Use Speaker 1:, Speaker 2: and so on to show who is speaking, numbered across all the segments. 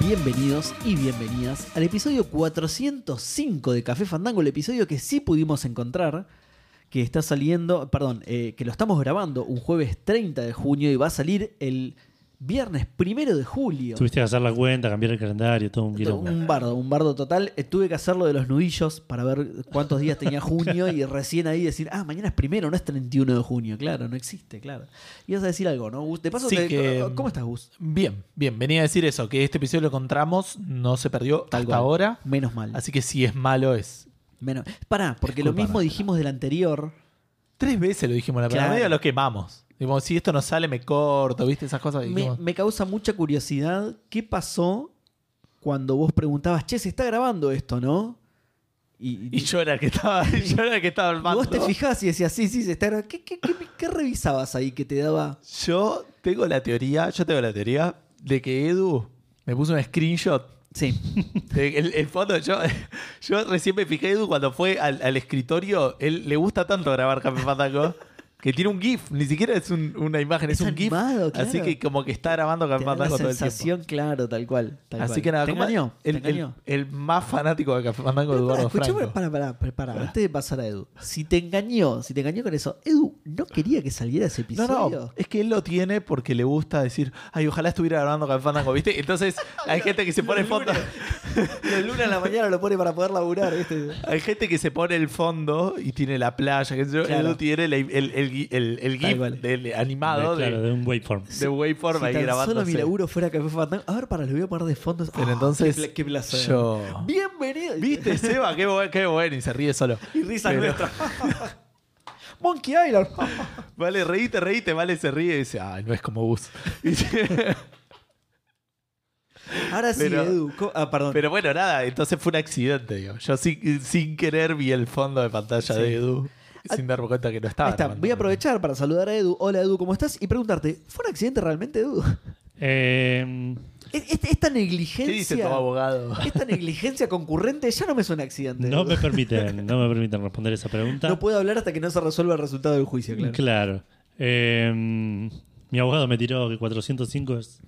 Speaker 1: bienvenidos y bienvenidas al episodio 405 de Café Fandango, el episodio que sí pudimos encontrar, que está saliendo, perdón, eh, que lo estamos grabando un jueves 30 de junio y va a salir el viernes primero de julio.
Speaker 2: Tuviste que hacer la cuenta, cambiar el calendario, todo un quilombo.
Speaker 1: Un bardo, un bardo total. Eh, Tuve que hacerlo de los nudillos para ver cuántos días tenía junio y recién ahí decir, ah, mañana es primero, no es 31 de junio. Claro, no existe, claro. Y vas a decir algo, ¿no, Gus? De paso,
Speaker 3: Sí
Speaker 1: te-
Speaker 3: que-
Speaker 1: ¿cómo estás, Gus?
Speaker 3: Bien, bien, venía a decir eso, que este episodio lo encontramos, no se perdió
Speaker 1: Tal
Speaker 3: hasta
Speaker 1: cual.
Speaker 3: ahora,
Speaker 1: Menos mal.
Speaker 3: así que si es malo es.
Speaker 1: Menos. Pará, porque
Speaker 3: Es
Speaker 1: lo
Speaker 3: culpa
Speaker 1: mismo
Speaker 3: nuestra.
Speaker 1: dijimos del anterior.
Speaker 3: Tres veces lo dijimos, la primera
Speaker 1: Claro.
Speaker 3: medio lo quemamos. Digo, si esto no sale me corto, viste esas cosas.
Speaker 1: Me,
Speaker 3: Dijimos,
Speaker 1: me causa mucha curiosidad qué pasó cuando vos preguntabas, che, se está grabando esto, ¿no? Y,
Speaker 3: Y yo era el que estaba, yo era el que estaba al
Speaker 1: y vos te
Speaker 3: mando.
Speaker 1: fijás y decías, sí, sí, se está grabando. ¿Qué, qué, qué, qué revisabas ahí que te daba?
Speaker 3: Yo tengo la teoría, yo tengo la teoría de que Edu me puso un screenshot
Speaker 1: Sí,
Speaker 3: De- Eh, El, el fondo, yo, yo recién me fijé, Edu, cuando fue al, al escritorio, él le gusta tanto grabar Café Fandango que tiene un GIF, ni siquiera es un- una imagen, es,
Speaker 1: Es
Speaker 3: un GIF.
Speaker 1: animado, claro.
Speaker 3: Así que como que está grabando Café
Speaker 1: te da la
Speaker 3: Fandango todo el tiempo.
Speaker 1: sensación, claro, tal cual. tal
Speaker 3: Así
Speaker 1: cual.
Speaker 3: que nada,
Speaker 1: te
Speaker 3: como
Speaker 1: engañó,
Speaker 3: el,
Speaker 1: te
Speaker 3: el-
Speaker 1: engañó.
Speaker 3: el más fanático de Café Fandango,
Speaker 1: Pero pará,
Speaker 3: Eduardo
Speaker 1: escuchame,
Speaker 3: Franco.
Speaker 1: pará, pará, pará, pará, antes de pasar a Edu. Si te engañó, si te engañó con eso, Edu no quería que saliera ese
Speaker 3: No,
Speaker 1: episodio.
Speaker 3: no, es que él lo tiene porque le gusta decir, ay, ojalá estuviera grabando Café Fandango, ¿viste? Entonces hay gente que se pone fondo.
Speaker 1: Los lunes a la mañana lo pone para poder laburar, ¿viste?
Speaker 3: Hay gente que se pone el fondo y tiene la playa, que yo,
Speaker 1: Claro.
Speaker 3: Edu tiene la- el, el, el, el- el
Speaker 1: Tal
Speaker 3: GIF
Speaker 1: cual.
Speaker 3: del
Speaker 2: De-
Speaker 3: animado de,
Speaker 2: claro, de un waveform.
Speaker 3: de waveform
Speaker 1: Si
Speaker 3: ahí
Speaker 1: tan
Speaker 3: grabando.
Speaker 1: solo mi laburo fuera Café Fandango. A ver, para, le voy a poner de fondo.
Speaker 3: Pero
Speaker 1: Ah,
Speaker 3: entonces,
Speaker 1: qué, pla- qué placer.
Speaker 3: yo-
Speaker 1: Bienvenido.
Speaker 3: ¿Viste, Seba? Qué bueno, qué bueno. Y se ríe solo.
Speaker 1: Y risas
Speaker 3: Pero-
Speaker 1: nuestras. Monkey Island.
Speaker 3: Vale, reíte, reíte. Vale, se ríe y dice, ay, no es como Gus. Y se-
Speaker 1: Ahora sí,
Speaker 3: Pero-
Speaker 1: Edu. co- Ah, perdón.
Speaker 3: Pero bueno, nada, entonces fue un accidente, digo. Yo sin, sin querer vi el fondo de pantalla
Speaker 1: Sí.
Speaker 3: de Edu
Speaker 1: Ah,
Speaker 3: sin darme cuenta que no estaba.
Speaker 1: Ahí está.
Speaker 3: grabando.
Speaker 1: Voy a aprovechar para saludar a Edu. Hola, Edu, ¿cómo estás? Y preguntarte, ¿fue un accidente realmente, Edu?
Speaker 2: Eh,
Speaker 1: Es- es- Esta
Speaker 3: ¿Qué dice tu
Speaker 1: negligencia.
Speaker 3: abogado?
Speaker 1: Esta negligencia concurrente ya no me suena accidente.
Speaker 2: no
Speaker 1: Edu.
Speaker 2: me permiten, no me permiten responder esa pregunta.
Speaker 1: No puedo hablar hasta que no se resuelva el resultado del juicio, claro.
Speaker 2: Claro. Eh, mi abogado me tiró que 405 es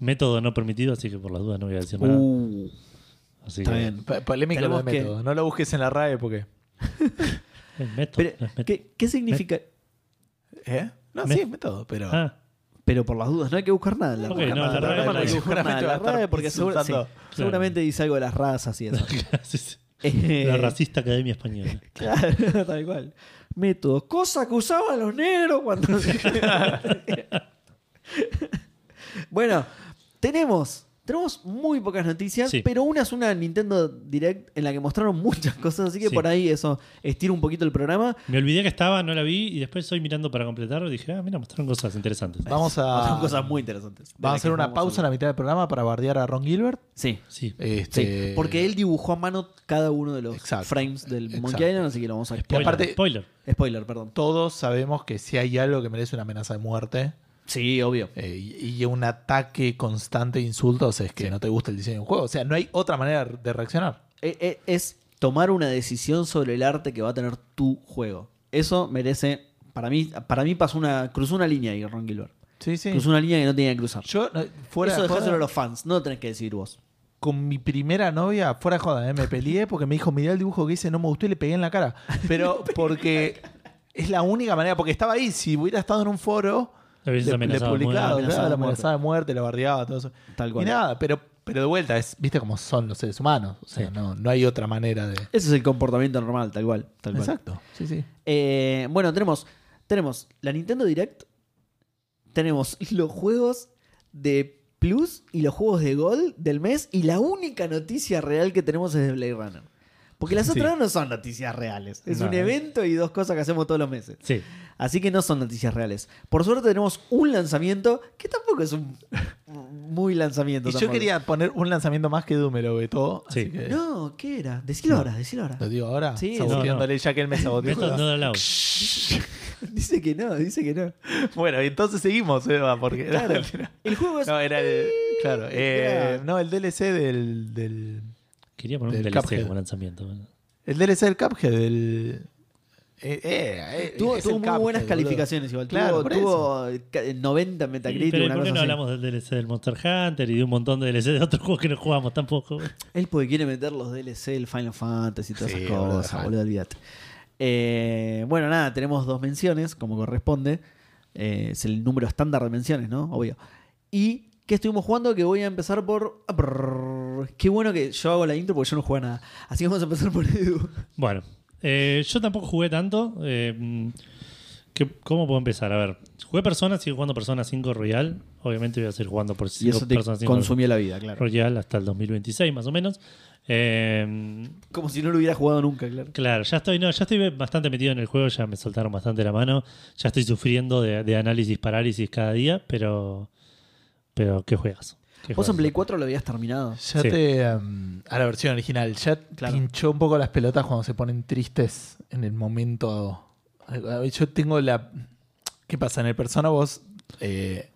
Speaker 2: método no permitido, así que por las dudas no voy a decir nada.
Speaker 1: Uh,
Speaker 2: Así
Speaker 1: está
Speaker 2: que-
Speaker 1: bien.
Speaker 3: Po- Polémico lo
Speaker 1: Tenemos
Speaker 3: de
Speaker 1: que-
Speaker 3: método. No lo busques en la RAE porque.
Speaker 2: Es método.
Speaker 1: Pero,
Speaker 2: no es método.
Speaker 1: ¿qué, qué significa?
Speaker 3: ¿Eh? No,
Speaker 2: Me-
Speaker 3: sí, es método, pero.
Speaker 2: Ah,
Speaker 1: Pero por las dudas, no hay que buscar nada. en La
Speaker 2: Ok,
Speaker 1: RAE.
Speaker 2: no, la RAE
Speaker 1: no hay que
Speaker 2: porque
Speaker 1: buscar nada.
Speaker 3: seguramente
Speaker 1: en
Speaker 3: va a
Speaker 1: La
Speaker 3: estar
Speaker 1: RAE porque segura- sí,
Speaker 3: insultando.
Speaker 1: seguramente dice algo de las razas y eso.
Speaker 2: sí, sí.
Speaker 1: Eh,
Speaker 2: La racista academia española.
Speaker 1: Claro, tal cual. Método. Cosa que usaban los negros cuando. bueno, tenemos. Tenemos muy pocas noticias,
Speaker 2: Sí.
Speaker 1: pero una es una Nintendo Direct en la que mostraron muchas cosas, así que
Speaker 2: Sí.
Speaker 1: por ahí eso estira un poquito el programa.
Speaker 2: Me olvidé que estaba, no la vi, y después estoy mirando para completarlo y dije, ah, mira, mostraron cosas interesantes.
Speaker 3: Vamos a.
Speaker 1: Son cosas muy interesantes. de
Speaker 3: Vamos a
Speaker 1: las
Speaker 3: hacer
Speaker 1: que
Speaker 3: una pausa en
Speaker 1: hablar.
Speaker 3: la mitad del programa para bardear a Ron Gilbert.
Speaker 1: Sí.
Speaker 2: Sí.
Speaker 3: Este,
Speaker 1: Sí, porque él dibujó a mano cada uno de los
Speaker 3: Exacto.
Speaker 1: frames del
Speaker 3: Exacto.
Speaker 1: Monkey Island, así que lo vamos a
Speaker 2: Spoiler,
Speaker 3: aparte-
Speaker 2: spoiler.
Speaker 1: Spoiler, perdón.
Speaker 3: Todos sabemos que si hay algo que merece una amenaza de muerte
Speaker 1: Sí, obvio.
Speaker 3: eh, y, y un ataque constante de insultos es que no te gusta el diseño de un juego. O sea, no hay otra manera de reaccionar.
Speaker 1: E- e- Es tomar una decisión sobre el arte que va a tener tu juego. Eso merece. Para mí, para mí pasó una. cruzó una línea ahí, Ron Gilbert.
Speaker 3: Sí, sí.
Speaker 1: Cruzó una línea que no tenía que cruzar.
Speaker 3: Yo, no, fuera
Speaker 1: Eso
Speaker 3: de
Speaker 1: dejáselo
Speaker 3: joda,
Speaker 1: a los fans, no lo tenés que decidir vos.
Speaker 3: con mi primera novia, fuera de joda, eh, me peleé porque me dijo, mirá el dibujo que hice, no me gustó y le pegué en la cara. Pero porque es la única manera, porque estaba ahí, si hubiera estado en un foro,
Speaker 2: Lo hubieses
Speaker 3: le, le
Speaker 2: amenazado de
Speaker 3: publicaba,
Speaker 1: muerte.
Speaker 3: claro,
Speaker 1: Amenazada
Speaker 3: la
Speaker 1: de muerte.
Speaker 3: amenazada de muerte, la bardeaba, todo eso.
Speaker 1: Tal cual.
Speaker 3: Y nada, pero, pero de vuelta, es, viste cómo son los seres humanos. O sea, no, no hay otra manera de.
Speaker 1: Ese es el comportamiento normal, tal cual. Tal cual.
Speaker 3: Exacto. Sí, sí.
Speaker 1: Eh, bueno, tenemos, tenemos la Nintendo Direct, tenemos los juegos de Plus y los juegos de Gold del mes, y la única noticia real que tenemos es de Blade Runner. Porque las
Speaker 3: Sí.
Speaker 1: otras no son noticias reales. Es
Speaker 3: No.
Speaker 1: un evento y dos cosas que hacemos todos los meses.
Speaker 2: Sí.
Speaker 1: Así que no son noticias reales. Por suerte tenemos un lanzamiento que tampoco es un muy lanzamiento.
Speaker 3: Y yo
Speaker 1: tampoco.
Speaker 3: quería poner un lanzamiento más que Edu me lo vetó.
Speaker 2: Sí.
Speaker 3: Así que
Speaker 1: No, ¿qué era? Decilo ahora, decilo ahora.
Speaker 3: lo digo ahora.
Speaker 1: Sí,
Speaker 3: saboteándole, ya que él me saboteó.
Speaker 2: Método no allowed.
Speaker 1: Dice que no, dice que no.
Speaker 3: Bueno, entonces seguimos, Eva, porque.
Speaker 1: Claro. El juego es...
Speaker 3: no, era el. Claro. eh,
Speaker 1: Era-
Speaker 3: no, el DLC del. del
Speaker 2: Quería poner un
Speaker 3: Del
Speaker 2: DLC
Speaker 3: Cuphead.
Speaker 2: como lanzamiento.
Speaker 3: el DLC del Cuphead, del. Eh, eh, eh,
Speaker 1: Tuvo,
Speaker 3: es
Speaker 1: tuvo
Speaker 3: el
Speaker 1: muy
Speaker 3: Cuphead,
Speaker 1: buenas
Speaker 3: boludo.
Speaker 1: calificaciones igual.
Speaker 3: Claro,
Speaker 1: tuvo,
Speaker 3: por
Speaker 1: tuvo ca- 90 Metacritic,
Speaker 2: pero ¿y
Speaker 1: una
Speaker 2: ¿por qué
Speaker 1: cosa así.
Speaker 2: no hablamos del DLC del Monster Hunter y de un montón de DLC de otros juegos que no jugamos tampoco?
Speaker 1: Él porque quiere meter los DLC, el Final Fantasy y todas
Speaker 3: Sí,
Speaker 1: esas
Speaker 3: boludo,
Speaker 1: cosas,
Speaker 3: dejá.
Speaker 1: boludo, olvídate. Eh, bueno, nada, tenemos dos menciones, como corresponde. Eh, es el número estándar de menciones, ¿no? Obvio. Y que estuvimos jugando, que voy a empezar por... ah, brrr. Qué bueno que yo hago la intro porque yo no juego a nada. Así que vamos a empezar por Edu.
Speaker 2: Bueno, eh, yo tampoco jugué tanto. eh, mm, que- ¿Cómo puedo empezar? A ver, jugué Persona, sigo jugando Persona 5 Royal. Obviamente voy a seguir jugando por
Speaker 1: Y
Speaker 2: cinco
Speaker 1: eso te
Speaker 2: Persona 5
Speaker 1: consumió la vida, claro.
Speaker 2: Royal hasta el 2026 más o menos. Eh,
Speaker 1: Como si no lo hubiera jugado nunca, claro.
Speaker 2: Claro, ya estoy, no, ya estoy bastante metido en el juego, ya me soltaron bastante la mano, ya estoy sufriendo de, de análisis parálisis cada día, pero pero qué juegas.
Speaker 1: Vos en Play 4 lo habías terminado.
Speaker 3: Ya
Speaker 2: Sí.
Speaker 3: te. um, a la versión original, ya
Speaker 1: Claro.
Speaker 3: te hinchó un poco las pelotas cuando se ponen tristes en el momento. Yo tengo la. ¿Qué pasa? En el persona vos eh,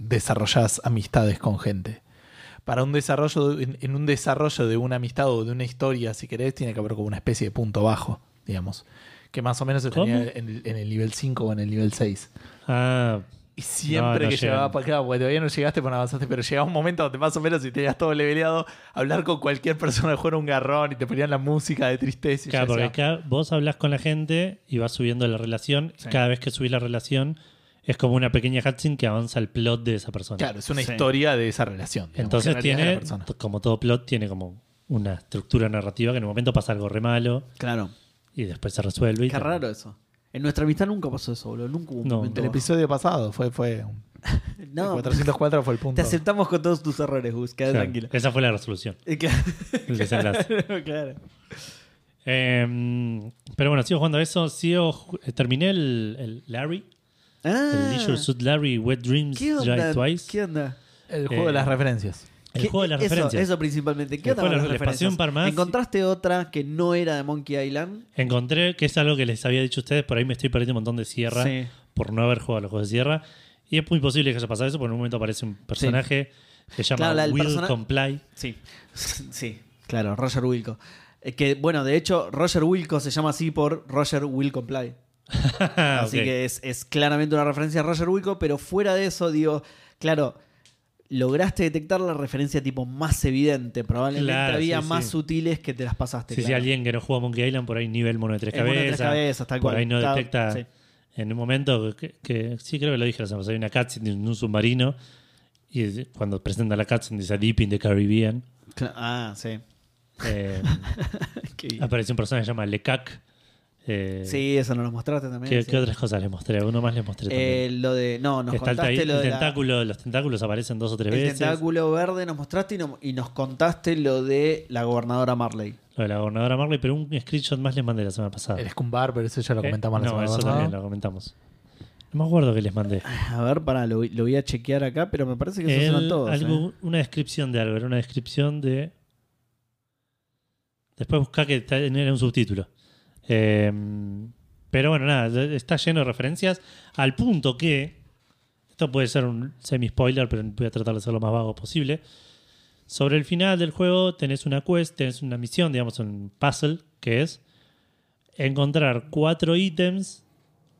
Speaker 3: desarrollás amistades con gente. Para un desarrollo, en, en un desarrollo de una amistad o de una historia, si querés, tiene que haber como una especie de punto bajo, digamos. Que más o menos se
Speaker 2: ¿Cómo?
Speaker 3: tenía en, el- en el nivel 5 o en el nivel 6.
Speaker 2: Ah,
Speaker 3: Y siempre
Speaker 2: No, no
Speaker 3: que
Speaker 2: llegan.
Speaker 3: llegaba para acá, porque todavía no llegaste porque no avanzaste, pero llegaba un momento donde más o menos si tenías todo leveleado, hablar con cualquier persona del juego era un garrón y te ponían la música de tristeza. Y
Speaker 2: claro,
Speaker 3: yo
Speaker 2: porque
Speaker 3: decía,
Speaker 2: acá vos hablas con la gente y vas subiendo la relación,
Speaker 3: Sí.
Speaker 2: cada vez que subís la relación es como una pequeña cutscene que avanza el plot de esa persona.
Speaker 3: claro, es una
Speaker 1: Sí.
Speaker 3: historia de esa relación. digamos,
Speaker 2: Entonces
Speaker 3: que en realidad es
Speaker 2: tiene,
Speaker 3: la persona.
Speaker 2: t- como todo plot, tiene como una estructura narrativa que en un momento pasa algo re malo
Speaker 1: Claro.
Speaker 2: y después se resuelve. y
Speaker 1: Qué
Speaker 2: tal.
Speaker 1: raro eso. En nuestra amistad nunca pasó eso, boludo. Nunca hubo un
Speaker 2: No.
Speaker 1: momento
Speaker 3: El
Speaker 1: bajo.
Speaker 3: episodio pasado fue. fue el
Speaker 1: No,
Speaker 3: 404 fue el punto.
Speaker 1: te aceptamos con todos tus errores, Gus. Quedá
Speaker 2: Claro,
Speaker 1: tranquilo.
Speaker 2: Esa fue la resolución,
Speaker 1: Eh, Claro.
Speaker 2: el desenlace.
Speaker 1: claro.
Speaker 2: Eh, pero bueno, sigo jugando a eso. Sigo, ju- eh, terminé el, el Larry,
Speaker 1: Ah.
Speaker 2: el Leisure Suit Larry, Wet Dreams,
Speaker 1: ¿Qué
Speaker 2: Drive
Speaker 1: onda?
Speaker 2: Twice.
Speaker 1: ¿Qué onda?
Speaker 3: El juego de
Speaker 2: Eh,
Speaker 3: las referencias.
Speaker 2: el
Speaker 1: ¿Qué-
Speaker 2: juego de las
Speaker 1: eso,
Speaker 2: referencias.
Speaker 1: Eso principalmente. ¿Qué
Speaker 2: El
Speaker 1: onda
Speaker 2: juego
Speaker 1: con
Speaker 2: de
Speaker 1: las
Speaker 2: las- le pasé
Speaker 1: referencias?
Speaker 2: un par más.
Speaker 1: ¿Encontraste otra que no era de Monkey Island?
Speaker 2: Encontré que es algo que les había dicho a ustedes, por ahí me estoy perdiendo un montón de sierra
Speaker 1: Sí.
Speaker 2: por no haber jugado a los juegos de sierra. Y es muy posible que haya pasado eso, porque en un momento aparece un personaje que se llama
Speaker 1: Claro, la del
Speaker 2: Will
Speaker 1: persona-
Speaker 2: Comply.
Speaker 1: Sí. sí, claro, Roger Wilco. Eh, que, bueno, de hecho, Roger Wilco se llama así por Roger Will Comply. Así
Speaker 2: Ah, Ok.
Speaker 1: que es, es claramente una referencia a Roger Wilco, pero fuera de eso, digo, claro, lograste detectar la referencia tipo más evidente. Probablemente
Speaker 2: Claro,
Speaker 1: había
Speaker 2: sí,
Speaker 1: más
Speaker 2: sí.
Speaker 1: sutiles que te las pasaste.
Speaker 2: Sí, sí,
Speaker 1: claro.
Speaker 2: alguien que no juega a Monkey Island, por ahí nivel mono de tres
Speaker 1: El mono de tres
Speaker 2: cabezas.
Speaker 1: cabezas, tal
Speaker 2: por
Speaker 1: cual.
Speaker 2: ahí no
Speaker 1: Está-
Speaker 2: detecta.
Speaker 1: sí.
Speaker 2: En un momento que, que- sí creo que lo dije la semana pasada, hay una cutscene en un submarino y cuando presenta la cutscene dice Deep in the Caribbean.
Speaker 1: Cla- Ah, sí.
Speaker 2: Eh,
Speaker 1: Qué-
Speaker 2: aparece un personaje que se llama Lecac. Eh,
Speaker 1: Sí, eso nos lo mostraste también.
Speaker 2: ¿qué,
Speaker 1: sí.
Speaker 2: qué otras cosas les mostré? Uno más les mostré
Speaker 1: Eh,
Speaker 2: también.
Speaker 1: lo de. No, nos
Speaker 2: Está el,
Speaker 1: contaste
Speaker 2: tai-
Speaker 1: lo
Speaker 2: el
Speaker 1: de. la-
Speaker 2: tentáculo, los tentáculos aparecen dos o tres
Speaker 1: el
Speaker 2: veces.
Speaker 1: tentáculo verde nos mostraste y, no- y nos contaste lo de la gobernadora Marley.
Speaker 2: Lo de la gobernadora Marley, pero un screenshot más les mandé la semana pasada.
Speaker 3: El Scumbar, pero eso ya lo
Speaker 2: Eh,
Speaker 3: comentamos la
Speaker 2: no,
Speaker 3: semana
Speaker 2: eso
Speaker 3: pasada.
Speaker 2: también lo comentamos. No me acuerdo que les mandé.
Speaker 1: A ver, pará, lo, lo voy a chequear acá, pero me parece que esos
Speaker 2: El-
Speaker 1: eran todos.
Speaker 2: algo-
Speaker 1: eh.
Speaker 2: Una descripción de algo, era una descripción de. Después buscá que ta- era un subtítulo. Eh, pero bueno, nada, de- está lleno de referencias. Al punto que. Esto puede ser un semi-spoiler, pero voy a tratar de ser lo más vago posible. Sobre el final del juego tenés una quest, tenés una misión, digamos, un puzzle, que es encontrar cuatro ítems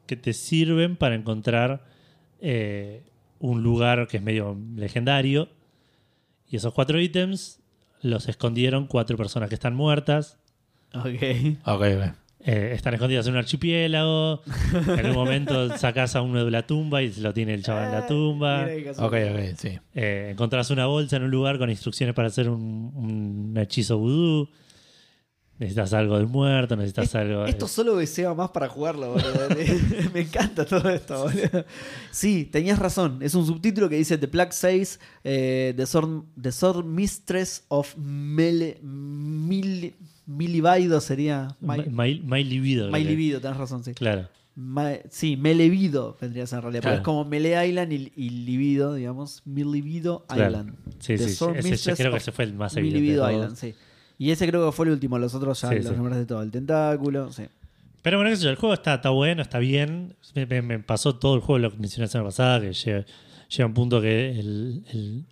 Speaker 2: que te sirven para encontrar eh, un lugar que es medio legendario. Y esos cuatro ítems los escondieron cuatro personas que están muertas.
Speaker 1: ¿eh? Ok.
Speaker 3: Ok, ok.
Speaker 2: Eh, están escondidas en un archipiélago. En un momento sacás a uno de la tumba y lo tiene el chaval en la tumba.
Speaker 1: Ah, Mira qué casual.
Speaker 3: Ok, ok, sí.
Speaker 2: Eh, encontrás una bolsa en un lugar con instrucciones para hacer un, un hechizo vudú. Necesitas algo del muerto, necesitas
Speaker 1: Es-
Speaker 2: algo. eh,
Speaker 1: Esto solo deseo más para jugarlo, boludo. Me- Me encanta todo esto, boludo. Sí, tenías razón. Es un subtítulo que dice The Plague 6, The, Sword, The Sword Mistress of Mele, Mil, Milibaido sería.
Speaker 2: My,
Speaker 1: My,
Speaker 2: my- my libido.
Speaker 1: My
Speaker 2: creo que-
Speaker 1: Libido, tenés razón, sí.
Speaker 2: Claro.
Speaker 1: Ma- sí, Melevido vendría a ser en realidad. Pero
Speaker 2: Claro.
Speaker 1: es como Mele Island y, y Libido, digamos. Milibido
Speaker 2: Claro.
Speaker 1: Island.
Speaker 2: Sí,
Speaker 1: The
Speaker 2: sí,
Speaker 1: Sword
Speaker 2: ese- ese
Speaker 1: Mistress
Speaker 2: creo que
Speaker 1: of
Speaker 2: ese fue el más evidente. de
Speaker 1: Milibido
Speaker 2: todos.
Speaker 1: Island, sí. Y ese creo que fue el último. Los otros ya
Speaker 2: Sí,
Speaker 1: los
Speaker 2: sí.
Speaker 1: nombraste todo. El tentáculo, sí.
Speaker 2: Pero bueno, qué sé yo, el juego está, está bueno, está bien. Me, me- me pasó todo el juego, lo que mencioné la semana pasada, que llega, llega un punto que el, el,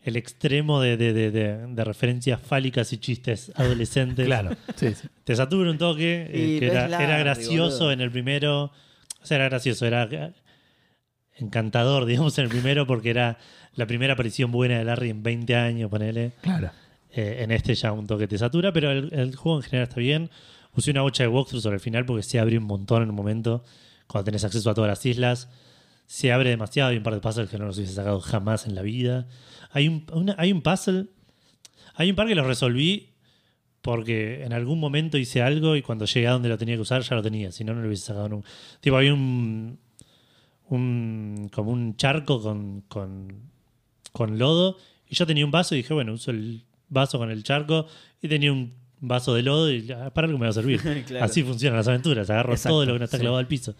Speaker 2: el extremo de, de- de- de- de referencias fálicas y chistes adolescentes.
Speaker 3: Claro, sí, sí.
Speaker 2: Te satura un toque, eh,
Speaker 1: Y
Speaker 2: que
Speaker 1: ves
Speaker 2: era,
Speaker 1: largo,
Speaker 2: era gracioso
Speaker 1: boludo.
Speaker 2: en el primero. O sea, era gracioso, era eh, encantador, digamos, en el primero, porque era la primera aparición buena de Larry en 20 años, ponele.
Speaker 3: Claro.
Speaker 2: Eh, en este ya un toque te satura, pero el, el juego en general está bien. Usé una bocha de walkthrough sobre el final porque se abre un montón en un momento. Cuando tenés acceso a todas las islas, se abre demasiado. Hay un par de puzzles que no los hubiese sacado jamás en la vida. Hay un, una- hay un puzzle. Hay un par que los resolví porque en algún momento hice algo y cuando llegué a donde lo tenía que usar ya lo tenía. Si no, no lo hubiese sacado nunca. Tipo, había un. un como un charco con- con con lodo. Y yo tenía un vaso y dije, bueno, uso el vaso con el charco. Y tenía un vaso de lodo y ah, para algo me va a servir.
Speaker 1: Claro.
Speaker 2: Así funcionan las aventuras. Agarro
Speaker 1: Exacto,
Speaker 2: todo lo que no está
Speaker 1: sí.
Speaker 2: clavado al piso.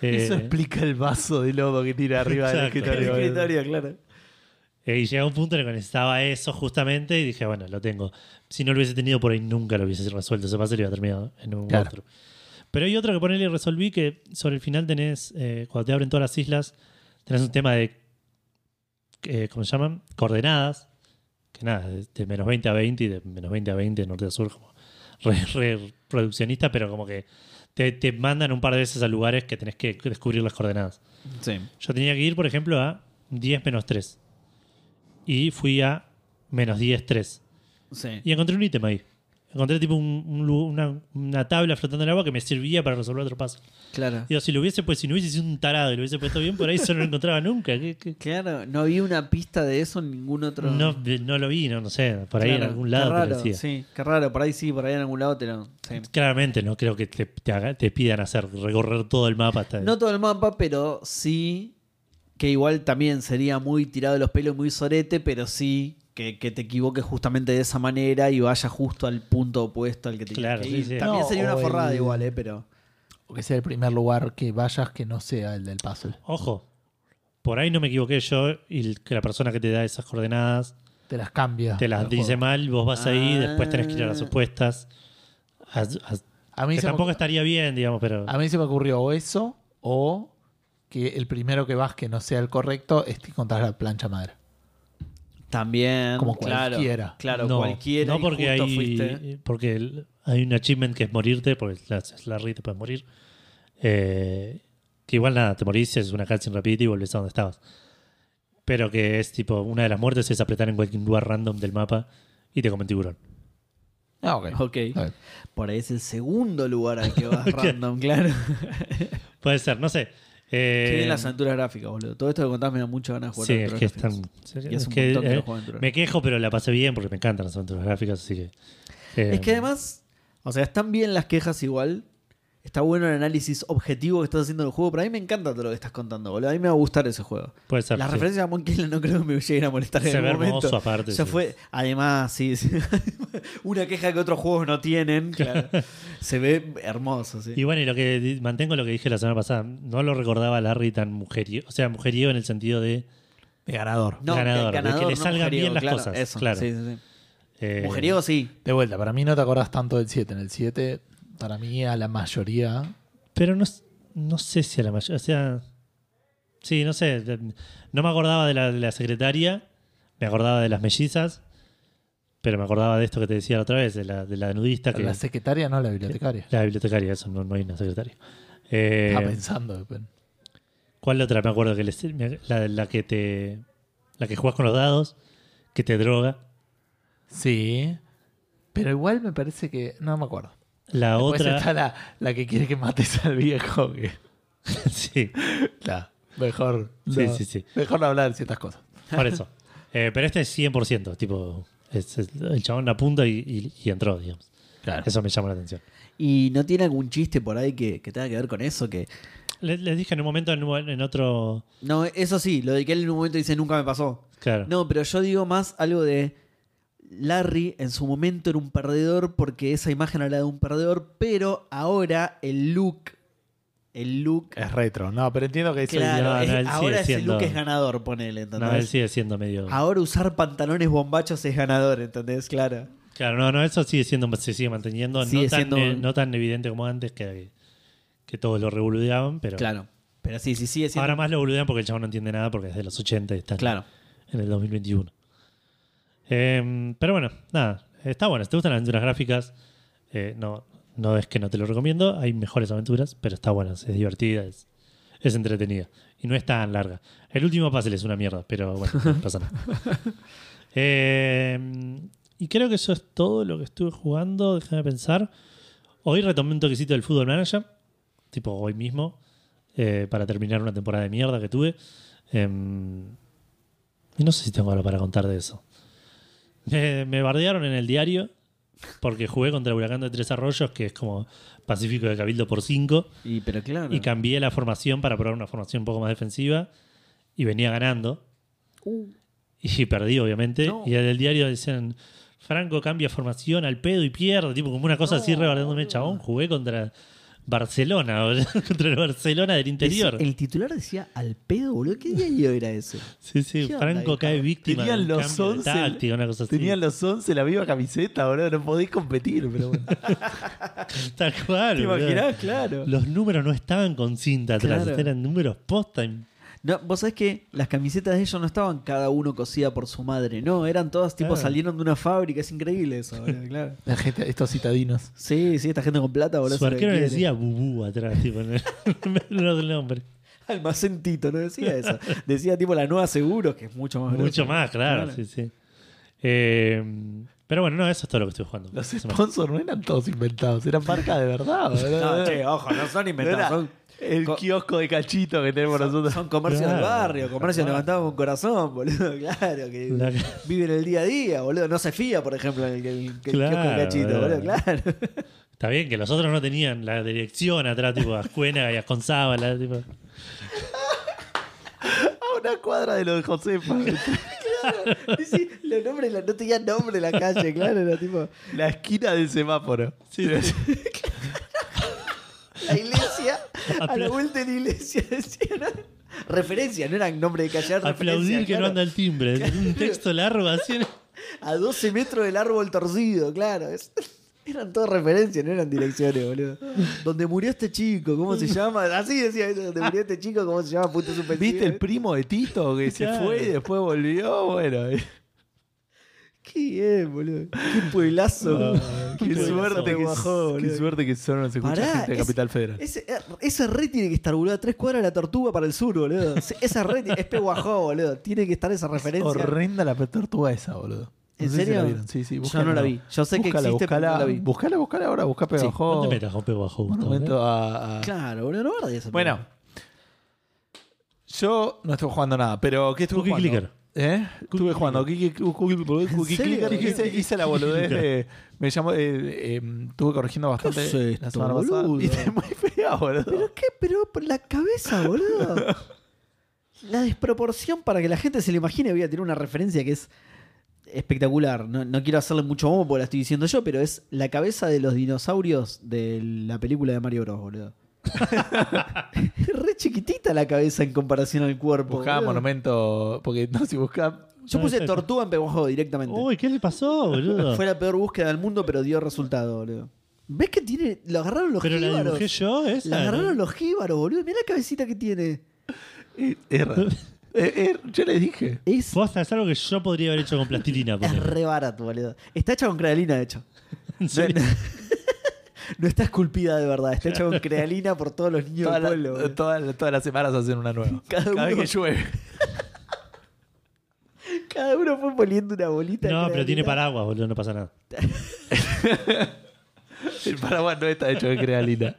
Speaker 3: Eso
Speaker 2: Eh,
Speaker 3: explica el vaso de lodo que tira arriba del
Speaker 2: Exacto.
Speaker 1: El
Speaker 3: escritorio.
Speaker 1: escritorio, claro.
Speaker 2: eh, y llega un punto en el que necesitaba eso justamente y dije, bueno, lo tengo. Si no lo hubiese tenido por ahí, nunca lo hubiese resuelto. Ese paso lo iba a terminar en un
Speaker 3: Claro.
Speaker 2: otro. Pero hay otro que ponerle resolví que sobre el final tenés, eh, cuando te abren todas las islas, tenés un tema de, eh, ¿cómo se llaman? Coordenadas. Que nada, de, de menos 20 a 20 y de menos 20 a 20 de norte a sur, como re, re produccionista, pero como que te, te mandan un par de veces a lugares que tenés que descubrir las coordenadas.
Speaker 1: Sí.
Speaker 2: Yo tenía que ir, por ejemplo, a 10 menos 3. Y fui a menos 10, 3.
Speaker 1: Sí.
Speaker 2: Y encontré un ítem ahí. Encontré tipo un- un lu- una, una tabla flotando en el agua que me servía para resolver otro paso.
Speaker 1: Claro.
Speaker 2: Digo, si lo hubiese pues si no hubiese sido un tarado y lo hubiese puesto bien, por ahí eso no lo encontraba nunca. ¿Qué- qué?
Speaker 1: Claro, no había una pista de eso en ningún otro.
Speaker 2: No, no lo vi, no, no sé. Por ahí en
Speaker 1: Claro,
Speaker 2: algún
Speaker 1: qué
Speaker 2: lado te lo
Speaker 1: raro,
Speaker 2: decía.
Speaker 1: Sí, qué raro, por ahí sí, por ahí en algún lado te lo. sí.
Speaker 2: Claramente, no creo que te, te haga- te pidan hacer recorrer todo el mapa hasta
Speaker 1: No todo el mapa, pero sí. Que igual también sería muy tirado de los pelos, muy sorete, pero sí que, que te equivoques justamente de esa manera y vaya justo al punto opuesto al que te
Speaker 2: Claro,
Speaker 1: que
Speaker 2: sí,
Speaker 1: ir.
Speaker 2: sí.
Speaker 1: También
Speaker 3: No,
Speaker 1: sería una
Speaker 3: o
Speaker 1: forrada
Speaker 3: el-
Speaker 1: igual, ¿eh? Pero.
Speaker 3: O que sea el primer lugar que vayas que no sea el del puzzle.
Speaker 2: Ojo, por ahí no me equivoqué yo y el- que la persona que te da esas coordenadas
Speaker 3: Te las cambia.
Speaker 2: te las
Speaker 3: el
Speaker 2: dice
Speaker 3: juego.
Speaker 2: mal, vos vas ahí, después tenés que ir a las
Speaker 1: Ah.
Speaker 2: opuestas. A- a-
Speaker 3: A mí,
Speaker 2: que
Speaker 3: se
Speaker 2: tampoco
Speaker 3: me,
Speaker 2: estaría bien, digamos, pero...
Speaker 1: Ah,
Speaker 3: a mí se me ocurrió o eso o que el primero que vas que no sea el correcto es que encontrás la plancha madre.
Speaker 1: También.
Speaker 3: Como
Speaker 1: claro,
Speaker 3: cualquiera.
Speaker 1: Claro,
Speaker 2: no,
Speaker 1: cualquiera.
Speaker 2: No
Speaker 1: y
Speaker 2: porque
Speaker 1: justo
Speaker 2: hay,
Speaker 1: fuiste.
Speaker 2: porque el- hay un achievement que es morirte, porque la, la te puedes morir. Eh, que igual nada, te morís, es una cutscene rapidita y volvés a donde estabas. Pero que es tipo, una de las muertes es apretar en cualquier lugar random del mapa y te come un tiburón.
Speaker 3: Ah, ok.
Speaker 1: Ok.
Speaker 3: Está bien.
Speaker 1: Por ahí es el segundo lugar al que vas random, claro.
Speaker 2: Eh, Puede ser, no sé. Eh,
Speaker 1: Qué bien las aventuras gráficas, boludo. Todo esto que contás me da mucha ganas de jugar.
Speaker 2: Sí, es
Speaker 1: aventuras
Speaker 2: que
Speaker 1: gráficas.
Speaker 2: están.
Speaker 1: Y hace
Speaker 2: es
Speaker 1: un
Speaker 2: que,
Speaker 1: montón que no
Speaker 2: eh,
Speaker 1: juego aventuras.
Speaker 2: me quejo, pero la pasé bien porque me encantan las aventuras gráficas, así que. eh,
Speaker 1: Es que además, o sea, están bien las quejas igual. Está bueno el análisis objetivo que estás haciendo del juego, pero a mí me encanta todo lo que estás contando, boludo. A mí me va a gustar ese juego.
Speaker 2: Puede ser.
Speaker 1: Las
Speaker 2: sí.
Speaker 1: referencias a Monkey Island no creo que me lleguen a molestar
Speaker 2: Se
Speaker 1: en
Speaker 2: ve
Speaker 1: el
Speaker 2: hermoso
Speaker 1: momento.
Speaker 2: aparte,
Speaker 1: Ya
Speaker 2: sí.
Speaker 1: fue, además, sí, sí. una queja que otros juegos no tienen. claro. Se ve hermoso, sí.
Speaker 2: Y bueno, y lo que di- mantengo lo que dije la semana pasada, no lo recordaba a Larry tan mujeriego, o sea, mujeriego en el sentido de
Speaker 3: De ganador.
Speaker 1: No,
Speaker 2: ganador, de que le
Speaker 1: no
Speaker 2: salgan
Speaker 1: mujeriego,
Speaker 2: bien las
Speaker 1: claro,
Speaker 2: cosas,
Speaker 1: Eso,
Speaker 2: claro.
Speaker 1: sí, sí, sí.
Speaker 2: eh,
Speaker 1: Mujeriego sí.
Speaker 3: De vuelta, para mí no te acordás tanto del 7. En el 7, para mí, a la mayoría.
Speaker 2: Pero no, s- no sé si a la mayoría, o sea, sí, no sé, de- no me acordaba de la, de la secretaria, me acordaba de las mellizas, pero me acordaba de esto que te decía la otra vez, de la, de la nudista, que
Speaker 3: La secretaria, no la bibliotecaria.
Speaker 2: la bibliotecaria, eso no, no hay una secretaria. Eh,
Speaker 3: Estaba pensando. de pen-
Speaker 2: ¿Cuál otra? Me acuerdo que les- me- la, la que te, la que juegas con los dados, que te droga.
Speaker 3: Sí. Pero igual me parece que. No me acuerdo.
Speaker 2: La
Speaker 3: Después
Speaker 2: otra.
Speaker 3: está la, la que quiere que mates al viejo. que-
Speaker 2: sí,
Speaker 3: la- mejor.
Speaker 2: Sí,
Speaker 3: no-
Speaker 2: sí, sí.
Speaker 3: Mejor no hablar de ciertas cosas.
Speaker 2: por eso. Eh, pero este es 100%, tipo. es- es- el chabón apunta y, y- y entró, digamos.
Speaker 3: Claro.
Speaker 2: Eso me llama la atención.
Speaker 1: ¿Y no tiene algún chiste por ahí que, que tenga que ver con eso? Que
Speaker 2: Le- Les, dije en un momento, en, un- en otro.
Speaker 1: No, eso sí, lo de que él en un momento dice nunca me pasó.
Speaker 2: Claro.
Speaker 1: No, pero yo digo más algo de Larry en su momento era un perdedor porque esa imagen hablaba de un perdedor, pero ahora el look, el look,
Speaker 3: Es retro. No, pero entiendo que eso
Speaker 1: claro,
Speaker 2: no,
Speaker 1: es-
Speaker 2: no, él sigue
Speaker 1: ahora ese
Speaker 2: siendo-
Speaker 1: look es ganador, ponele, ¿entendés?
Speaker 2: No, él sigue siendo medio.
Speaker 1: Ahora usar pantalones bombachos es ganador, ¿entendés? Claro.
Speaker 2: Claro, no, no, eso sigue siendo, se sigue manteniendo.
Speaker 1: Sigue
Speaker 2: no, tan,
Speaker 1: siendo-
Speaker 2: eh, no tan evidente como antes, que, que todos lo revoludeaban, pero.
Speaker 1: Claro. Pero sí, sí, sigue siendo.
Speaker 2: Ahora más lo boludean porque el chabón no entiende nada porque es de los 80 y está
Speaker 1: Claro.
Speaker 2: en el 2021. Eh, pero bueno, nada, está bueno. Si te gustan las aventuras gráficas, eh, no, no es que no te lo recomiendo. Hay mejores aventuras, pero está bueno, es divertida, es, es entretenida. Y no es tan larga. El último puzzle es una mierda, pero bueno, no pasa nada. Eh, y creo que eso es todo lo que estuve jugando. Déjame pensar. Hoy retomé un toquecito del Football Manager, tipo hoy mismo, eh, para terminar una temporada de mierda que tuve. Em, y no sé si tengo algo para contar de eso. Eh, Me, me bardearon en el diario porque jugué contra Huracán de Tres Arroyos, que es como Pacífico de Cabildo por 5,
Speaker 1: Y, pero claro.
Speaker 2: y cambié la formación para probar una formación un poco más defensiva y venía ganando.
Speaker 1: Uh,
Speaker 2: Y perdí, obviamente.
Speaker 1: No.
Speaker 2: Y en el diario decían, Franco cambia formación al pedo y pierde. Tipo, como una cosa así
Speaker 1: No,
Speaker 2: rebardeándome,
Speaker 1: boludo.
Speaker 2: chabón. Jugué contra Barcelona, boludo, contra el Barcelona del interior.
Speaker 1: ese- el titular decía al pedo, boludo. ¿Qué diario era ese?
Speaker 2: Sí, sí,
Speaker 1: ¿Qué onda,
Speaker 2: Franco
Speaker 1: hijo?
Speaker 2: cae víctima
Speaker 3: Tenían
Speaker 2: del
Speaker 3: los
Speaker 2: cambio de
Speaker 3: 11.
Speaker 2: táctica, una cosa así.
Speaker 3: Tenían los 11 la misma camiseta, boludo. No podéis competir, pero bueno.
Speaker 2: Tal cual,
Speaker 3: ¿Te
Speaker 2: boludo.
Speaker 3: imaginás? Claro.
Speaker 2: Los números no estaban con cinta atrás,
Speaker 1: Claro.
Speaker 2: eran números posta.
Speaker 1: No, vos sabés que las camisetas de ellos no estaban cada uno cosida por su madre, no, eran todas tipo
Speaker 2: Claro.
Speaker 1: salieron de una fábrica, es increíble eso, boludo, claro.
Speaker 3: La gente, estos citadinos.
Speaker 1: Sí, sí, esta gente con plata, boludo.
Speaker 2: Su
Speaker 1: hace lo que
Speaker 2: arquero le
Speaker 1: quiere.
Speaker 2: decía bubú atrás, tipo, en el- en el nombre.
Speaker 1: Almacentito, no decía eso. Decía tipo la nueva seguros, que es mucho más
Speaker 2: Mucho
Speaker 1: grosso.
Speaker 2: más, claro, sí, sí. Eh, pero bueno, no, eso es todo lo que estoy jugando.
Speaker 3: Los
Speaker 2: Eso me-
Speaker 3: sponsors no eran todos inventados, eran marcas de verdad, boludo.
Speaker 1: No, che, ojo, no son
Speaker 3: No era
Speaker 1: inventados, son,
Speaker 3: el
Speaker 1: co-
Speaker 3: kiosco de cachito que tenemos nosotros.
Speaker 1: son comercios del
Speaker 2: Claro.
Speaker 1: barrio, comercios levantados con corazón, boludo, claro, que
Speaker 2: La-
Speaker 1: viven el día a día, boludo. No se fía, por ejemplo, el, el, el
Speaker 2: Claro,
Speaker 1: kiosco de cachito, boludo,
Speaker 2: boludo.
Speaker 1: claro.
Speaker 2: Está bien que los otros no tenían la dirección atrás, tipo Ascuena y Asconzábala, tipo.
Speaker 3: A Ah, una cuadra de lo de Josefa.
Speaker 1: Sí, sí, los nombres, la- no tenía nombre la calle, claro, era tipo
Speaker 3: la esquina del semáforo.
Speaker 1: la iglesia, a la vuelta de la iglesia decían referencia, no eran nombre de calle, era referencia,
Speaker 2: Aplaudir que no
Speaker 1: claro.
Speaker 2: anda el timbre. Un texto largo así. en-
Speaker 1: a 12 metros del árbol torcido, claro. es- eran todas referencias, no eran direcciones, boludo. Donde murió este chico, ¿cómo se llama? Así decía eso, donde murió este chico, ¿cómo se llama? Punto suspensivo.
Speaker 3: ¿Viste el primo de Tito que se
Speaker 2: Claro.
Speaker 3: fue y después volvió? Bueno, eh,
Speaker 1: Qué bien, boludo. Qué pueblazo.
Speaker 2: Ah.
Speaker 3: qué
Speaker 2: Qué
Speaker 3: suerte
Speaker 1: pueblazo,
Speaker 3: que,
Speaker 1: bajó,
Speaker 3: qué
Speaker 1: boludo.
Speaker 3: suerte que solo nos escucha
Speaker 1: Pará,
Speaker 3: gente de
Speaker 1: es-
Speaker 3: Capital Federal.
Speaker 1: Ese, eh, ese red tiene que estar, boludo, a tres cuadras de la tortuga para el sur, boludo. Se- Esa red es Peguajó, boludo. Tiene que estar esa referencia.
Speaker 3: Horrenda la tortuga esa, boludo.
Speaker 1: ¿En
Speaker 3: sé si
Speaker 1: serio?
Speaker 3: la vieron. Sí, sí,
Speaker 1: Yo
Speaker 3: búscala.
Speaker 1: no la vi. Yo sé que
Speaker 3: Búscala,
Speaker 1: existe, pero
Speaker 3: buscala,
Speaker 1: no la vi.
Speaker 3: Buscala, buscala ahora, busca
Speaker 2: No
Speaker 3: Pegajoso.
Speaker 2: te metas con Pego Bajo, Gustavo,
Speaker 3: Monumento
Speaker 2: ¿eh?
Speaker 3: a- a,
Speaker 1: Claro, boludo, no guardes eso.
Speaker 3: Bueno. Yo no estuve jugando nada, pero ¿qué
Speaker 2: Cookie
Speaker 3: estuve jugando?
Speaker 2: Clicker.
Speaker 3: ¿Eh? Estuve jugando Cookie, cookie- cookie- cookie
Speaker 1: serio?
Speaker 3: Clicker. Hice, hice la boludez de. Me llamó. eh, eh, estuve corrigiendo bastante
Speaker 1: es
Speaker 3: la
Speaker 1: esto,
Speaker 3: semana pasada.
Speaker 1: boludo?
Speaker 3: Y es muy fea, boludo.
Speaker 1: ¿Pero qué? Pero por la cabeza, boludo. La desproporción para que la gente se lo imagine. Voy a tener una referencia que es espectacular. No, no quiero hacerle mucho bombo porque la estoy diciendo yo, pero es la cabeza de los dinosaurios de la película de Mario Bros, boludo. Es Re chiquitita la cabeza en comparación al cuerpo.
Speaker 3: Buscaba
Speaker 1: boludo.
Speaker 3: monumento. Porque no, si buscaba.
Speaker 1: Yo puse tortuga en Peguajó directamente.
Speaker 2: Uy, ¿qué le pasó, boludo?
Speaker 1: Fue la peor búsqueda del mundo, pero dio resultado, boludo. ¿Ves que tiene. Lo agarraron los
Speaker 2: Pero la
Speaker 1: jíbaros.
Speaker 2: dibujé yo, esa.
Speaker 1: La agarraron
Speaker 2: ¿no?
Speaker 1: los jíbaros, boludo. Mirá la cabecita que tiene.
Speaker 3: eh, Es raro. Eh, eh, yo les dije.
Speaker 1: Es,
Speaker 2: Posta, es algo que yo podría haber hecho con plastilina.
Speaker 1: es
Speaker 2: ponele.
Speaker 1: re barato, boludo. Está hecha con crealina, de hecho.
Speaker 2: En serio.
Speaker 1: No está esculpida de verdad. Está hecha con crealina por todos los niños
Speaker 3: Toda
Speaker 1: del
Speaker 3: la-
Speaker 1: pueblo. boludo.
Speaker 3: toda- todas las semanas hacen una nueva.
Speaker 1: eh. Cada
Speaker 3: vez
Speaker 1: uno-
Speaker 3: que llueve.
Speaker 1: Cada uno fue poniendo una bolita. de
Speaker 2: No, pero
Speaker 1: crealina.
Speaker 2: tiene paraguas, boludo, no pasa nada.
Speaker 3: El paraguas no está hecho de crealina.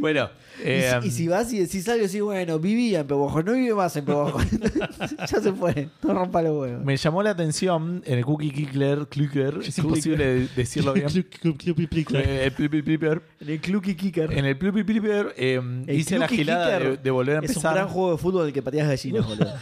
Speaker 3: Bueno,
Speaker 1: Y,
Speaker 3: eh,
Speaker 1: si- y si vas y decís algo, decís, bueno, vivía en Pebojo, no vive más en Pebojo. ya se fue, no rompa los huevos.
Speaker 3: me llamó la atención en el Cookie Clicker, Clicker es imposible de- decirlo bien.
Speaker 2: Clup, clup, clup y plic, clac.
Speaker 3: Eh, el Plupi Clipper.
Speaker 1: En el Clucky Kicker.
Speaker 3: En el Plupi Clipper eh,
Speaker 1: El
Speaker 3: hice la
Speaker 1: Clucky
Speaker 3: gilada
Speaker 1: Kicker
Speaker 3: de, de volver a
Speaker 1: Es un gran
Speaker 3: empezar.
Speaker 1: juego de fútbol que pateas gallinas, boludo.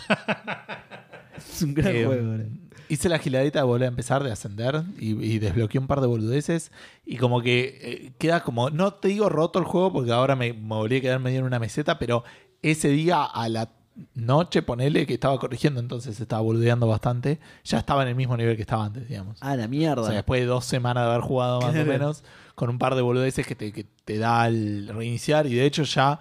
Speaker 1: es un gran
Speaker 3: Eh,
Speaker 1: juego, boludo.
Speaker 3: hice la giladita de volver a empezar, de ascender y, y desbloqueé un par de boludeces. Y como que eh, queda como, no te digo roto el juego porque ahora me, me volví a quedar medio en una meseta, pero ese día a la noche, ponele que estaba corrigiendo, entonces estaba boludeando bastante. Ya estaba en el mismo nivel que estaba antes, digamos.
Speaker 1: Ah, la
Speaker 3: O
Speaker 1: mierda.
Speaker 3: sea, después de dos semanas de haber jugado más o
Speaker 1: Claro.
Speaker 3: menos, con un par de boludeces que te, que te da el reiniciar, y de hecho ya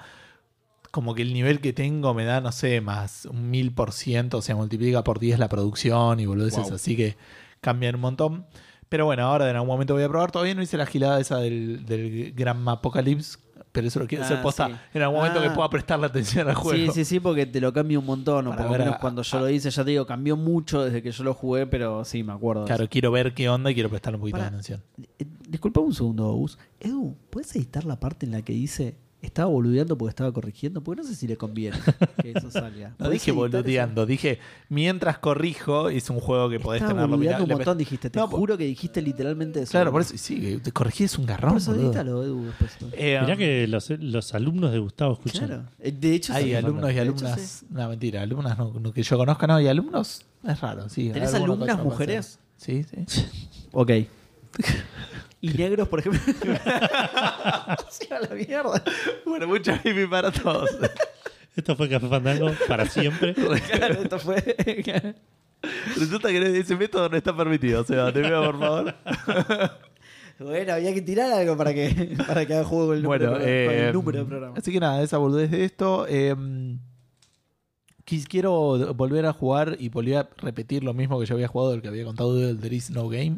Speaker 3: como que el nivel que tengo me da, no sé, más un mil por ciento, o sea, multiplica por 10 la producción y boludeces,
Speaker 4: Wow.
Speaker 3: así que cambian un montón. Pero bueno, ahora en algún momento voy a probar. Todavía no hice la gilada esa del, del Gran Apocalypse, pero eso lo quiero
Speaker 1: Ah,
Speaker 3: hacer posta
Speaker 1: sí.
Speaker 3: en algún momento
Speaker 1: Ah.
Speaker 3: que pueda prestarle atención al
Speaker 1: Sí,
Speaker 3: juego.
Speaker 1: sí, sí, porque te lo cambia un montón. O
Speaker 3: Para
Speaker 1: por lo
Speaker 3: ver
Speaker 1: menos
Speaker 3: a-
Speaker 1: cuando yo
Speaker 3: a-
Speaker 1: lo hice, ya te digo, cambió mucho desde que yo lo jugué, pero sí, me acuerdo. de
Speaker 3: Claro, quiero ver qué onda y quiero prestarle un poquito
Speaker 1: Para.
Speaker 3: de atención.
Speaker 1: Eh, Disculpa un segundo, Gus. Edu, ¿puedes editar la parte en la que dice estaba boludeando porque estaba corrigiendo? Porque no sé si le conviene que eso salga.
Speaker 3: No
Speaker 1: ¿Podés
Speaker 3: dije
Speaker 1: editar eso?
Speaker 3: boludeando, dije mientras corrijo, es un juego que podés
Speaker 1: Estaba
Speaker 3: tenerlo mirá,
Speaker 1: boludeando un
Speaker 3: le pe-
Speaker 1: montón, dijiste. Te
Speaker 3: No, po-
Speaker 1: juro que dijiste literalmente eso.
Speaker 3: Claro, por eso, sí, que te corregí es un garrón.
Speaker 1: Por eso
Speaker 3: boludo.
Speaker 1: edítalo, Edu, después.
Speaker 3: Eh,
Speaker 2: Mirá que los, los alumnos de Gustavo escuchan.
Speaker 1: Claro. Eh, De hecho,
Speaker 3: Hay
Speaker 1: sí.
Speaker 3: alumnos y
Speaker 1: De hecho,
Speaker 3: alumnas.
Speaker 1: sí.
Speaker 3: No, mentira, alumnas no, no que yo conozca, no, y alumnos es raro, sí.
Speaker 1: ¿Tenés
Speaker 3: alguno que otro
Speaker 1: alumnas
Speaker 3: puede
Speaker 1: mujeres?
Speaker 3: ser. Sí, sí.
Speaker 1: Ok. Y negros, por ejemplo. Sí, a la mierda.
Speaker 3: bueno, mucha baby para todos.
Speaker 2: Esto fue Café Fandango para siempre.
Speaker 1: Claro, esto fue.
Speaker 3: Resulta que no- ese método no está permitido, Seba, te veo, por favor.
Speaker 1: Bueno, había que tirar algo para que, para que haga juego con el número,
Speaker 3: bueno,
Speaker 1: de pro- con el
Speaker 3: eh,
Speaker 1: número de programa.
Speaker 3: Así que nada, esa boludez de esto. eh, quis- quiero volver a jugar y volver a repetir lo mismo que yo había jugado, el que había contado del There Is No Game,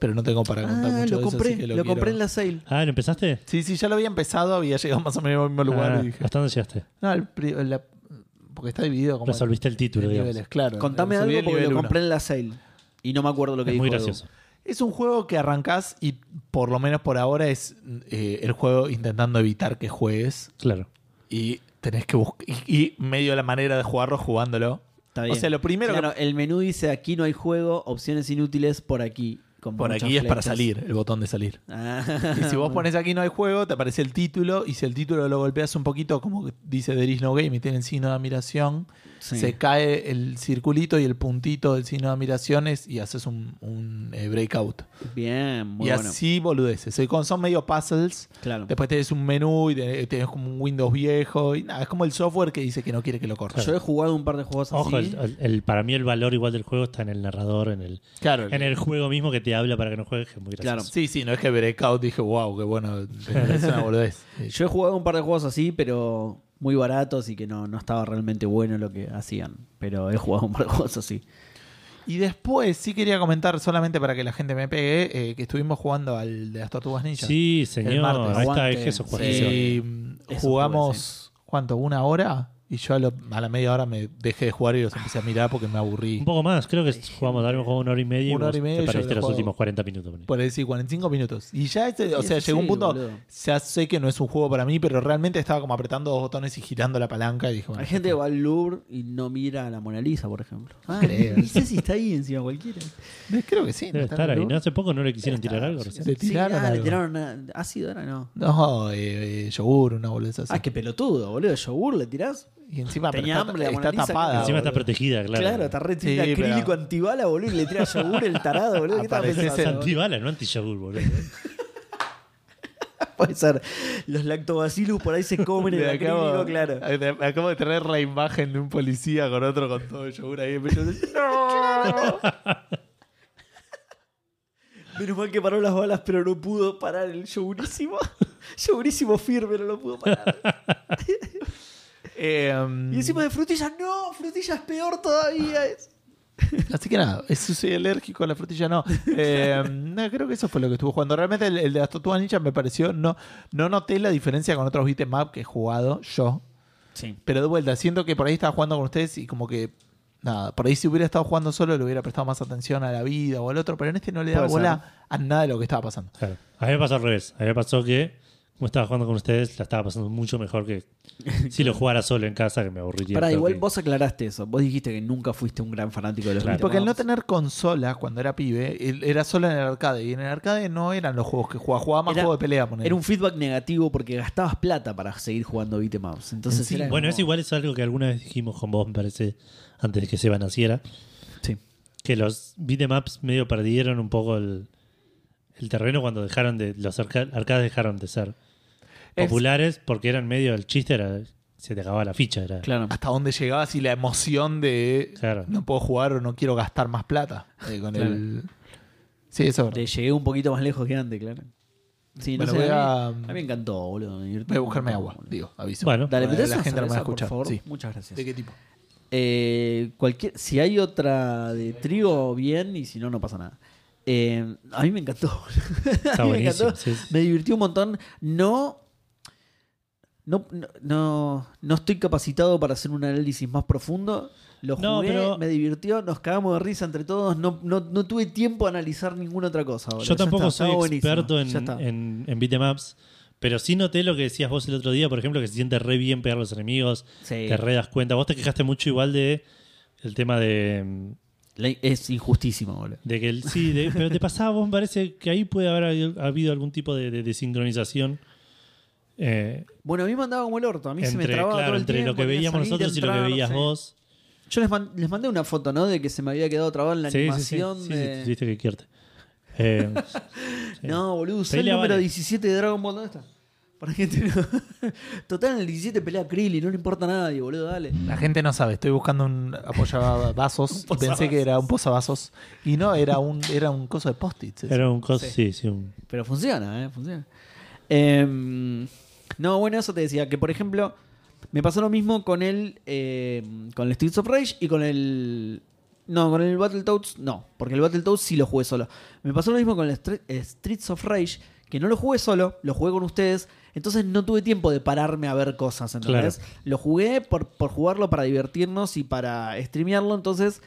Speaker 3: pero no tengo para contar
Speaker 1: Ah,
Speaker 3: mucho
Speaker 1: lo
Speaker 3: de eso,
Speaker 1: compré,
Speaker 3: así que
Speaker 1: lo,
Speaker 3: lo, quiero-
Speaker 1: compré en la sale.
Speaker 2: Ah, ¿lo empezaste?
Speaker 3: Sí, sí, ya lo había empezado, había llegado más o menos al mismo lugar
Speaker 2: Ah,
Speaker 3: y dije.
Speaker 2: ¿Hasta dónde llegaste?
Speaker 3: No, el pri- la- porque está dividido como.
Speaker 2: Resolviste el título,
Speaker 3: en
Speaker 2: digamos.
Speaker 3: niveles, claro.
Speaker 1: Contame
Speaker 3: Subí
Speaker 1: algo
Speaker 3: el
Speaker 1: porque
Speaker 3: nivel
Speaker 1: lo
Speaker 3: uno.
Speaker 1: compré en la sale y no me acuerdo lo que
Speaker 2: Es
Speaker 1: dijo.
Speaker 2: muy
Speaker 1: Edu.
Speaker 2: gracioso.
Speaker 3: Es un juego que arrancás y por lo menos por ahora es eh, el juego intentando evitar que juegues
Speaker 2: Claro.
Speaker 3: y tenés que buscar. Y, y medio la manera de jugarlo jugándolo.
Speaker 1: Está bien.
Speaker 3: O sea, lo primero
Speaker 1: Claro, el menú dice aquí no hay juego, opciones inútiles por aquí. con
Speaker 3: que por
Speaker 1: muchas
Speaker 3: aquí es para
Speaker 1: flechas.
Speaker 3: salir, el botón de salir.
Speaker 1: Ah,
Speaker 3: Y si vos pones aquí no hay juego, te aparece el título y si el título lo golpeas un poquito, como que dice There is no game y tiene el signo de admiración,
Speaker 1: sí.
Speaker 3: se cae el circulito y el puntito del signo de admiraciones y haces un, un, eh, breakout.
Speaker 1: Bien, muy
Speaker 3: y
Speaker 1: bueno.
Speaker 3: así boludeces. Eh, con- Son medio puzzles.
Speaker 1: Claro.
Speaker 3: Después tenés un menú y te- tenés como un Windows viejo. Y nada, es como el software que dice que no quiere que lo cortes.
Speaker 1: Yo he jugado un par de juegos
Speaker 2: Ojo,
Speaker 1: así.
Speaker 2: el- el- el- para mí el valor igual del juego está en el narrador, en el,
Speaker 3: Claro.
Speaker 2: en el juego mismo que te habla para que no juegues, que es muy gracioso.
Speaker 3: Sí, sí, no es que Breakout dije, wow, qué bueno. Es una boludez.
Speaker 1: Yo he jugado un par de juegos así, pero muy baratos y que no, no estaba realmente bueno lo que hacían. Pero he jugado un par de juegos así.
Speaker 3: Y después sí quería comentar, solamente para que la gente me pegue, eh, que estuvimos jugando al de las Tortugas Ninja.
Speaker 2: Sí,
Speaker 3: El
Speaker 2: señor.
Speaker 3: martes.
Speaker 2: Ahí está,
Speaker 1: Aguante.
Speaker 2: es que eso juega.
Speaker 1: Sí.
Speaker 3: Y mm,
Speaker 1: Eso
Speaker 3: jugamos, ¿cuánto? ¿Una hora? Y yo a, lo- a la media hora me dejé de jugar y los empecé a mirar porque me aburrí.
Speaker 2: Un poco más, creo que jugamos algo como una hora y media
Speaker 3: Una hora y
Speaker 2: vos
Speaker 3: media,
Speaker 2: te
Speaker 3: yo
Speaker 2: perdiste
Speaker 3: lo
Speaker 2: los
Speaker 3: juego.
Speaker 2: últimos 40 minutos. ponele.
Speaker 3: Por decir, 45 minutos. Y ya, este- o
Speaker 1: Sí,
Speaker 3: sea,
Speaker 1: sí,
Speaker 3: llegó
Speaker 1: sí,
Speaker 3: un punto,
Speaker 1: boludo.
Speaker 3: ya sé que no es un juego para mí, pero realmente estaba como apretando dos botones y girando la palanca y dije, bueno,
Speaker 1: Hay gente que va al Louvre y no mira a la Mona Lisa, por ejemplo. Ah,
Speaker 3: creo.
Speaker 1: no sé si está ahí encima cualquiera.
Speaker 3: eh, creo que sí.
Speaker 2: Debe
Speaker 3: está
Speaker 2: estar
Speaker 3: en el
Speaker 2: ahí. ¿No?
Speaker 3: lugar.
Speaker 2: Hace poco no le quisieron tirar algo.
Speaker 3: sí,
Speaker 2: recién.
Speaker 3: Le tiraron
Speaker 1: sí, ah, le
Speaker 3: algo.
Speaker 1: tiraron una- ácido, ahora no.
Speaker 3: No, eh, eh, yogur, una boludez así.
Speaker 1: Ah, qué pelotudo, boludo. ¿Yogur le tirás?
Speaker 3: Y encima pero
Speaker 1: Tenía
Speaker 3: está,
Speaker 1: hambre la
Speaker 3: está
Speaker 1: Mona Lisa,
Speaker 3: tapada.
Speaker 1: claro.
Speaker 2: Encima está
Speaker 3: boludo.
Speaker 2: protegida, claro.
Speaker 1: Ah, Claro, está re
Speaker 3: Sí,
Speaker 1: tiene acrílico
Speaker 3: pero-
Speaker 1: antibala, boludo, y le tira yogur el tarado, boludo. ¿Qué estaba
Speaker 3: Aparece
Speaker 1: pensando?
Speaker 2: Es
Speaker 3: ese-
Speaker 1: boludo?
Speaker 2: antibala, no antiyagur, boludo.
Speaker 1: Puede ser. Los lactobacillus por ahí se comen el
Speaker 3: Le acabo,
Speaker 1: acrílico, claro.
Speaker 3: eh, te- me acabo de traer la imagen de un policía con otro con todo el yogur ahí. en pecho. ¡No!
Speaker 1: Menos mal que paró las balas, pero no pudo parar el yogurísimo. yogurísimo firme, no lo pudo parar.
Speaker 3: Eh,
Speaker 1: Y encima de frutillas, no, frutillas peor todavía. Es...
Speaker 3: Así que nada, eso soy alérgico a la frutilla, no. Eh, no, Creo que eso fue lo que estuvo jugando. Realmente el, el de las tortugas ninja me pareció, no, no noté la diferencia con otros beat'em up que he jugado yo.
Speaker 1: Sí.
Speaker 3: Pero de vuelta, siento que por ahí estaba jugando con ustedes y como que, nada, por ahí si hubiera estado jugando solo le hubiera prestado más atención a la vida o al otro, pero en este no le daba
Speaker 1: Puede ser.
Speaker 3: bola a nada de lo que estaba pasando.
Speaker 2: Claro. A mí me pasó al revés. A mí me pasó que, como estaba jugando con ustedes, la estaba pasando mucho mejor que si lo jugara solo en casa, que me aburriría.
Speaker 1: Pará,
Speaker 2: Creo
Speaker 1: igual
Speaker 2: que-
Speaker 1: vos aclaraste eso. Vos dijiste que nunca fuiste un gran fanático de los
Speaker 2: Claro.
Speaker 1: beat'em
Speaker 3: Porque al no
Speaker 1: ups.
Speaker 3: tener consola cuando era pibe, él- era solo en el arcade. Y en el arcade no eran los juegos que jugaba, jugaba más
Speaker 1: Era-
Speaker 3: juegos de pelea. ponele.
Speaker 1: Era un feedback negativo porque gastabas plata para seguir jugando beat'em ups. Entonces
Speaker 3: Sí,
Speaker 1: era
Speaker 2: Bueno,
Speaker 1: como-
Speaker 2: es igual, es algo que alguna vez dijimos con vos, me parece, antes de que Seba naciera,
Speaker 1: Sí.
Speaker 2: que los beatemaps medio perdieron un poco el, el terreno cuando dejaron de. Los arca- arcades dejaron de ser
Speaker 3: Es-
Speaker 2: populares porque eran medio. El chiste era. Se te acababa la ficha, era.
Speaker 1: Claro.
Speaker 3: hasta dónde llegabas y la emoción de
Speaker 2: Claro.
Speaker 3: no puedo jugar o no quiero gastar más plata. eh, con
Speaker 1: Claro.
Speaker 3: el... Sí, eso es verdad.
Speaker 1: Te llegué un poquito más lejos que antes, claro. Sí, no
Speaker 3: Bueno,
Speaker 1: sé,
Speaker 3: voy
Speaker 1: a, mí,
Speaker 3: a-
Speaker 1: a mí me encantó, boludo. me divertí
Speaker 3: Voy a
Speaker 1: un
Speaker 3: buscarme
Speaker 1: montón,
Speaker 3: agua,
Speaker 1: boludo.
Speaker 3: digo, aviso.
Speaker 2: Bueno.
Speaker 1: Dale,
Speaker 3: La-
Speaker 1: ¿me traes
Speaker 3: la
Speaker 1: una
Speaker 3: gente no me va
Speaker 1: cerveza,
Speaker 3: a
Speaker 1: por
Speaker 3: escuchar.
Speaker 1: favor?
Speaker 3: sí.
Speaker 1: Muchas gracias.
Speaker 3: ¿De qué tipo?
Speaker 1: Eh, cualquier, si hay otra de trigo, bien, y si no, no pasa nada. Eh, a mí me encantó.
Speaker 2: Está
Speaker 1: a mí me
Speaker 2: buenísimo.
Speaker 1: encantó.
Speaker 2: sí, sí.
Speaker 1: Me divirtió un montón. No, no, no- no, no estoy capacitado para hacer un análisis más profundo. Lo jugué,
Speaker 2: No, pero-
Speaker 1: me divirtió, nos cagamos de risa entre todos. No, no, no tuve tiempo a analizar ninguna otra cosa. boludo.
Speaker 2: Yo
Speaker 1: Ya
Speaker 2: tampoco
Speaker 1: está,
Speaker 2: soy
Speaker 1: estaba buenísimo.
Speaker 2: experto
Speaker 1: Ya está.
Speaker 2: en, en, en beatemaps, pero sí noté lo que decías vos el otro día, por ejemplo, que se siente re bien pegar a los enemigos,
Speaker 1: Sí.
Speaker 2: te re das cuenta. Vos te quejaste mucho igual de el tema de, mm,
Speaker 1: La- Es injustísimo, boludo.
Speaker 2: de que el sí, de- pero te pasaba, vos me parece que ahí puede haber habido algún tipo de, de- de sincronización. eh,
Speaker 1: Bueno, a mí me andaba como el orto. A mí se me
Speaker 2: entre
Speaker 1: trababa
Speaker 2: claro,
Speaker 1: todo el
Speaker 2: entre lo
Speaker 1: tiempo,
Speaker 2: que
Speaker 1: tenía
Speaker 2: veíamos
Speaker 1: salir,
Speaker 2: nosotros y lo
Speaker 1: entrar,
Speaker 2: que veías
Speaker 1: sí.
Speaker 2: vos.
Speaker 1: Yo les, man- les mandé una foto, ¿no? De que se me había quedado trabado en la animación.
Speaker 2: sí, sí,
Speaker 1: de-
Speaker 2: sí, tuviste que quedarte. Eh, sí.
Speaker 1: No, boludo, usé el
Speaker 2: Pelea
Speaker 1: número
Speaker 2: vale.
Speaker 1: 17 de Dragon Ball. ¿Dónde está? Para gente no- Total, en el 17 pelea Krillin, no le importa a nadie, boludo, dale.
Speaker 3: La gente no sabe, estoy buscando un apoyavasos y pensé que era un posavasos y no, era un era un coso de post-its. eso.
Speaker 2: Era un coso, sí, sí, un-
Speaker 1: Pero funciona, ¿eh? Funciona. Em, no, bueno, eso te decía, que por ejemplo, me pasó lo mismo con el. em, con el Streets of Rage y con el. No, con el Battletoads no, porque el Battletoads sí lo jugué solo. Me pasó lo mismo con el Stre- eh, Streets of Rage, que no lo jugué solo, lo jugué con ustedes, entonces no tuve tiempo de pararme a ver cosas, ¿entendés? Lo jugué por, por jugarlo, para divertirnos y para streamearlo, entonces,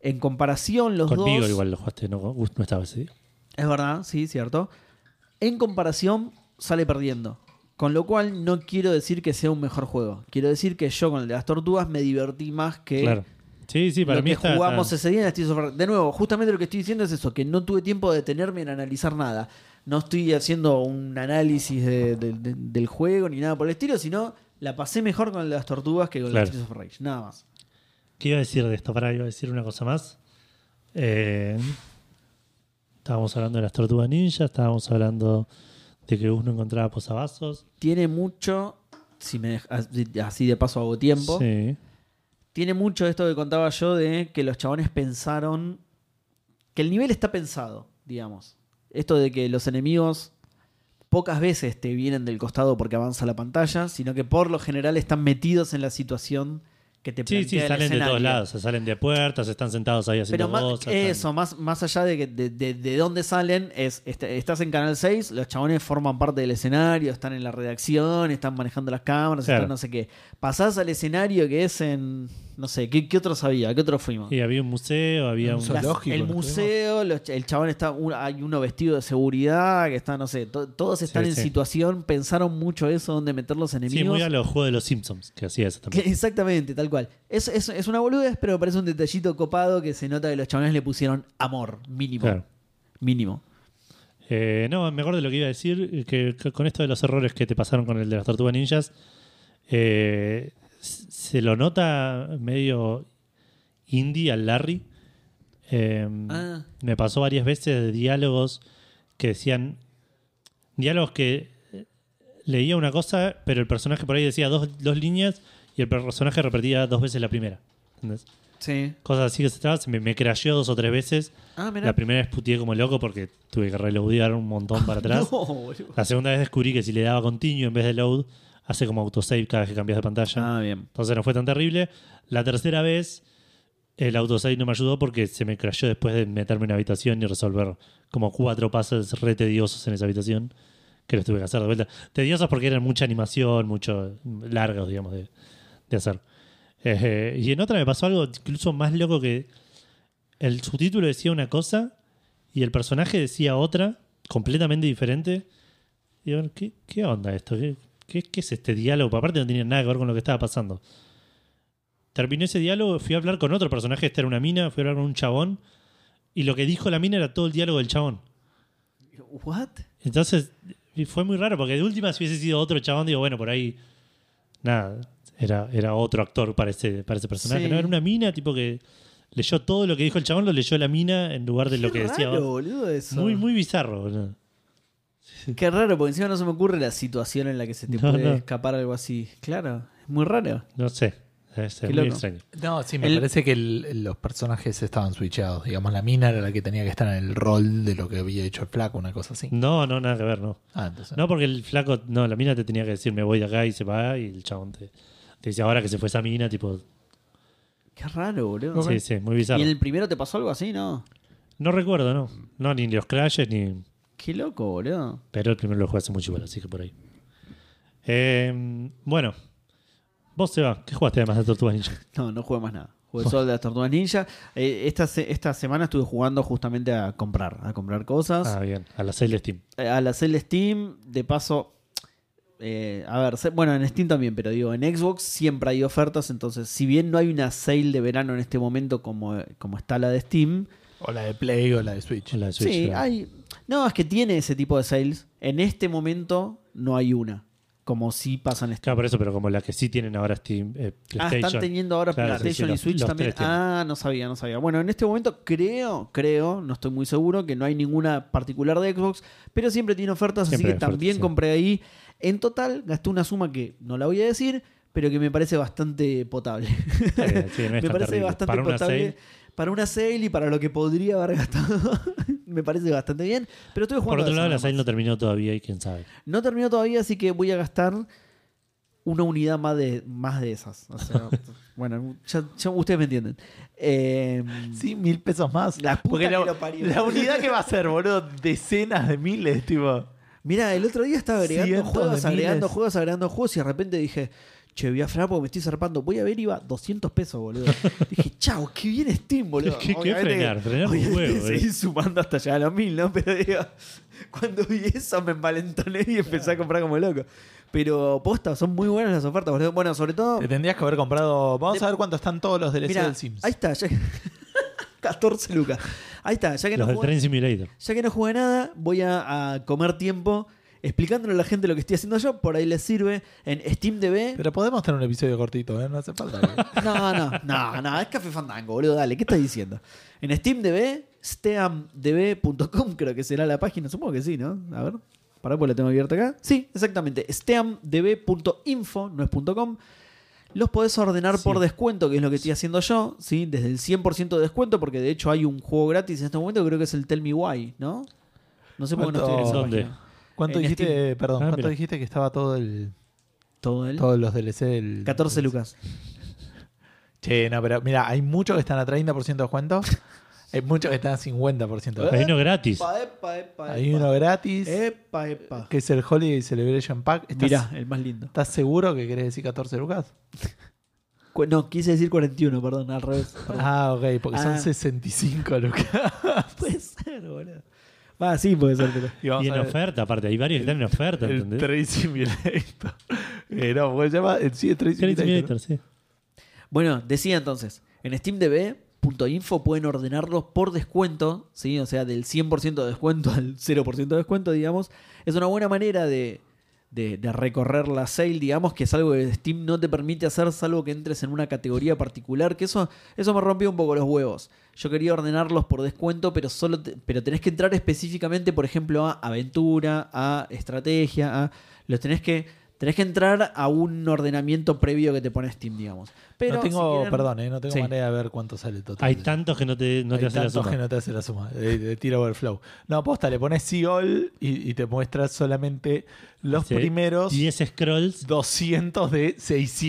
Speaker 1: en comparación los
Speaker 2: Conmigo
Speaker 1: dos...
Speaker 2: igual lo jugaste, no, Gus no estaba ese día.
Speaker 1: Es verdad, sí, cierto. En comparación, sale perdiendo. Con lo cual, no quiero decir que sea un mejor juego. Quiero decir que yo con el de las tortugas me divertí más que
Speaker 2: Claro. Sí, sí, para
Speaker 1: lo
Speaker 2: mí
Speaker 1: que
Speaker 2: está.
Speaker 1: jugamos
Speaker 2: está-
Speaker 1: ese día en el Streets of Rage. De nuevo, justamente lo que estoy diciendo es eso, que no tuve tiempo de detenerme en analizar nada. No estoy haciendo un análisis de- de- de- del juego ni nada por el estilo, sino la pasé mejor con el de las tortugas que con
Speaker 2: Claro.
Speaker 1: el Streets of Rage. Nada más.
Speaker 2: ¿Qué iba a decir de esto? Pará, iba a decir una cosa más. Eh, estábamos hablando de las tortugas ninja, estábamos hablando de que Gus no encontraba posavasos.
Speaker 1: Tiene mucho, si me dej- así- así de paso hago tiempo.
Speaker 2: Sí.
Speaker 1: tiene mucho esto que contaba yo de que los chabones pensaron que el nivel está pensado, digamos. Esto de que los enemigos pocas veces te vienen del costado porque avanza la pantalla, sino que por lo general están metidos en la situación que te plantea
Speaker 2: Sí, sí,
Speaker 1: el
Speaker 2: salen de
Speaker 1: escenario.
Speaker 2: todos lados, se salen de puertas, están sentados ahí haciendo
Speaker 1: Pero más,
Speaker 2: cosas. están-
Speaker 1: eso, más, más allá de, que- de, de- de dónde salen, es est- estás en Canal 6, los chabones forman parte del escenario, están en la redacción, están manejando las cámaras,
Speaker 2: Claro.
Speaker 1: están no sé qué. Pasás al escenario que es en, no sé, ¿qué, qué otro sabía? ¿Qué otro fuimos?
Speaker 2: Y había un museo, había
Speaker 3: Un
Speaker 2: un.
Speaker 1: Las-
Speaker 3: zoológico,
Speaker 1: el
Speaker 3: ¿no?
Speaker 1: museo, los ch- el chabón está, un- hay uno vestido de seguridad, que está, no sé, to- todos están
Speaker 2: Sí,
Speaker 1: en
Speaker 2: sí.
Speaker 1: situación, pensaron mucho eso, dónde meter los
Speaker 2: Sí,
Speaker 1: enemigos.
Speaker 2: muy a los juegos de los Simpsons, que hacía eso
Speaker 1: Que-
Speaker 2: también.
Speaker 1: exactamente, tal cual. Es, es, es una boludez, pero parece un detallito copado que se nota que los chabones le pusieron amor, mínimo.
Speaker 2: Claro.
Speaker 1: Mínimo.
Speaker 2: Eh, no, me acuerdo de lo que iba a decir, que, que con esto de los errores que te pasaron con el de las tortugas ninjas, eh, s- se lo nota medio indie al Larry. Eh,
Speaker 1: Ah.
Speaker 2: Me pasó varias veces de diálogos que decían, diálogos que eh, leía una cosa, pero el personaje por ahí decía dos, dos líneas y el personaje repetía dos veces la primera. ¿entendés?
Speaker 1: Sí.
Speaker 2: Cosas así que se estaba, se me, me crasheó dos o tres veces.
Speaker 1: Ah, mirá.
Speaker 2: La primera vez puteé como loco porque tuve que reloadear un montón para atrás.
Speaker 1: No, boludo.
Speaker 2: La segunda vez descubrí que si le daba continue en vez de load, hace como autosave cada vez que cambias de pantalla.
Speaker 1: Ah, bien.
Speaker 2: Entonces no fue tan terrible. La tercera vez, el autosave no me ayudó porque se me crashó después de meterme en una habitación y resolver como cuatro pases re tediosos en esa habitación que los tuve que hacer de vuelta. Tediosos porque eran mucha animación, mucho largos, digamos, de, de hacer. Eh, y en otra me pasó algo incluso más loco que el subtítulo decía una cosa y el personaje decía otra, completamente diferente. Y bueno, ¿qué, qué onda esto? ¿Qué, qué, qué es este diálogo? Aparte no tenía nada que ver con lo que estaba pasando. Terminó ese diálogo, fui a hablar con otro personaje, esta era una mina, fui a hablar con un chabón, y lo que dijo la mina era todo el diálogo del chabón.
Speaker 1: ¿What?
Speaker 2: Entonces, y fue muy raro, porque de última si hubiese sido otro chabón, digo, bueno, por ahí, nada, era, era otro actor para ese, para ese personaje.
Speaker 1: Sí.
Speaker 2: No, era una mina, tipo que leyó todo lo que dijo el chabón, lo leyó la mina en lugar de lo que
Speaker 1: Qué
Speaker 2: decía.
Speaker 1: raro, boludo, eso.
Speaker 2: Muy, muy bizarro. boludo.
Speaker 1: Qué raro, porque encima no se me ocurre la situación en la que se te
Speaker 2: No,
Speaker 1: puede
Speaker 2: no.
Speaker 1: escapar algo así. Claro, es muy raro.
Speaker 2: No sé. Es,
Speaker 1: Qué
Speaker 2: muy
Speaker 1: loco.
Speaker 2: extraño.
Speaker 3: No, sí, me
Speaker 1: El-
Speaker 3: parece que el- los personajes estaban switchados. Digamos, la mina era la que tenía que estar en el rol de lo que había hecho el flaco, una cosa
Speaker 1: Mm.
Speaker 3: así.
Speaker 2: No, no, nada que ver, no.
Speaker 3: Ah, entonces.
Speaker 2: No, porque el flaco, no, la mina te tenía que decir, me voy de acá y se va, y el chabón te, te dice, ahora que se fue esa mina, tipo,
Speaker 1: Qué raro, boludo.
Speaker 2: sí, sí, muy bizarro.
Speaker 1: ¿Y en el primero te pasó algo así, no?
Speaker 2: No recuerdo, no. No, ni los crashes, ni...
Speaker 1: Qué loco, boludo.
Speaker 2: Pero el primero lo jugué hace mucho igual, así que por ahí. Eh, bueno. Vos, Seba, ¿qué jugaste además de Tortugas Ninja?
Speaker 1: No, no jugué más nada. Jugué solo de las Tortugas Ninja. Eh, esta, se- esta semana estuve jugando justamente a comprar, a comprar cosas.
Speaker 2: Ah, bien. A las 6 de Steam.
Speaker 1: Eh, al hacer el Steam, de paso, eh, a ver, se- bueno, en Steam también, pero digo, en Xbox siempre hay ofertas, entonces si bien no hay una sale de verano en este momento como, como está la de Steam,
Speaker 3: O la de Play o la de Switch.
Speaker 2: En la de Switch,
Speaker 1: sí,
Speaker 2: claro.
Speaker 1: hay... No, es que tiene ese tipo de sales. En este momento no hay una, como si pasan en Steam.
Speaker 2: Claro, por eso, pero como las que sí tienen ahora Steam, eh,
Speaker 1: Ah,
Speaker 2: PlayStation.
Speaker 1: están teniendo ahora
Speaker 2: Claro, sí,
Speaker 1: PlayStation
Speaker 2: sí,
Speaker 1: y
Speaker 2: los-
Speaker 1: Switch
Speaker 2: los
Speaker 1: también.
Speaker 2: tres tienen.
Speaker 1: Ah, no sabía, no sabía. Bueno, en este momento creo, creo, no estoy muy seguro, que no hay ninguna particular de Xbox, pero siempre tiene ofertas,
Speaker 2: Siempre
Speaker 1: así
Speaker 2: hay
Speaker 1: que
Speaker 2: ofertas,
Speaker 1: también
Speaker 2: sí.
Speaker 1: compré ahí. En total, gasté una suma que no la voy a decir, pero que me parece bastante potable.
Speaker 2: Eh, sí, no
Speaker 1: me
Speaker 2: es tan
Speaker 1: parece
Speaker 2: terrible.
Speaker 1: bastante
Speaker 2: Para una
Speaker 1: potable.
Speaker 2: sale,
Speaker 1: Para una sale y para lo que podría haber gastado, me parece bastante bien. Pero estoy jugando.
Speaker 2: Por otro
Speaker 1: a
Speaker 2: lado,
Speaker 1: eso
Speaker 2: la
Speaker 1: nada
Speaker 2: sale
Speaker 1: más.
Speaker 2: no terminó todavía y quién sabe.
Speaker 1: No terminó todavía, así que voy a gastar una unidad más de, más de esas. O sea, bueno, ya, ya ustedes me entienden. Eh,
Speaker 3: Sí, mil pesos más.
Speaker 1: La puta
Speaker 3: Porque
Speaker 1: que lo parió.
Speaker 3: la unidad que va a ser, boludo, decenas de miles, tipo.
Speaker 1: Mira, el otro día estaba agregando
Speaker 3: Cientos de
Speaker 1: juegos, agregando
Speaker 3: miles.
Speaker 1: juegos, agregando juegos y de repente dije, che, voy a frenar porque me estoy zarpando. Voy a ver, iba 200 pesos, boludo. dije, chao, qué bien Steam, boludo.
Speaker 2: ¿Qué- qué
Speaker 1: Obviamente-
Speaker 2: frenar? Frenar un
Speaker 1: obviamente
Speaker 2: huevo,
Speaker 1: Seguí
Speaker 2: eh.
Speaker 1: sumando hasta llegar a los mil, ¿no? Pero digo, cuando vi eso me envalentoné y empecé a comprar como loco. Pero posta, son muy buenas las ofertas, boludo. Bueno, sobre todo...
Speaker 3: Te tendrías que haber comprado. Vamos
Speaker 1: De-
Speaker 3: a ver cuánto están todos los DLC
Speaker 1: Mirá,
Speaker 3: del Sims.
Speaker 1: Ahí está, ya... 14 lucas. Ahí está, ya que, no ¿Eh?
Speaker 2: Los del
Speaker 1: jugué,
Speaker 2: Train Simulator.
Speaker 1: ya que no jugué nada, voy a, a comer tiempo explicándole a la gente lo que estoy haciendo yo. Por ahí les sirve en SteamDB.
Speaker 3: Pero podemos tener un episodio cortito, ¿eh? No hace falta. que-
Speaker 1: No, no, no, no, es Café Fandango, boludo, dale, ¿qué estás diciendo? En SteamDB, steamdb.com creo que será la página, supongo que sí, ¿no? A ver, pará porque la tengo abierta acá. Sí, exactamente, steamdb.info, no es punto .com. Los podés ordenar por descuento, que es lo que estoy haciendo yo, ¿sí? Desde el 100% de descuento, porque de hecho hay un juego gratis en este momento, creo que es el Tell Me Why, ¿no? No sé por qué no estoy en esa
Speaker 2: ¿Dónde?
Speaker 1: página.
Speaker 3: ¿Cuánto
Speaker 1: En
Speaker 3: dijiste, perdón,
Speaker 2: Ah,
Speaker 3: cuánto
Speaker 2: mira.
Speaker 3: dijiste que estaba todo el,
Speaker 1: Todo el...
Speaker 3: todos los DLC del.
Speaker 1: 14 lucas.
Speaker 3: Che, no, pero mira, hay muchos que están a 30% de descuento. Hay muchos que están a 50% de
Speaker 2: Hay
Speaker 3: descuento.
Speaker 2: uno gratis.
Speaker 1: Epa, epa, epa,
Speaker 3: Hay
Speaker 1: epa.
Speaker 3: uno gratis,
Speaker 1: Epa, epa.
Speaker 3: que es el Holiday Celebration Pack. ¿Estás,
Speaker 1: Mirá, el más lindo.
Speaker 3: ¿Estás seguro que querés decir 14 lucas?
Speaker 1: Cu- No, quise decir 41, perdón, al revés. Perdón.
Speaker 3: Ah, ok, porque
Speaker 1: Ah.
Speaker 3: son 65 lucas.
Speaker 1: puede ser, boludo. Va, sí puede ser, pero.
Speaker 3: Y vamos
Speaker 2: Y en
Speaker 3: a ver
Speaker 2: oferta, aparte. Hay varios que están en oferta,
Speaker 3: el
Speaker 2: ¿entendés?
Speaker 3: Train Simulator. Eh, no, ¿cómo se llama? El, sí, el Train
Speaker 2: Train Simulator,
Speaker 3: Simulator.
Speaker 2: sí.
Speaker 1: Bueno, decía entonces, en steamdb.info pueden ordenarlos por descuento, ¿sí? O sea, del 100% de descuento al 0% de descuento, digamos. Es una buena manera de, de- de recorrer la sale, digamos, que es algo que Steam no te permite hacer, salvo que entres en una categoría particular, que eso, eso me rompió un poco los huevos. Yo quería ordenarlos por descuento, pero solo te- pero tenés que entrar específicamente, por ejemplo, a aventura, a estrategia, a los tenés que tenés que entrar a un ordenamiento previo que te pone Steam, digamos. Pero
Speaker 3: no tengo,
Speaker 1: si quieren-
Speaker 3: perdón, eh, no tengo
Speaker 1: Sí.
Speaker 3: manera de ver cuánto sale el total.
Speaker 2: Hay tantos que no te, no te
Speaker 3: Hay
Speaker 2: hacen la
Speaker 3: tantos
Speaker 2: suma.
Speaker 3: que no te hace la suma. Eh, De, de tiro overflow. No, posta, le pones see all y, y te muestra solamente los
Speaker 2: Sí.
Speaker 3: primeros
Speaker 2: 10 scrolls.
Speaker 3: 200 de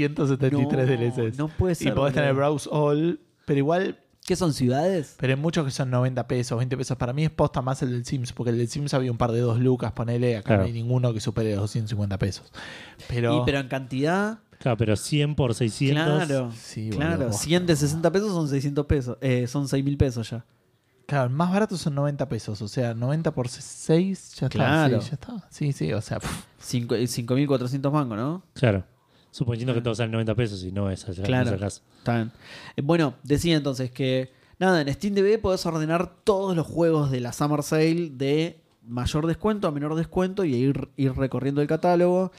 Speaker 3: 673
Speaker 1: No,
Speaker 3: DLCs.
Speaker 1: no puede
Speaker 3: y
Speaker 1: ser,
Speaker 3: podés tener
Speaker 1: boludo.
Speaker 3: browse all, pero igual,
Speaker 1: ¿Qué son ciudades?
Speaker 3: pero hay muchos que son 90 pesos, 20 pesos. Para mí es posta más el del Sims, porque el del Sims había un par de dos lucas, ponele, acá
Speaker 2: Claro.
Speaker 3: no hay ninguno que supere los 250 pesos. Pero,
Speaker 1: Y pero en cantidad,
Speaker 2: Claro, pero 100 por 600.
Speaker 1: claro,
Speaker 3: Sí, boludo,
Speaker 1: claro,
Speaker 3: posta.
Speaker 1: 100 de 60 pesos son 600 pesos, eh, son 6 mil pesos ya.
Speaker 3: claro, el más barato son 90 pesos, o sea, 90 por 6, ya está.
Speaker 1: Claro.
Speaker 3: Sí, ya está. Sí, sí, o sea, pff.
Speaker 1: Cinco- eh, 5.400 mangos, ¿no?
Speaker 2: Claro. Suponiendo que todos salen 90 pesos y no es así.
Speaker 1: Claro.
Speaker 2: No es el caso.
Speaker 1: Está bien. Eh, bueno, decía entonces que, nada, en SteamDB podés ordenar todos los juegos de la Summer Sale de mayor descuento a menor descuento y ir, ir recorriendo el catálogo.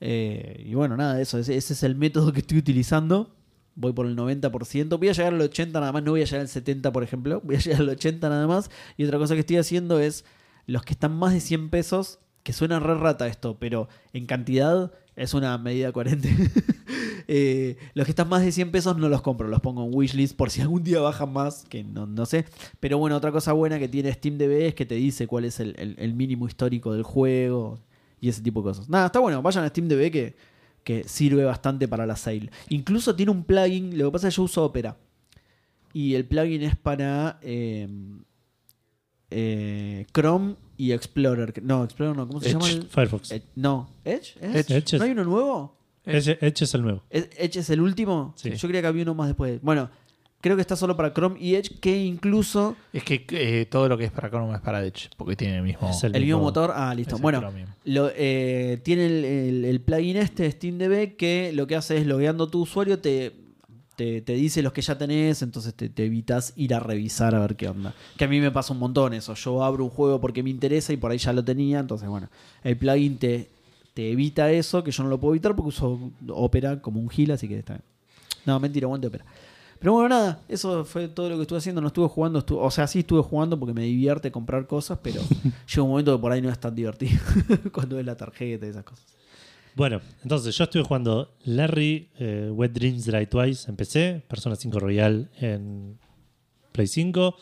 Speaker 1: Eh, y bueno, nada, eso, ese, ese es el método que estoy utilizando. Voy por el 90%, voy a llegar al 80% nada más, no voy a llegar al 70%, por ejemplo, voy a llegar al 80% nada más. Y otra cosa que estoy haciendo es los que están más de 100 pesos, que suena re rata esto, pero en cantidad es una medida coherente. Eh, los que están más de 100 pesos no los compro, los pongo en wishlist por si algún día bajan más, que no, no sé. Pero bueno, otra cosa buena que tiene SteamDB es que te dice cuál es el, el- el mínimo histórico del juego y ese tipo de cosas. Nada, está bueno, vayan a SteamDB que, que sirve bastante para la sale. Incluso tiene un plugin, lo que pasa es que yo uso Opera. Y el plugin es para eh, eh, Chrome y Explorer. que- No, Explorer no, ¿cómo se
Speaker 3: Edge.
Speaker 1: llama? el-
Speaker 2: Firefox.
Speaker 1: Ed- no, ¿Edge? ¿Es?
Speaker 2: Edge. Edge.
Speaker 1: ¿No hay uno nuevo?
Speaker 2: Ese- Edge es el nuevo.
Speaker 1: ¿Es- ¿Edge es el último?
Speaker 2: Sí.
Speaker 1: Yo creía que había uno más después. Bueno, creo que está solo para Chrome y Edge, que incluso
Speaker 3: Es que eh, todo lo que es para Chrome es para Edge, porque tiene el mismo.
Speaker 2: Es
Speaker 3: Es
Speaker 2: el-
Speaker 1: el, mismo
Speaker 2: mismo-
Speaker 1: motor. Ah, listo.
Speaker 3: el
Speaker 1: Bueno,
Speaker 3: Chromium.
Speaker 1: Lo, eh, tiene el, el- el plugin este, SteamDB, que lo que hace es logueando tu usuario, te, te, te dice los que ya tenés, entonces te, te evitas ir a revisar a ver qué onda. Que a mí me pasa un montón eso. Yo abro un juego porque me interesa y por ahí ya lo tenía, entonces bueno, el plugin te, te evita eso, que yo no lo puedo evitar porque uso Opera como un gil, así que está bien. No, mentira, aguante Opera. Pero bueno, nada, eso fue todo lo que estuve haciendo. No estuve jugando, estu- o sea, sí estuve jugando porque me divierte comprar cosas, pero llega un momento que por ahí no es tan divertido cuando ves la tarjeta y esas cosas.
Speaker 2: Bueno, entonces yo estuve jugando Larry, eh, Wet Dreams Dry Twice en PC, Persona 5 Royal en Play 5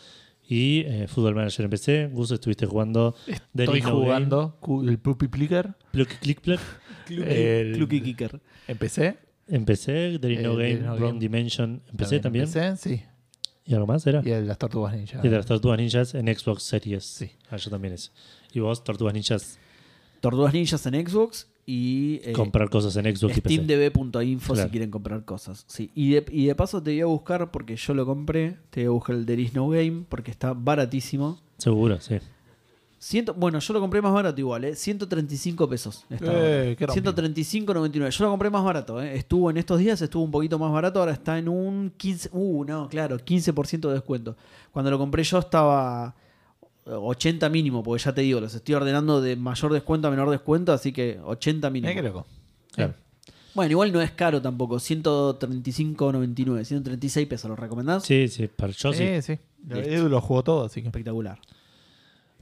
Speaker 2: y eh, Football Manager en PC. Gus, estuviste jugando The
Speaker 3: Estoy
Speaker 2: Need No Game,
Speaker 3: jugando cu- el Puppy Plicker.
Speaker 2: Pluck Click Pluck
Speaker 3: El-
Speaker 1: Clucky Kicker.
Speaker 3: Empecé.
Speaker 2: en PC, There Is No
Speaker 3: Eh, There
Speaker 2: Game,
Speaker 3: Is No
Speaker 2: Wrong
Speaker 3: Game.
Speaker 2: Dimension en PC también.
Speaker 3: Empecé, sí.
Speaker 2: ¿Y algo más era?
Speaker 3: Y el de las tortugas ninja.
Speaker 2: Y de las Tortugas Ninjas en Xbox Series.
Speaker 3: Sí.
Speaker 2: Ah, yo también es. Y vos, Tortugas Ninjas,
Speaker 1: Tortugas Ninjas en Xbox y eh,
Speaker 2: comprar cosas en Xbox y PC.
Speaker 1: SteamDB.info
Speaker 2: Claro.
Speaker 1: si quieren comprar cosas. Sí. Y, de, y de paso te voy a buscar, porque yo lo compré, te voy a buscar el There Is No Game, porque está baratísimo.
Speaker 2: Seguro, sí.
Speaker 1: Ciento- bueno, yo lo compré más barato igual, ¿eh? 135 pesos. Está
Speaker 3: Eh, qué
Speaker 1: ahora.
Speaker 3: rompi.
Speaker 1: 135.99. Yo lo compré más barato, ¿eh? Estuvo en estos días, estuvo un poquito más barato, ahora está en un 15... Uh, no, claro, 15% de descuento. Cuando lo compré yo estaba 80 mínimo, porque ya te digo, los estoy ordenando de mayor descuento a menor descuento, así que 80 mínimo.
Speaker 3: Mirá qué loco.
Speaker 2: Claro.
Speaker 3: Eh.
Speaker 1: Bueno, igual no es caro tampoco, 135.99, 136 pesos, ¿lo recomendás?
Speaker 2: Sí, sí, para yo sí.
Speaker 3: Eh, sí. Edu lo jugó todo, así que.
Speaker 1: Espectacular.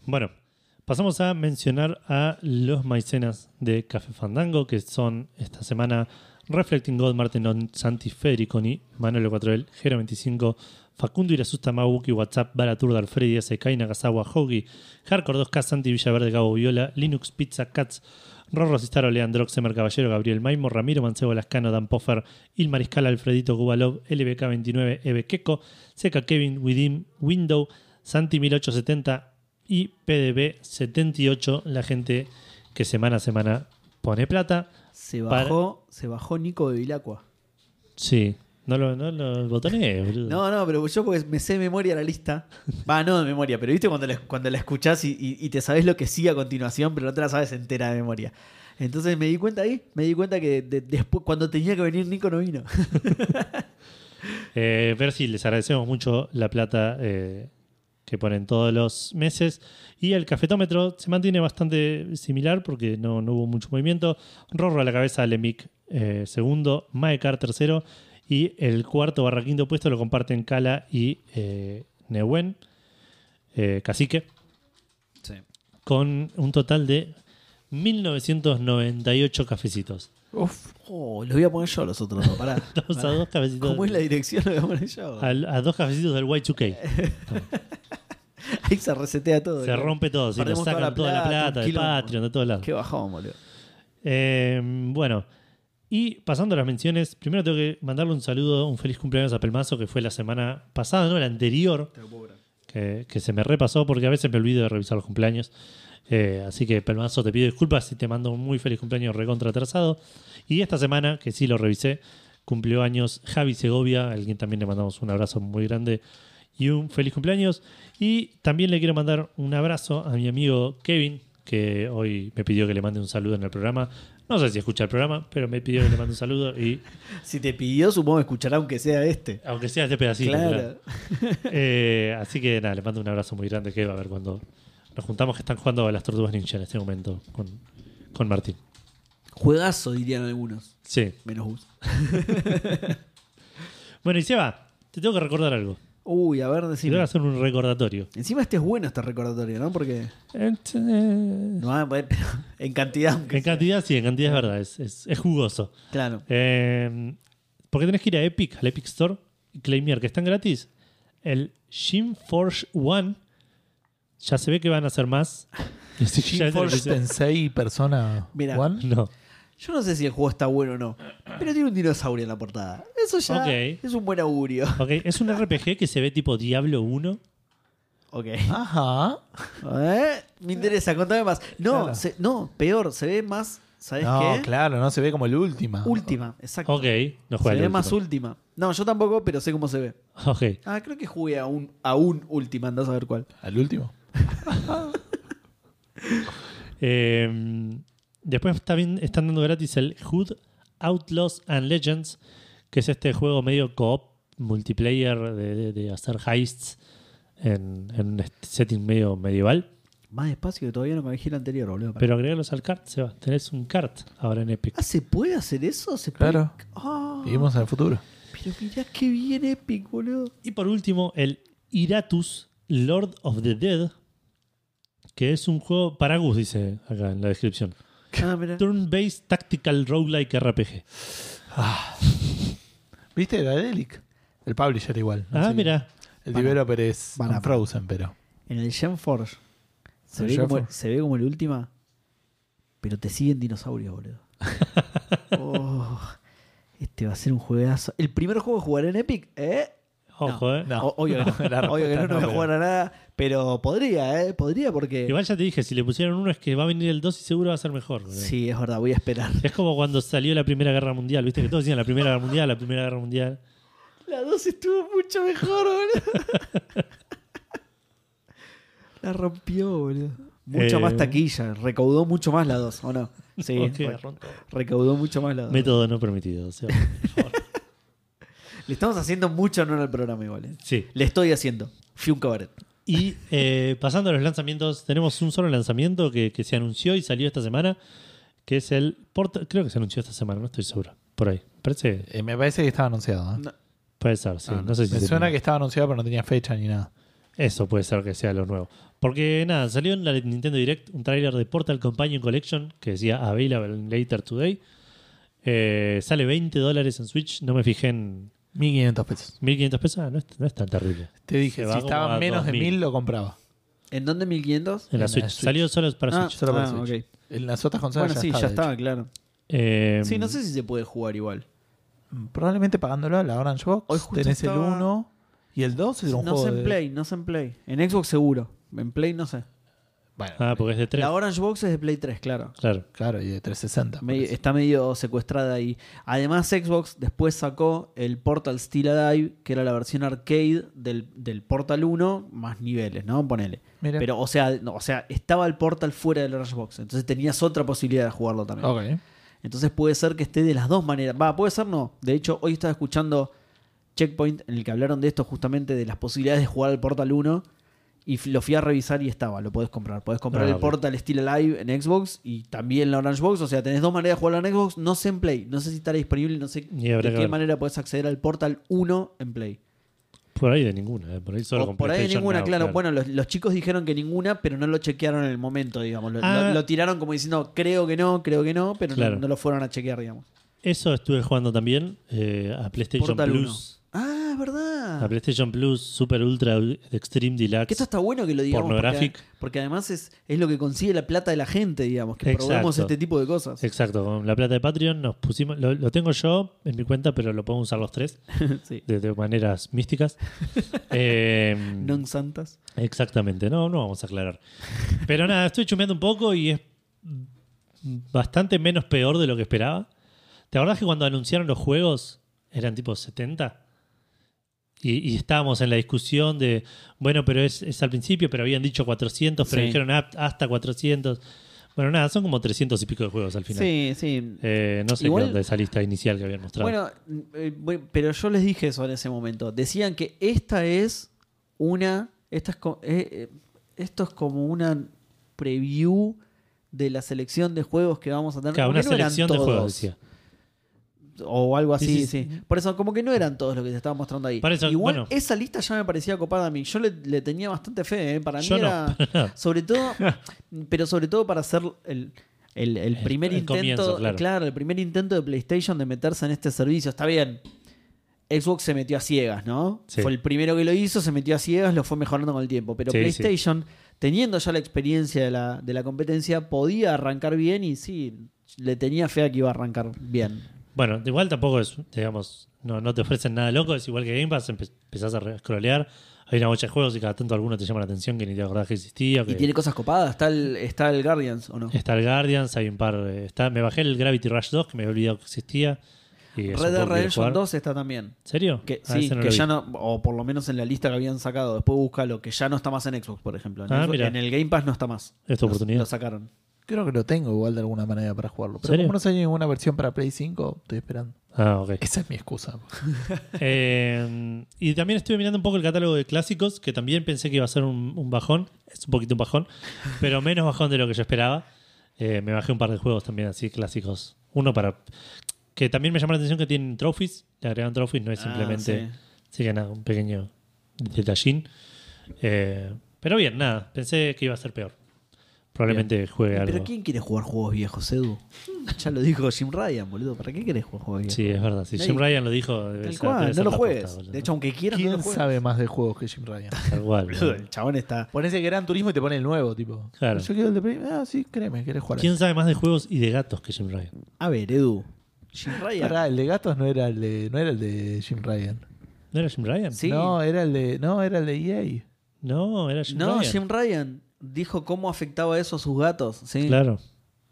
Speaker 2: Bueno, pasamos a mencionar a los maicenas de Café Fandango, que son esta semana Reflecting God, Martin On, Santi Federiconi, Manuel Cuatroel, Gera 25, Facundo Irasusta, Mabuki, WhatsApp, Baratur, Alfredi, Sekai, Nagasawa, Hogi, Hardcore 2K, Santi Villaverde, Gabo Viola, Linux, Pizza, Cats, Rorro Cistaro, Leandro, Xemer Caballero, Gabriel Maimo, Ramiro Mancebo Lascano, Dan Poffer, Il Mariscal, Alfredito Gubalov, LBK29, Eve Keko, E Seca Kevin, Widim, Window, Santi1870 y PDB78, la gente que semana a semana pone plata.
Speaker 1: Se
Speaker 2: Para-
Speaker 1: bajó, se bajó Nico de Vilacua.
Speaker 2: Sí, no lo, no lo botoné, boludo.
Speaker 1: No, no, pero yo porque me sé de memoria la lista. Va, no de memoria, pero viste cuando la, cuando la escuchás y, y- y te sabes lo que sigue a continuación, pero no te la sabes entera de memoria. Entonces me di cuenta ahí, me di cuenta que de- después cuando tenía que venir Nico no vino.
Speaker 2: Eh, pero sí, les agradecemos mucho la plata eh, que ponen todos los meses. Y el cafetómetro se mantiene bastante similar porque no, no hubo mucho movimiento. Rorro a la cabeza, Lemic eh, segundo, Maekar tercero. Y el cuarto barra quinto puesto lo comparten Kala y eh, Nehuen, eh, Cacique, con un total de 1998 cafecitos.
Speaker 3: Uf.
Speaker 1: Oh, los voy a poner yo los otros dos, pará.
Speaker 2: Dos a
Speaker 1: Pará.
Speaker 2: dos cafecitos.
Speaker 1: ¿Cómo es la dirección? Lo voy a poner yo.
Speaker 2: Al- a dos cafecitos del Y2K.
Speaker 1: Ahí se resetea todo.
Speaker 2: Se
Speaker 1: ¿no?
Speaker 2: rompe todo, se nos
Speaker 1: Perdemos
Speaker 2: sacan toda la, plata,
Speaker 1: un
Speaker 2: de
Speaker 1: quilombo.
Speaker 2: Patreon, de todos lados.
Speaker 1: Qué bajón, boludo.
Speaker 2: Eh, bueno, y pasando a las menciones, primero tengo que mandarle un saludo, un feliz cumpleaños a Pelmazo, que fue la semana pasada, no, la anterior, que, que se me repasó porque a veces me olvido de revisar los cumpleaños. Eh, así que, Pelmazo, te pido disculpas si te mando un muy feliz cumpleaños recontra atrasado. Y esta semana, que sí lo revisé, cumplió años Javi Segovia, a quien también le mandamos un abrazo muy grande y un feliz cumpleaños. Y también le quiero mandar un abrazo a mi amigo Kevin, que hoy me pidió que le mande un saludo en el programa. No sé si escucha el programa, pero me pidió que le mande un saludo y
Speaker 1: Si te pidió, supongo que escuchará aunque sea este.
Speaker 2: aunque sea este pedacito. claro.
Speaker 1: claro.
Speaker 2: Eh, así que nada, le mando un abrazo muy grande que va a ver cuando nos juntamos que están jugando a las tortugas ninja en este momento con, con Martín.
Speaker 1: Juegazo, dirían algunos.
Speaker 2: Sí.
Speaker 1: Menos Gus.
Speaker 2: Bueno, y Seba, te tengo que recordar algo.
Speaker 1: Uy, a ver,
Speaker 2: Te tengo que
Speaker 1: decime.
Speaker 2: hacer un recordatorio.
Speaker 1: Encima este es bueno este recordatorio, ¿no? Porque
Speaker 2: En
Speaker 1: no, ah, bueno, pero en cantidad. aunque sea.
Speaker 2: cantidad, sí, en cantidad es verdad, es, es- es jugoso.
Speaker 1: Claro.
Speaker 2: Eh, Porque tenés que ir a Epic, al Epic Store, y claimear que están gratis. El Gym Forge One. Ya se ve que van a hacer más. Ya se
Speaker 3: GeForce
Speaker 2: empieza-
Speaker 3: Tensei Persona
Speaker 1: Mirá.
Speaker 3: One.
Speaker 2: No.
Speaker 1: Yo no sé si el juego está bueno o no, pero tiene un dinosaurio en la portada. Eso ya
Speaker 2: Ok.
Speaker 1: es un buen augurio.
Speaker 2: Ok, es un RPG que se ve tipo Diablo 1.
Speaker 1: Ok.
Speaker 3: Ajá.
Speaker 1: ¿Eh? Me interesa, contame más. No,
Speaker 3: Claro.
Speaker 1: se- no, peor, se ve más, ¿sabes
Speaker 3: No,
Speaker 1: qué?
Speaker 3: claro, no se ve como el última.
Speaker 1: Última, exacto.
Speaker 2: Ok, no
Speaker 1: se
Speaker 2: juega.
Speaker 1: ve
Speaker 2: el
Speaker 1: más
Speaker 2: último.
Speaker 1: última. No, yo tampoco, pero sé cómo se ve.
Speaker 2: Ok.
Speaker 1: Ah, creo que jugué a un, a un última, andás a ver cuál.
Speaker 3: Al último.
Speaker 2: Eh, después está bien- están dando gratis el Hood Outlaws and Legends, que es este juego medio co-op, multiplayer, de, de- de hacer heists en, en un est- setting medio medieval.
Speaker 1: Más despacio que todavía no me dije el anterior, boludo.
Speaker 2: Pero agregarlos al cart, Seba. Tenés un cart ahora en Epic.
Speaker 1: Ah, ¿se puede hacer eso? ¿Se puede?
Speaker 3: Claro.
Speaker 1: Ah,
Speaker 3: Vivimos en el futuro.
Speaker 1: pero mirá qué bien Epic, boludo.
Speaker 2: Y por último, el Iratus Lord of the Dead, que es un juego para Gus, dice acá en la descripción.
Speaker 1: Ah, mirá.
Speaker 2: Turn-based Tactical Roguelike RPG.
Speaker 3: ¿Viste? Era Delic. El publisher igual. no
Speaker 2: Ah,
Speaker 3: sé.
Speaker 2: mira.
Speaker 3: El developer es
Speaker 1: Banana.
Speaker 3: Frozen, pero.
Speaker 1: En el Genforge se,
Speaker 3: ¿El
Speaker 1: ve como,
Speaker 3: Genforge?
Speaker 1: se ve como el última, pero te siguen dinosaurios, boludo. Oh, este va a ser un juegazo. ¿El primer juego que jugaré en Epic? ¿Eh?
Speaker 2: Ojo, eh.
Speaker 3: No.
Speaker 1: O- obvio que no,
Speaker 3: La
Speaker 1: obvio que no, no voy a
Speaker 3: respuesta
Speaker 1: jugar a nada, pero podría, ¿eh? Podría porque...
Speaker 2: Igual ya te dije, si le pusieron uno es que va a venir el 2 y seguro va a ser mejor. boludo.
Speaker 1: Sí, es verdad, voy a esperar.
Speaker 2: Es como cuando salió la Primera Guerra Mundial, viste que todos decían la Primera Guerra Mundial, la Primera Guerra Mundial.
Speaker 1: La 2 estuvo mucho mejor, boludo. La rompió, boludo. Mucha
Speaker 2: Eh.
Speaker 1: más taquilla, recaudó mucho más la 2, ¿o no? Sí,
Speaker 2: Ok.
Speaker 1: re- recaudó mucho más la 2.
Speaker 2: Método no permitido. o sea, por favor.
Speaker 1: Le estamos haciendo mucho honor al programa igual. ¿eh?
Speaker 2: sí.
Speaker 1: Le estoy haciendo. Fui un cabaret.
Speaker 2: Y eh, pasando a los lanzamientos, tenemos un solo lanzamiento que, que se anunció y salió esta semana, que es el Portal. Creo que se anunció esta semana, no estoy seguro. Por ahí. Parece,
Speaker 3: Eh, me parece que estaba anunciado. ¿eh?
Speaker 1: No,
Speaker 2: puede ser, sí.
Speaker 3: Ah,
Speaker 2: no sé si
Speaker 3: me
Speaker 2: se-
Speaker 3: suena que estaba anunciado, pero no tenía fecha ni nada.
Speaker 2: Eso puede ser que sea lo nuevo. Porque nada, salió en la Nintendo Direct un tráiler de Portal Companion Collection que decía Available Later Today. Eh, sale 20 dólares en Switch. No me fijé en
Speaker 3: 1500 pesos.
Speaker 2: 1500 pesos. Ah, no, es, no es tan terrible.
Speaker 3: Te
Speaker 2: Se
Speaker 3: dije,
Speaker 2: va
Speaker 3: si
Speaker 2: como a
Speaker 3: estaba menos de
Speaker 2: 2000.
Speaker 3: 1000 lo compraba.
Speaker 1: Ah, ¿En dónde 1500?
Speaker 2: En la,
Speaker 3: En la
Speaker 2: Switch.
Speaker 3: Switch.
Speaker 2: Salió solo para
Speaker 1: Ah,
Speaker 2: Switch.
Speaker 3: Solo para
Speaker 1: ah,
Speaker 3: Switch.
Speaker 1: ok.
Speaker 3: En las otras consolas
Speaker 1: Bueno, sí, ya
Speaker 3: está, de
Speaker 1: estaba, claro.
Speaker 2: Eh,
Speaker 1: Sí, no sé si se puede jugar igual.
Speaker 3: hecho. Probablemente pagándolo a la Orange Box.
Speaker 1: Hoy justo
Speaker 3: tenés
Speaker 1: estaba-
Speaker 3: el 1 y el 2 era un
Speaker 1: No
Speaker 3: juego
Speaker 1: sé en
Speaker 3: de-
Speaker 1: Play, no sé en Play. En Xbox seguro. En Play no sé.
Speaker 3: Bueno,
Speaker 2: Ah, porque es de 3.
Speaker 1: La Orange Box es de Play 3, claro.
Speaker 2: Claro.
Speaker 3: claro, y de 360.
Speaker 1: Medio-
Speaker 3: parece.
Speaker 1: está medio secuestrada ahí. Además, Xbox después sacó el Portal Steel Alive, que era la versión arcade del, del Portal 1, más niveles, ¿no? Ponele.
Speaker 3: Mira.
Speaker 1: Pero, o sea, no, o sea, estaba el Portal fuera del Orange Box. Entonces tenías otra posibilidad de jugarlo también.
Speaker 3: Ok.
Speaker 1: Entonces puede ser que esté de las dos maneras. Va, puede ser no. De hecho, hoy estaba escuchando Checkpoint en el que hablaron de esto justamente de las posibilidades de jugar al Portal 1 y f- lo fui a revisar y estaba, lo podés comprar. Podés comprar
Speaker 2: Ah,
Speaker 1: el
Speaker 2: ok.
Speaker 1: Portal Still Alive en Xbox y también la Orange Box. O sea, tenés dos maneras de jugarlo en Xbox. No sé en Play. No sé si estará disponible. No sé
Speaker 2: Y
Speaker 1: de
Speaker 2: habrá que
Speaker 1: qué
Speaker 2: ver.
Speaker 1: manera podés acceder al Portal 1 en Play.
Speaker 2: Por ahí de ninguna. eh, Por ahí solo
Speaker 1: O
Speaker 2: con
Speaker 1: por ahí
Speaker 2: PlayStation
Speaker 1: ninguna,
Speaker 2: Now,
Speaker 1: claro. Bueno, los, los chicos dijeron que ninguna, pero no lo chequearon en el momento, digamos. Lo, lo-
Speaker 2: Ah.
Speaker 1: lo tiraron como diciendo, creo que no, creo que no, pero no-
Speaker 2: Claro.
Speaker 1: no lo fueron a chequear, digamos.
Speaker 2: Eso estuve jugando también eh, a PlayStation
Speaker 1: Portal
Speaker 2: Plus.
Speaker 1: 1. Ah, es verdad.
Speaker 2: A PlayStation Plus, Super Ultra Extreme Deluxe.
Speaker 1: Que esto está bueno que lo digamos.
Speaker 2: Pornographic.
Speaker 1: Porque, porque además es, es lo que consigue la plata de la gente, digamos, que
Speaker 2: Exacto.
Speaker 1: probemos este tipo de cosas.
Speaker 2: Exacto, con la plata de Patreon nos pusimos. Lo, lo tengo yo en mi cuenta, pero lo podemos usar los tres
Speaker 1: sí.
Speaker 2: de, de maneras místicas. Eh,
Speaker 1: Non santas.
Speaker 2: exactamente, no, no vamos a aclarar. Pero nada, estoy chumeando un poco y es bastante menos peor de lo que esperaba. ¿Te acordás que cuando anunciaron los juegos eran tipo 70? Y, y estábamos en la discusión de, bueno, pero es, es al principio, pero habían dicho 400, pero
Speaker 1: Sí.
Speaker 2: dijeron hap- hasta 400. Bueno, nada, son como 300 y pico de juegos al final.
Speaker 1: Sí, sí.
Speaker 2: Eh, no sé
Speaker 1: Igual-
Speaker 2: qué onda esa lista inicial que habían mostrado.
Speaker 1: Bueno, eh, bueno, pero yo les dije eso en ese momento. Decían que esta es una. Esta es co- eh, eh, esto es como una preview de la selección de juegos que vamos a tener.
Speaker 2: Claro,
Speaker 1: Porque
Speaker 2: una
Speaker 1: no eran
Speaker 2: selección de juegos,
Speaker 1: todos.
Speaker 2: decía.
Speaker 1: o algo así, sí,
Speaker 2: Sí, sí,
Speaker 1: Por eso, como que no eran todos los que se estaban mostrando ahí.
Speaker 2: Para eso,
Speaker 1: Igual
Speaker 2: bueno.
Speaker 1: esa lista ya me parecía copada a mí. Yo le, le tenía bastante fe, ¿eh? Para mí
Speaker 2: Yo no,
Speaker 1: era.
Speaker 2: para nada.
Speaker 1: sobre todo. pero sobre todo para hacer el. el- el
Speaker 2: El-
Speaker 1: primer
Speaker 2: el
Speaker 1: intento,
Speaker 2: comienzo, claro.
Speaker 1: el primer intento de PlayStation de meterse en este servicio. Está bien. Xbox se metió a ciegas, ¿no?
Speaker 2: Sí.
Speaker 1: Fue el primero que lo hizo, se metió a ciegas, lo fue mejorando con el tiempo. Pero
Speaker 2: Sí,
Speaker 1: PlayStation, teniendo ya la experiencia de la, de la competencia, podía arrancar bien y sí, le tenía fe a que iba a arrancar bien.
Speaker 2: Bueno, igual tampoco es, digamos, no, no te ofrecen nada loco, es igual que Game Pass, empe- empezás a re- scrollear, hay una bocha de juegos y cada tanto alguno te llama la atención que ni te acordás que existía.
Speaker 1: Y
Speaker 2: que-
Speaker 1: tiene cosas copadas, está el, está el Guardians, ¿o no?
Speaker 2: Está el Guardians, hay un par. eh, Está, me bajé el Gravity Rush 2, que me había olvidado que existía. y es
Speaker 1: Red Dead
Speaker 2: un juego que quiero
Speaker 1: Redemption
Speaker 2: jugar.
Speaker 1: 2 está también.
Speaker 2: ¿En serio?
Speaker 1: Que,
Speaker 2: Ah,
Speaker 1: sí,
Speaker 2: ese no
Speaker 1: que
Speaker 2: lo
Speaker 1: ya
Speaker 2: vi.
Speaker 1: no, o por lo menos en la lista que habían sacado. Después busca lo que ya no está más en Xbox, por ejemplo. En,
Speaker 2: Ah,
Speaker 1: el,
Speaker 2: mira.
Speaker 1: en el Game Pass no está más.
Speaker 2: Esta
Speaker 1: Lo-
Speaker 2: oportunidad.
Speaker 1: Lo sacaron.
Speaker 3: Creo que lo tengo igual de alguna manera para jugarlo. Pero
Speaker 2: ¿Serio?
Speaker 3: como no salió ninguna versión para Play 5, estoy esperando.
Speaker 2: Ah, ok.
Speaker 3: Esa es mi excusa.
Speaker 2: Eh, y también estuve mirando un poco el catálogo de clásicos, que también pensé que iba a ser un, un bajón. Es un poquito un bajón, pero menos bajón de lo que yo esperaba. Eh, me bajé un par de juegos también así clásicos. Uno para. Que también me llama la atención que tienen trophies. Le agregan trophies, no es
Speaker 1: Ah,
Speaker 2: simplemente.
Speaker 1: sí.
Speaker 2: Así que nada, un pequeño detallín. Eh, pero bien, nada. Pensé que iba a ser peor. Probablemente juegue algo.
Speaker 1: Pero ¿quién quiere jugar juegos viejos, Edu? ya lo dijo Jim Ryan, boludo. ¿Para qué querés jugar juegos viejos?
Speaker 2: Sí, es verdad. Si
Speaker 1: Nadie-
Speaker 2: Jim Ryan lo dijo, debe
Speaker 1: Tal
Speaker 2: ser-
Speaker 1: cual,
Speaker 2: debe
Speaker 1: no
Speaker 2: ser
Speaker 1: lo
Speaker 2: la
Speaker 1: juegues.
Speaker 2: posta, boludo.
Speaker 1: de hecho, aunque quieras, no
Speaker 3: ¿Quién
Speaker 1: lo juegues.
Speaker 3: sabe más de juegos que Jim Ryan?
Speaker 2: Tal cual,
Speaker 1: Boludo,
Speaker 2: boludo.
Speaker 1: el chabón está.
Speaker 3: Pones el Gran Turismo y te pone el nuevo, tipo.
Speaker 2: Claro.
Speaker 3: Yo quiero el de Play. Ah, sí, créeme, querés jugar.
Speaker 2: ¿Quién sabe más de juegos y de gatos que Jim Ryan?
Speaker 1: A ver, Edu. Jim Ryan.
Speaker 3: Pará, el de gatos no era el de, no era el de Jim Ryan.
Speaker 2: ¿No era Jim Ryan?
Speaker 1: Sí.
Speaker 3: No, era el de. No, era el de E EA.
Speaker 2: No, era Jim
Speaker 1: no,
Speaker 2: Ryan.
Speaker 1: Jim Ryan dijo cómo afectaba eso a sus gatos. ¿sí?
Speaker 2: Claro,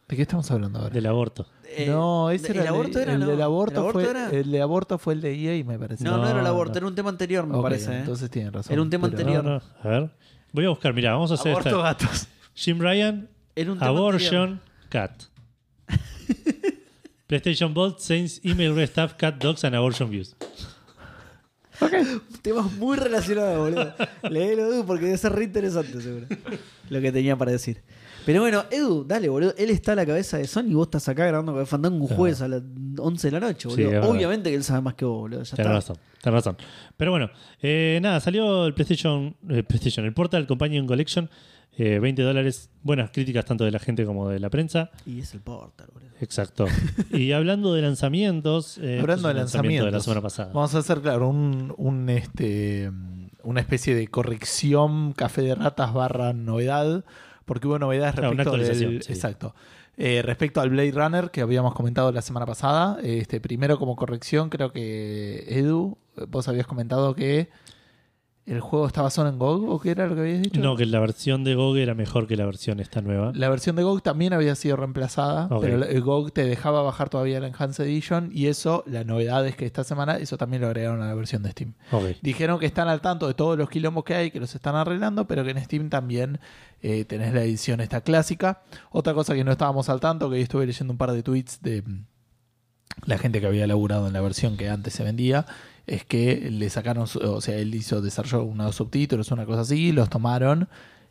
Speaker 3: ¿De qué estamos hablando ahora?
Speaker 2: del aborto.
Speaker 1: Eh,
Speaker 3: no, ese era
Speaker 1: el aborto.
Speaker 3: de,
Speaker 1: era,
Speaker 3: el
Speaker 1: no.
Speaker 3: del aborto, fue,
Speaker 1: era?
Speaker 3: el de aborto fue el de EA, me parece.
Speaker 1: No, no, era el
Speaker 2: No,
Speaker 1: aborto,
Speaker 2: no.
Speaker 1: era un tema anterior, me
Speaker 3: Ok,
Speaker 1: parece. ¿eh?
Speaker 3: Entonces tienen razón.
Speaker 1: Era un tema
Speaker 3: pero-
Speaker 1: anterior.
Speaker 2: No, no, a ver. Voy a buscar, mira, vamos a hacer
Speaker 3: Aborto
Speaker 2: esta.
Speaker 3: gatos.
Speaker 2: Jim Ryan,
Speaker 1: Era un tema anterior.
Speaker 2: Abortion Cat. PlayStation Bot sends email to staff cat dogs and abortion views.
Speaker 1: Temas muy relacionados, boludo. Léelo, Edu, porque debe ser re interesante, seguro. Lo que tenía para decir. Pero bueno, Edu, dale, boludo. Él está a la cabeza de Sony y vos estás acá grabando con Fandango un jueves a las 11 de la noche,
Speaker 2: Sí,
Speaker 1: boludo.
Speaker 2: es verdad.
Speaker 1: Obviamente que él sabe más que vos, boludo. Ya
Speaker 2: Tienes
Speaker 1: está.
Speaker 2: razón, tenés razón. Pero bueno, eh, nada, salió el PlayStation, eh, PlayStation, el Portal Companion Collection, eh, 20 dólares. Buenas críticas tanto de la gente como de la prensa.
Speaker 1: Y es el portal, boludo.
Speaker 2: Exacto. y hablando de lanzamientos. eh, esto es
Speaker 3: Hablando
Speaker 2: un
Speaker 3: de lanzamientos.
Speaker 2: lanzamiento de la semana pasada.
Speaker 3: Vamos a hacer, claro, un, un, este, una especie de corrección café de ratas barra novedad, porque hubo novedades
Speaker 2: Claro, Ah, una
Speaker 3: respecto
Speaker 2: actualización,
Speaker 3: del-
Speaker 2: sí.
Speaker 3: Exacto. Eh, respecto al Blade Runner que habíamos comentado la semana pasada, este, primero como corrección, creo que Edu, vos habías comentado que el juego está basado en GOG o qué era lo que habías dicho.
Speaker 2: No, que la versión de GOG era mejor que la versión esta nueva.
Speaker 3: La versión de GOG también había sido reemplazada,
Speaker 2: Ok.
Speaker 3: pero el GOG te dejaba bajar todavía la Enhanced Edition y eso, la novedad es que esta semana eso también lo agregaron a la versión de Steam.
Speaker 2: Ok.
Speaker 3: Dijeron que están al tanto de todos los quilombos que hay, que los están arreglando, pero que en Steam también eh, tenés la edición esta clásica. Otra cosa que no estábamos al tanto, que yo estuve leyendo un par de tweets de mm, la gente que había laburado en la versión que antes se vendía, es que le sacaron, su- o sea, él hizo, desarrolló unos subtítulos, una cosa así, los tomaron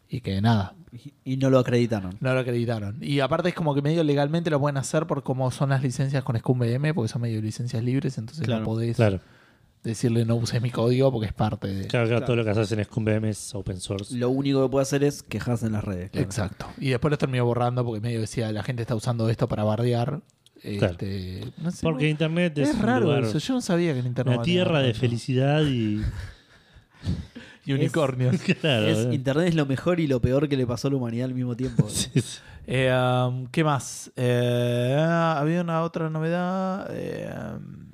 Speaker 3: y que nada,
Speaker 1: Y, y no lo acreditaron.
Speaker 3: no lo acreditaron. Y aparte es como que medio legalmente lo pueden hacer por cómo son las licencias con SCUMBM, porque son medio licencias libres, entonces
Speaker 1: Claro,
Speaker 3: no podés
Speaker 2: Claro.
Speaker 3: decirle no uses mi código porque es parte de...
Speaker 2: Claro, claro, todo lo que haces en ScumbM es open source.
Speaker 1: Lo único que puede hacer es quejarse en las redes. claro.
Speaker 3: Exacto. Y después lo terminó borrando porque medio decía, la gente está usando esto para bardear. Este, no sé,
Speaker 2: Porque Internet es,
Speaker 3: es
Speaker 2: un
Speaker 3: raro
Speaker 2: lugar,
Speaker 3: eso. Yo no sabía que en internet...
Speaker 2: una tierra de felicidad y.
Speaker 3: Y unicornios.
Speaker 2: claro. eh.
Speaker 1: Es-
Speaker 2: ¿verdad?
Speaker 1: Internet es lo mejor y lo peor que le pasó a la humanidad al mismo tiempo. boludo.
Speaker 2: Sí, sí.
Speaker 3: Eh, um, ¿Qué más? Eh, ah, había una otra novedad. Eh, um,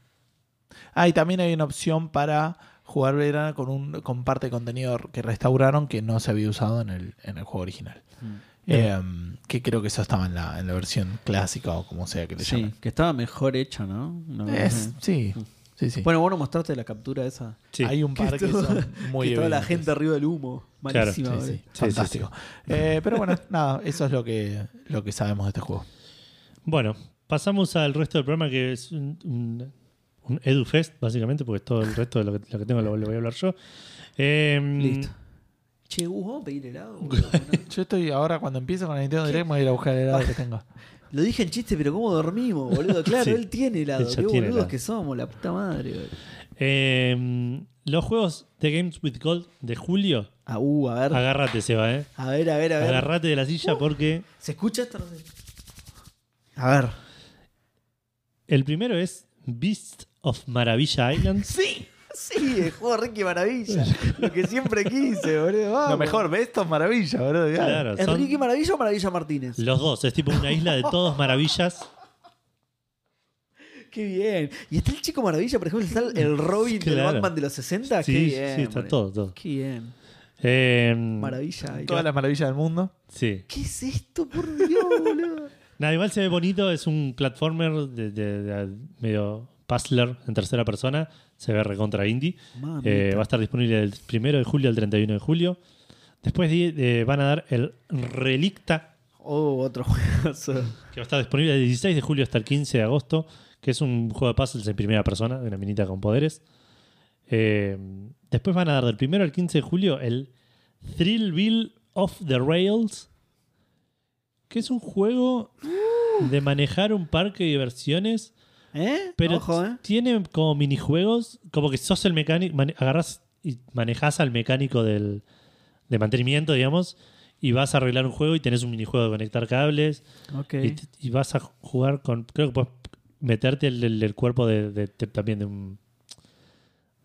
Speaker 3: ah, y también hay una opción para jugar Blade Runner con, un, con parte de contenido que restauraron que no se había usado en el, en el juego original.
Speaker 1: Mm.
Speaker 3: Eh, um, que creo que eso estaba en la, en la versión clásica o como sea que le
Speaker 1: Sí,
Speaker 3: llamen.
Speaker 1: que estaba mejor hecha, ¿no? Una cosa
Speaker 3: Es-
Speaker 1: así.
Speaker 3: sí, sí, sí.
Speaker 1: Bueno, vos no mostraste la captura esa.
Speaker 2: Sí.
Speaker 3: Hay un par que,
Speaker 1: todo-
Speaker 3: son muy
Speaker 1: que toda la
Speaker 3: evidentes.
Speaker 1: gente arriba del humo.
Speaker 2: Claro,
Speaker 1: Malísima,
Speaker 3: Sí,
Speaker 1: boludo.
Speaker 3: sí,
Speaker 2: sí,
Speaker 3: fantástico. Eh, pero bueno, nada, eso es lo que, lo que sabemos de este juego.
Speaker 2: Bueno, pasamos al resto del programa que es un, un- un EduFest, básicamente, porque todo el resto de lo que, lo que tengo lo, lo voy a hablar yo. Eh,
Speaker 1: Listo. Che, Hugo, ¿vamos a pedir helado? boludo?
Speaker 3: Yo estoy ahora, cuando empiezo con el Nintendo Direct, me voy a ir a buscar el helado que tengo.
Speaker 1: Lo dije en chiste, pero ¿cómo dormimos, boludo? Claro,
Speaker 2: Sí.
Speaker 1: él tiene helado.
Speaker 2: Él ya
Speaker 1: Qué
Speaker 2: tiene
Speaker 1: boludos
Speaker 2: helado.
Speaker 1: que somos, la puta madre. boludo.
Speaker 2: eh, los juegos de Games with Gold de julio.
Speaker 1: Ah, uh, a ver.
Speaker 2: Agárrate, Seba, ¿eh?
Speaker 1: A ver, a ver, a ver. Uh.
Speaker 2: Agárrate de la silla porque
Speaker 1: ¿Se escucha esto? No sé. A ver.
Speaker 2: el primero es Beasts of Maravilla Island.
Speaker 1: Sí, sí, el juego Ricky Maravilla. lo que siempre quise, boludo. vamos.
Speaker 3: Lo mejor, ¿ves? Esto es maravilla, boludo.
Speaker 2: Claro,
Speaker 1: ¿Es
Speaker 2: son
Speaker 1: Ricky Maravilla o Maravilla Martínez?
Speaker 2: los dos. Es tipo una isla de todos maravillas.
Speaker 1: Qué bien. Y está el chico Maravilla, por ejemplo, está el- el Robin del
Speaker 2: Claro.
Speaker 1: Batman de los 60. Ah, Qué
Speaker 2: Sí, sí,
Speaker 1: bien.
Speaker 2: está
Speaker 1: boludo.
Speaker 2: todo, todo.
Speaker 1: Qué bien.
Speaker 2: Eh,
Speaker 1: Maravilla.
Speaker 3: Todas las maravillas del mundo.
Speaker 2: sí.
Speaker 1: ¿Qué es esto, por Dios, boludo?
Speaker 2: Nada, igual se ve bonito. Es un platformer de, de- de- medio puzzler en tercera persona. Se ve recontra indie.
Speaker 1: Mamita.
Speaker 2: Eh, va a estar disponible del 1 de julio al 31 de julio. Después di- eh, van a dar el Relicta
Speaker 1: Oh, otro juegazo.
Speaker 2: que va a estar disponible del 16 de julio hasta el 15 de agosto, que es un juego de puzzles en primera persona, de una minita con poderes. Eh, después van a dar del 1 al 15 de julio el Thrillville of the Rails, que es un juego de manejar un parque de diversiones,
Speaker 1: ¿Eh?
Speaker 2: pero
Speaker 1: Ojo, ¿eh?
Speaker 2: tiene como minijuegos, como que sos el mecánico, mane- agarrás y manejás al mecánico del, de mantenimiento, digamos, y vas a arreglar un juego y tenés un minijuego de conectar cables.
Speaker 1: Ok.
Speaker 2: Y, t- y vas a jugar con. Creo que puedes meterte el, el- el cuerpo de, de- de- también de un.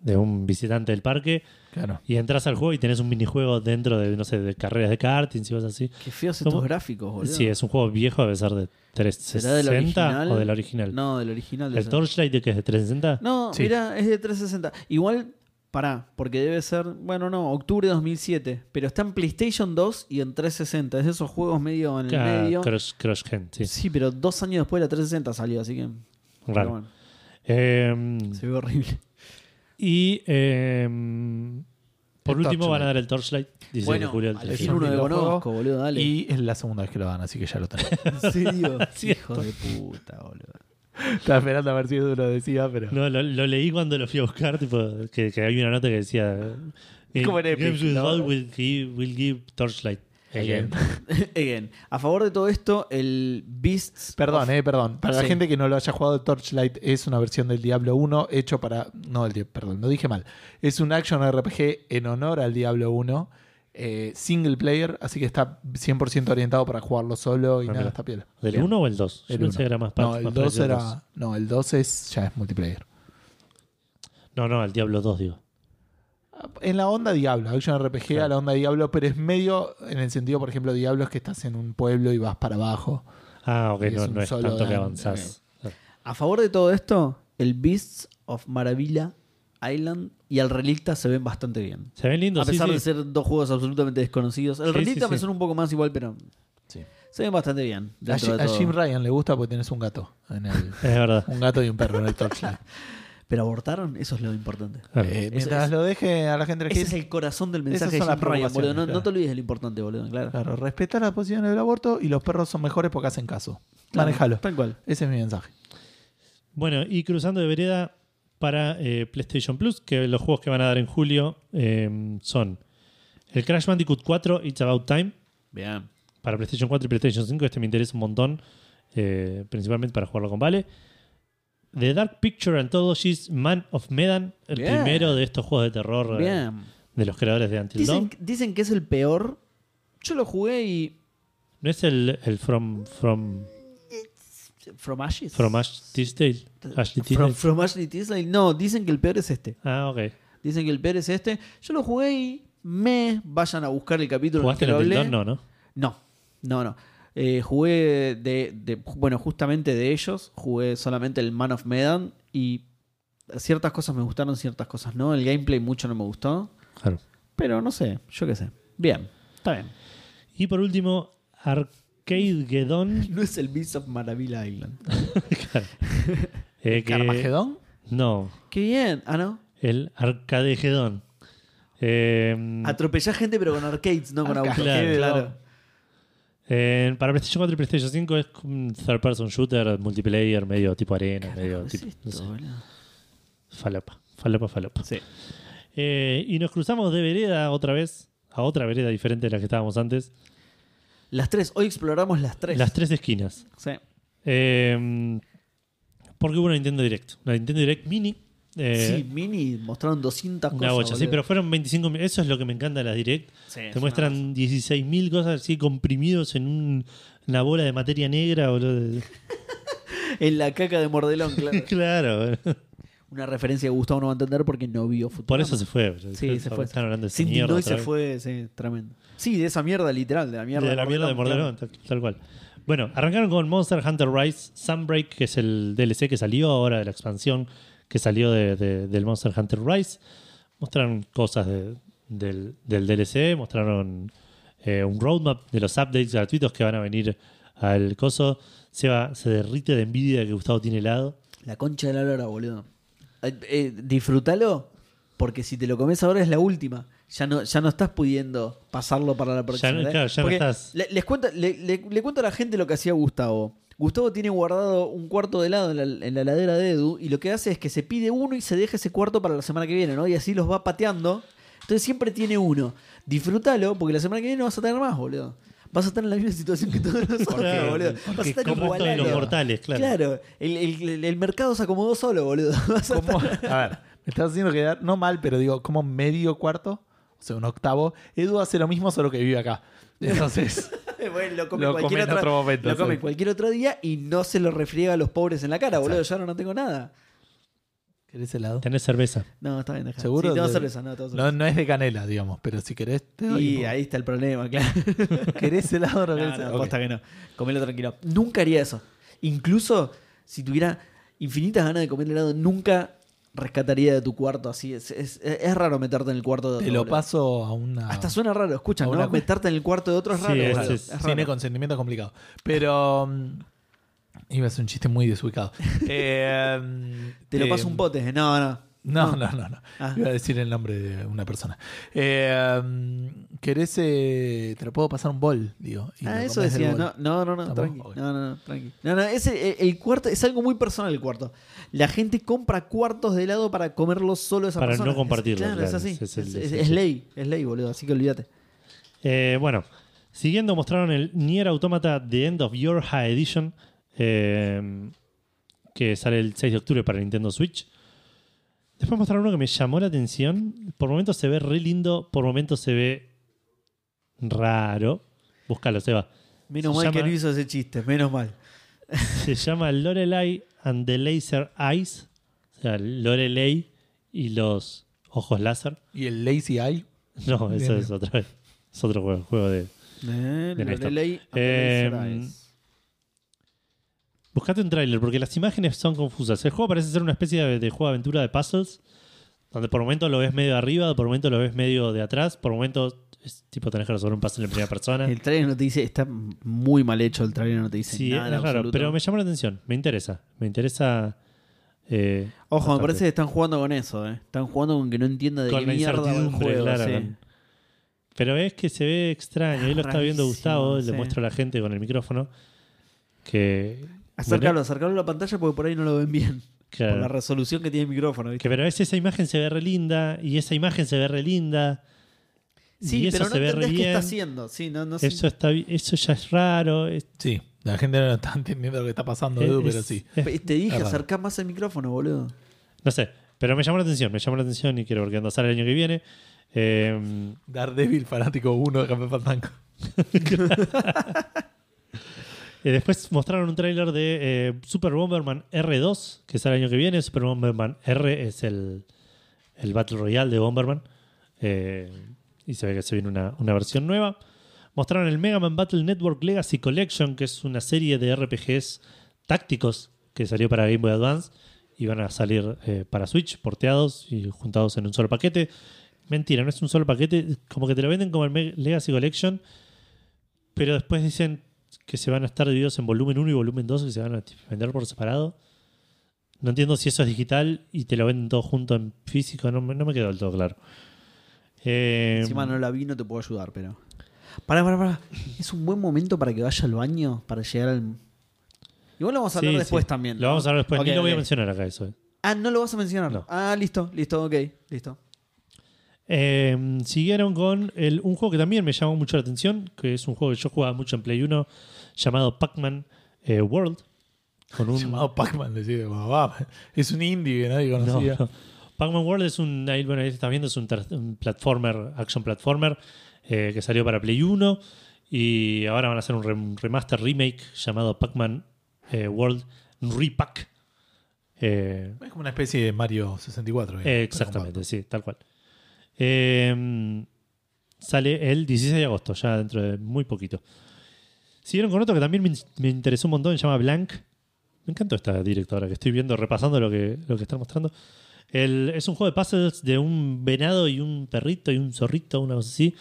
Speaker 2: de un visitante del parque.
Speaker 3: Claro.
Speaker 2: Y entras al juego y tenés un minijuego dentro de, no sé, de carreras de karting, si vas así.
Speaker 1: Qué feos
Speaker 2: ¿Cómo?
Speaker 1: estos gráficos, boludo.
Speaker 2: Sí, es un juego viejo, debe ser de 360
Speaker 1: ¿Será del original?
Speaker 2: o del original.
Speaker 1: No, del original.
Speaker 2: ¿El
Speaker 1: de-
Speaker 2: Torchlight de que es de 360?
Speaker 1: No,
Speaker 2: Sí.
Speaker 1: mira, es de 360. Igual, pará, porque debe ser, bueno, no, octubre de 2007. Pero está en PlayStation 2 y en 360. Es de esos juegos medio en el
Speaker 2: Ah,
Speaker 1: medio.
Speaker 2: Crush, Crush Hand, sí.
Speaker 1: Sí, pero dos años después de la 360 salió, así que. pero
Speaker 2: Raro.
Speaker 1: bueno,
Speaker 2: Em,
Speaker 1: se ve horrible.
Speaker 2: Y. em, por
Speaker 3: El
Speaker 2: último van a
Speaker 3: Torchlight.
Speaker 2: dar el Torchlight 16 de julio del
Speaker 1: al
Speaker 2: 360.
Speaker 1: fin uno que conozco, boludo, dale.
Speaker 3: Y es la segunda vez que lo dan, así que ya lo tenemos.
Speaker 1: En serio,
Speaker 2: Cierto.
Speaker 1: hijo de puta, boludo.
Speaker 3: Estaba esperando a ver si tú lo decía, pero.
Speaker 2: No, lo, lo leí cuando lo fui a buscar, tipo, que, que había una nota que decía... eh,
Speaker 3: como en Epic,
Speaker 2: Games with
Speaker 3: ¿no?
Speaker 2: God will, gi- will give Torchlight. Again.
Speaker 1: Again, a favor de todo esto, el Beasts.
Speaker 3: Perdón,
Speaker 1: of-
Speaker 3: eh, perdón. Para
Speaker 1: Sí.
Speaker 3: la gente que no lo haya jugado, Torchlight es una versión del Diablo 1 hecho para. No, el, di- perdón, lo dije mal. Es un action RPG en honor al Diablo 1, eh, single player, así que está 100% orientado para jugarlo solo y
Speaker 2: Ah,
Speaker 3: nada,
Speaker 2: mira.
Speaker 3: está piel.
Speaker 2: ¿Del
Speaker 3: Bien.
Speaker 2: 1 o el 2? Yo
Speaker 3: El
Speaker 2: pensé
Speaker 3: uno.
Speaker 2: que era más
Speaker 3: no,
Speaker 2: parte-
Speaker 3: el
Speaker 2: más
Speaker 3: 2
Speaker 2: parecido al
Speaker 3: era. No, el 2 es, ya es multiplayer.
Speaker 2: dos. No, no, el Diablo 2, digo.
Speaker 3: Ah, En la onda Diablo, action RPG a la onda Diablo, pero es medio en el sentido, por ejemplo, Diablo es que estás en un pueblo y vas para abajo.
Speaker 2: Ah, ok,
Speaker 3: Y es
Speaker 2: no,
Speaker 3: un
Speaker 2: no es
Speaker 3: solo
Speaker 2: tanto que
Speaker 3: dan-
Speaker 2: avanzás.
Speaker 1: A favor de todo esto, el Beasts of Maravilla Island y el Relicta se ven bastante bien.
Speaker 2: Se ven lindos,
Speaker 1: A
Speaker 2: sí,
Speaker 1: pesar
Speaker 2: sí.
Speaker 1: de ser dos juegos absolutamente desconocidos. El
Speaker 2: Sí,
Speaker 1: Relicta
Speaker 2: sí,
Speaker 1: me
Speaker 2: sí.
Speaker 1: suena un poco más igual, pero
Speaker 3: Sí.
Speaker 1: se ven bastante bien.
Speaker 3: A,
Speaker 1: dentro
Speaker 3: Ji-
Speaker 1: de
Speaker 3: a
Speaker 1: todo.
Speaker 3: Jim Ryan le gusta porque tenés un gato. En el,
Speaker 2: Es verdad.
Speaker 3: un gato y un perro en el Torchlight.
Speaker 1: Pero abortaron, eso es lo importante.
Speaker 2: Claro.
Speaker 3: Eh,
Speaker 1: Eso
Speaker 3: mientras
Speaker 1: es-
Speaker 3: lo deje a la gente
Speaker 1: Ese
Speaker 3: elegir.
Speaker 1: es el corazón del mensaje de
Speaker 3: esas son
Speaker 1: Jim
Speaker 3: las
Speaker 1: Ryan, boludo. No,
Speaker 3: preocupaciones,
Speaker 1: no te olvides de lo importante, boludo, claro.
Speaker 3: Claro, respetar las posiciones del aborto y los perros son mejores porque hacen caso. Manejalo.
Speaker 1: Tal cual.
Speaker 3: Ese es mi mensaje.
Speaker 2: Bueno, y cruzando de vereda para eh, PlayStation Plus, que los juegos que van a dar en julio eh, son el Crash Bandicoot 4, It's About Time,
Speaker 1: Bien.
Speaker 2: para PlayStation 4 y PlayStation 5. Este me interesa un montón, eh, principalmente para jugarlo con Vale. The Dark Picture Anthologies Man of Medan, el
Speaker 1: Bien.
Speaker 2: primero de estos juegos de terror eh,
Speaker 1: Bien.
Speaker 2: de los creadores de Until
Speaker 1: Dicen,
Speaker 2: Dawn.
Speaker 1: dicen que es el peor. Yo lo jugué y.
Speaker 2: ¿No es el, el From, from,
Speaker 1: From Ashes.
Speaker 2: from Ash Tisdale? Ashley
Speaker 1: From,
Speaker 2: Tisdale.
Speaker 1: From Ashley Tisdale. No, dicen que el peor es este.
Speaker 2: Ah, ok.
Speaker 1: Dicen que el peor es este. Yo lo jugué y me vayan a buscar el capítulo.
Speaker 2: ¿Jugaste
Speaker 1: en
Speaker 2: el
Speaker 1: el que
Speaker 2: Until
Speaker 1: lo
Speaker 2: Dawn?
Speaker 1: hablé.
Speaker 2: No, ¿no?
Speaker 1: No, no, no. Eh, jugué de, de- Bueno, justamente de ellos. Jugué solamente el Man of Medan y ciertas cosas me gustaron, ciertas cosas no. El gameplay mucho no me gustó.
Speaker 2: Claro.
Speaker 1: Pero no sé, yo qué sé. Bien, está bien.
Speaker 2: Y por último, Arcade Gedon.
Speaker 1: No es el Beast of Maravilla Island.
Speaker 2: eh, que-
Speaker 3: ¿Carmagedón?
Speaker 2: No,
Speaker 1: Qué bien. Ah, no.
Speaker 2: el Arcadegedón. Eh,
Speaker 1: Atropellá gente, pero con arcades, no con autos.
Speaker 2: Ah, Claro. Eh, para PlayStation 4 y PlayStation 5 es un third person shooter, multiplayer, medio tipo arena, medio
Speaker 1: ¿Qué es
Speaker 2: tipo.
Speaker 1: esto,
Speaker 2: no sé,
Speaker 1: boludo?
Speaker 2: falopa, falopa, falopa.
Speaker 1: Sí.
Speaker 2: Eh, y nos cruzamos de vereda otra vez, a otra vereda diferente de la que estábamos antes.
Speaker 1: Las tres, hoy exploramos las tres.
Speaker 2: Las tres esquinas.
Speaker 1: Sí.
Speaker 2: Eh, porque hubo una Nintendo Direct, una Nintendo Direct mini. eh,
Speaker 1: sí, Mini mostraron 200
Speaker 2: una
Speaker 1: cosas.
Speaker 2: bocha, sí,
Speaker 1: boludo.
Speaker 2: pero fueron 25 mi- Eso es lo que me encanta de las Direct.
Speaker 1: Sí, es
Speaker 2: Te
Speaker 1: una
Speaker 2: muestran 16.000 cosas así comprimidos en un- una bola de materia negra. boludo.
Speaker 1: En la caca de Mordelón, claro.
Speaker 2: claro.
Speaker 1: Una referencia que Gustavo no va a entender porque no vio fútbol.
Speaker 2: Por eso se fue. boludo.
Speaker 1: Sí, se fue.
Speaker 2: Están hablando de esa
Speaker 1: Se indignó
Speaker 2: mierda
Speaker 1: y
Speaker 2: otra
Speaker 1: se
Speaker 2: vez.
Speaker 1: fue, sí, tremendo. Sí, de esa mierda literal, de la mierda
Speaker 2: de la mierda de Mordelón, tal, tal cual. Bueno, arrancaron con Monster Hunter Rise Sunbreak, que es el DLC que salió ahora de la expansión que salió de- de- del Monster Hunter Rise. Mostraron cosas de- del, del DLC, mostraron eh, un roadmap de los updates gratuitos que van a venir al coso. Seba se derrite de envidia que Gustavo tiene helado.
Speaker 1: La concha de la lora, boludo. Eh, eh, disfrútalo, porque si te lo comes ahora es la última. Ya no, ya no estás pudiendo pasarlo para la próxima.
Speaker 2: no-
Speaker 1: ¿eh?
Speaker 2: claro, ya no
Speaker 1: Porque
Speaker 2: estás.
Speaker 1: le- les cuento, le, le- le cuento a la gente lo que hacía Gustavo. Gustavo tiene guardado un cuarto de helado en la, en la heladera de Edu y lo que hace es que se pide uno y se deja ese cuarto para la semana que viene, ¿no? Y así los va pateando. Entonces siempre tiene uno. Disfrútalo, porque la semana que viene no vas a tener más, boludo. Vas a estar en la misma situación que todos nosotros,
Speaker 2: Porque-
Speaker 1: boludo. Vas a
Speaker 2: porque
Speaker 1: estar
Speaker 2: como el resto de los
Speaker 1: igualado.
Speaker 2: mortales, claro.
Speaker 1: Claro, el, el- el mercado se acomodó solo, boludo. Vas a
Speaker 3: ¿Cómo? A ver, me estás haciendo quedar, no mal, pero digo, como medio cuarto, o sea, un octavo. Edu hace lo mismo, solo que vive acá. Entonces,
Speaker 1: estar- bueno, lo come,
Speaker 3: Lo come
Speaker 1: cualquier,
Speaker 3: en
Speaker 1: otro,
Speaker 3: otro momento,
Speaker 1: lo come
Speaker 3: sí.
Speaker 1: cualquier otro día y no se lo refriega a los pobres en la cara, boludo. Yo ahora no tengo nada.
Speaker 3: ¿querés helado?
Speaker 2: Tenés cerveza.
Speaker 1: No, está bien, dejá.
Speaker 3: ¿Seguro?
Speaker 1: Sí, tengo
Speaker 3: De-
Speaker 1: cerveza, no, tengo
Speaker 3: No,
Speaker 1: cerveza.
Speaker 3: no es de canela, digamos, pero si querés, te doy.
Speaker 1: y ahí está el problema, claro.
Speaker 3: ¿Querés helado o no
Speaker 1: No,
Speaker 3: querés
Speaker 1: no,
Speaker 3: helado?
Speaker 1: posta
Speaker 3: Ok.
Speaker 1: que no. Comelo tranquilo. Nunca haría eso. Incluso si tuviera infinitas ganas de comer helado, nunca rescataría de tu cuarto así. Es, es- es raro meterte en el cuarto de
Speaker 3: Te
Speaker 1: otro,
Speaker 3: lo
Speaker 1: boludo.
Speaker 3: paso a una.
Speaker 1: Hasta suena raro, escucha,
Speaker 3: A
Speaker 1: ¿no?
Speaker 3: una cu-
Speaker 1: Meterte en el cuarto de otro es
Speaker 2: Sí,
Speaker 1: raro.
Speaker 2: es-
Speaker 1: boludo.
Speaker 2: es-
Speaker 1: Es
Speaker 3: Cine
Speaker 1: raro.
Speaker 3: consentimiento es complicado. Pero. mm, iba a ser un chiste muy desubicado. Eh, mm,
Speaker 1: Te lo
Speaker 3: eh,
Speaker 1: paso un pote. No, no.
Speaker 3: No, no, no. no.
Speaker 1: Ah.
Speaker 3: Iba a decir el nombre de una persona. Eh, mm, ¿Querés. eh, te lo puedo pasar un bol, digo. y
Speaker 1: Ah,
Speaker 3: lo
Speaker 1: eso
Speaker 3: comés del
Speaker 1: decía.
Speaker 3: bol.
Speaker 1: No, no, no, no
Speaker 3: ¿Estamos?
Speaker 1: tranqui.
Speaker 3: Ok.
Speaker 1: No, no, no, tranqui. No, no, ese, eh, el cuarto es algo muy personal el cuarto. La gente compra cuartos de helado para comerlos solo esa
Speaker 2: Para
Speaker 1: persona.
Speaker 2: no
Speaker 1: Es-
Speaker 2: compartirlo,
Speaker 1: Claro, es
Speaker 2: claro,
Speaker 1: así.
Speaker 2: ese
Speaker 1: Es,
Speaker 2: es el- ese es
Speaker 1: es
Speaker 2: el-
Speaker 1: ley, es ley, boludo. Así que olvídate.
Speaker 2: Eh, bueno, siguiendo mostraron el Nier Automata The End of Your High Edition, eh, que sale el 6 de octubre para Nintendo Switch. Después mostraron uno que me llamó la atención. Por momentos se ve re lindo, por momentos se ve raro. Búscalo, Seba.
Speaker 1: Menos
Speaker 2: Se
Speaker 1: mal que
Speaker 2: llama-
Speaker 1: no hizo ese chiste, menos mal.
Speaker 2: Se llama Lorelei and the Laser Eyes. O sea, Lorelei y los ojos láser.
Speaker 3: ¿Y el Lazy Eye?
Speaker 2: No, eso
Speaker 3: Bien.
Speaker 2: es otra vez. Es otro juego, juego de,
Speaker 1: Eh,
Speaker 2: Bien, ahí está.
Speaker 1: Lorelei, Amanda
Speaker 2: Eh,
Speaker 1: Solares.
Speaker 2: Buscate un tráiler, porque las imágenes son confusas. El juego parece ser una especie de, de juego de aventura de puzzles, donde por momentos lo ves medio de arriba, por momentos lo ves medio de atrás, por momentos es tipo tenés que resolver un puzzle en primera persona.
Speaker 1: El trailer no te dice, está muy mal hecho el trailer, no te dice
Speaker 2: eh. Sí,
Speaker 1: nada. en
Speaker 2: es raro,
Speaker 1: absoluto.
Speaker 2: pero me llama la atención, me interesa. Me interesa. eh,
Speaker 1: Ojo, me
Speaker 2: bastante.
Speaker 1: parece que están jugando con eso, ¿eh? Están jugando con que no entienda de
Speaker 2: Con
Speaker 1: qué
Speaker 2: la
Speaker 1: mierda va el
Speaker 2: incertidumbre,
Speaker 1: juego.
Speaker 2: claro,
Speaker 1: sí.
Speaker 2: con- Pero es que se ve extraño, ahí lo está viendo
Speaker 1: Rarísimo,
Speaker 2: Gustavo,
Speaker 1: sí.
Speaker 2: le muestro a la gente con el micrófono que.
Speaker 1: Acércalo, acércalo a la pantalla porque por ahí no lo ven bien.
Speaker 2: Claro.
Speaker 1: Por la resolución que tiene el micrófono. ¿viste?
Speaker 2: Que pero a veces esa imagen se ve re linda, y esa imagen se ve re linda. y
Speaker 1: Sí,
Speaker 2: eso
Speaker 1: pero no
Speaker 2: se ve re
Speaker 1: entendés qué
Speaker 2: bien.
Speaker 1: está haciendo. Sí, no, no sé.
Speaker 2: Eso, está, bi- eso ya es raro. es-
Speaker 3: Sí, la gente no está entendiendo lo que está pasando, Edu,
Speaker 2: es-
Speaker 3: pero sí.
Speaker 2: es-
Speaker 1: Te dije,
Speaker 3: Es raro.
Speaker 1: acercá más el micrófono, boludo.
Speaker 2: no sé, pero me llamó la atención, me llamó la atención y quiero ver qué onda sale el año que viene. Eh,
Speaker 3: Daredevil, fanático 1 de Café Fandango.
Speaker 2: y eh, después mostraron un tráiler de eh, Super Bomberman R2, que sale el año que viene. Super Bomberman R es el, el Battle Royale de Bomberman. Eh, y se ve que se viene una, una versión nueva. Mostraron el Mega Man Battle Network Legacy Collection, que es una serie de RPGs tácticos que salió para Game Boy Advance y van a salir eh, para Switch, porteados y juntados en un solo paquete. Mentira, no es un solo paquete, como que te lo venden como el Me- Legacy Collection, pero después dicen que se van a estar divididos en volumen 1 y volumen 2 que se van a t- vender por separado. No entiendo si eso es digital y te lo venden todo junto en físico, no, me- no me quedó del todo claro. Eh,
Speaker 1: Encima no la vi, no te puedo ayudar, pero. Pará, pará, pará. Es un buen momento para que vaya al baño, para llegar al. Igual lo vamos a hablar
Speaker 2: sí,
Speaker 1: después
Speaker 2: sí.
Speaker 1: también.
Speaker 2: Lo
Speaker 1: ¿no?
Speaker 2: vamos a hablar después,
Speaker 1: Ok,
Speaker 2: ni lo voy a
Speaker 1: ok.
Speaker 2: mencionar acá eso. eh.
Speaker 1: Ah, no lo vas a mencionar.
Speaker 2: No.
Speaker 1: Ah, listo, listo, ok, listo.
Speaker 2: Eh, siguieron con el- un juego que también me llamó mucho la atención, que es un juego que yo jugaba mucho en Play 1, llamado Pac-Man eh, World. Con un,
Speaker 3: Llamado Pac-Man, decide, como, va, es un indie que nadie
Speaker 2: No,
Speaker 3: conocía.
Speaker 2: no. Pac-Man World es un, ahí, bueno, ahí estás viendo, es un, ter- un platformer, action platformer, eh, que salió para Play 1 y ahora van a hacer un rem- remaster remake llamado Pac-Man eh, World Repack. Eh,
Speaker 3: Es como una especie de Mario 64. digamos,
Speaker 2: eh,
Speaker 3: pero
Speaker 2: exactamente, sí, tal cual. Eh, sale el 16 de agosto, ya dentro de muy poquito. Siguieron con otro que también me, in- me interesó un montón, se llama Blank. Me encantó esta directora que estoy viendo, repasando lo que, lo que están mostrando. El- es un juego de puzzles de un venado y un perrito y un zorrito, una cosa así.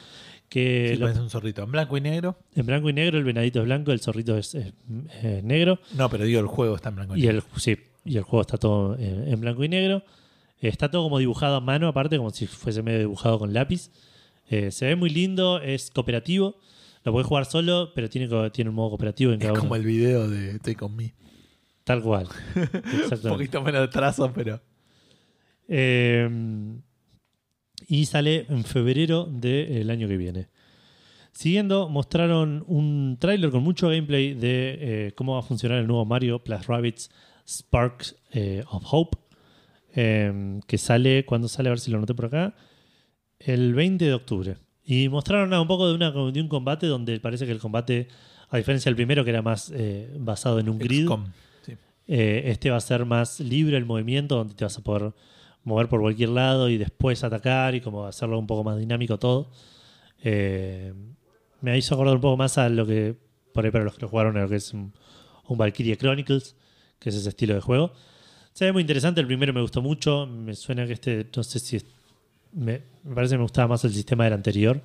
Speaker 2: Que
Speaker 3: Sí,
Speaker 2: Eh,
Speaker 3: pues.
Speaker 2: lo-
Speaker 3: parece un zorrito. En blanco y negro.
Speaker 2: en blanco y negro, el venadito es blanco, el zorrito es- es- es negro.
Speaker 3: No, pero digo, el juego está en blanco y,
Speaker 2: Y
Speaker 3: negro.
Speaker 2: el, sí, y el juego está todo en, en blanco y negro. Eh, Está todo como dibujado a mano, aparte, como si fuese medio dibujado con lápiz. Eh, se ve muy lindo, es cooperativo. Lo podés jugar solo, pero tiene, co- tiene un modo cooperativo en cada
Speaker 3: Es como
Speaker 2: uno.
Speaker 3: el video de Estoy con mí.
Speaker 2: Tal cual.
Speaker 3: Un
Speaker 2: Exactamente.
Speaker 3: poquito menos de trazo, pero.
Speaker 2: Eh, y sale en febrero del año que viene. Siguiendo, mostraron un tráiler con mucho gameplay de eh, cómo va a funcionar el nuevo Mario Plus Rabbits Sparks eh, of Hope. eh, que sale, cuando sale? A ver si lo noté por acá. El 20 de octubre. Y mostraron nada, un poco de, una, de un combate donde parece que el combate, a diferencia del primero, que era más eh, basado en un grid.
Speaker 3: XCOM. Sí.
Speaker 2: Eh, este va a ser más libre el movimiento, donde te vas a poder mover por cualquier lado y después atacar y como hacerlo un poco más dinámico todo. Eh, me hizo acordar un poco más a lo que, por ahí para los que lo jugaron, a lo que es un, un Valkyrie Chronicles, que es ese estilo de juego. Se ve muy interesante, el primero me gustó mucho, me suena que este, no sé si es- me, me parece que me gustaba más el sistema del anterior,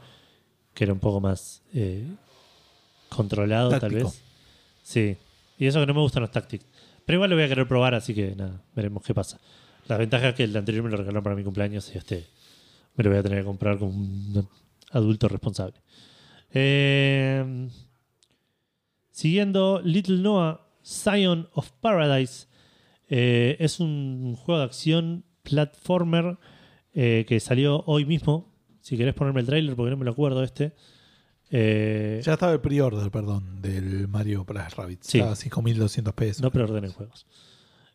Speaker 2: que era un poco más eh, controlado tal
Speaker 3: Táctico.
Speaker 2: vez. Sí, y eso que no me gustan los tactics. Pero igual lo voy a querer probar, así que nada, veremos qué pasa. La ventaja es que el anterior me lo regalaron para mi cumpleaños y este me lo voy a tener que comprar como un adulto responsable. Eh, siguiendo, Little Noah, Scion of Paradise. Eh, es un juego de acción platformer eh, que salió hoy mismo. Si querés ponerme el trailer, porque no me lo acuerdo este. Eh,
Speaker 3: Ya estaba el pre-order, perdón, del Mario Plus Rabbits.
Speaker 2: Sí.
Speaker 3: Estaba a 5.200 pesos.
Speaker 2: No preordenen juegos.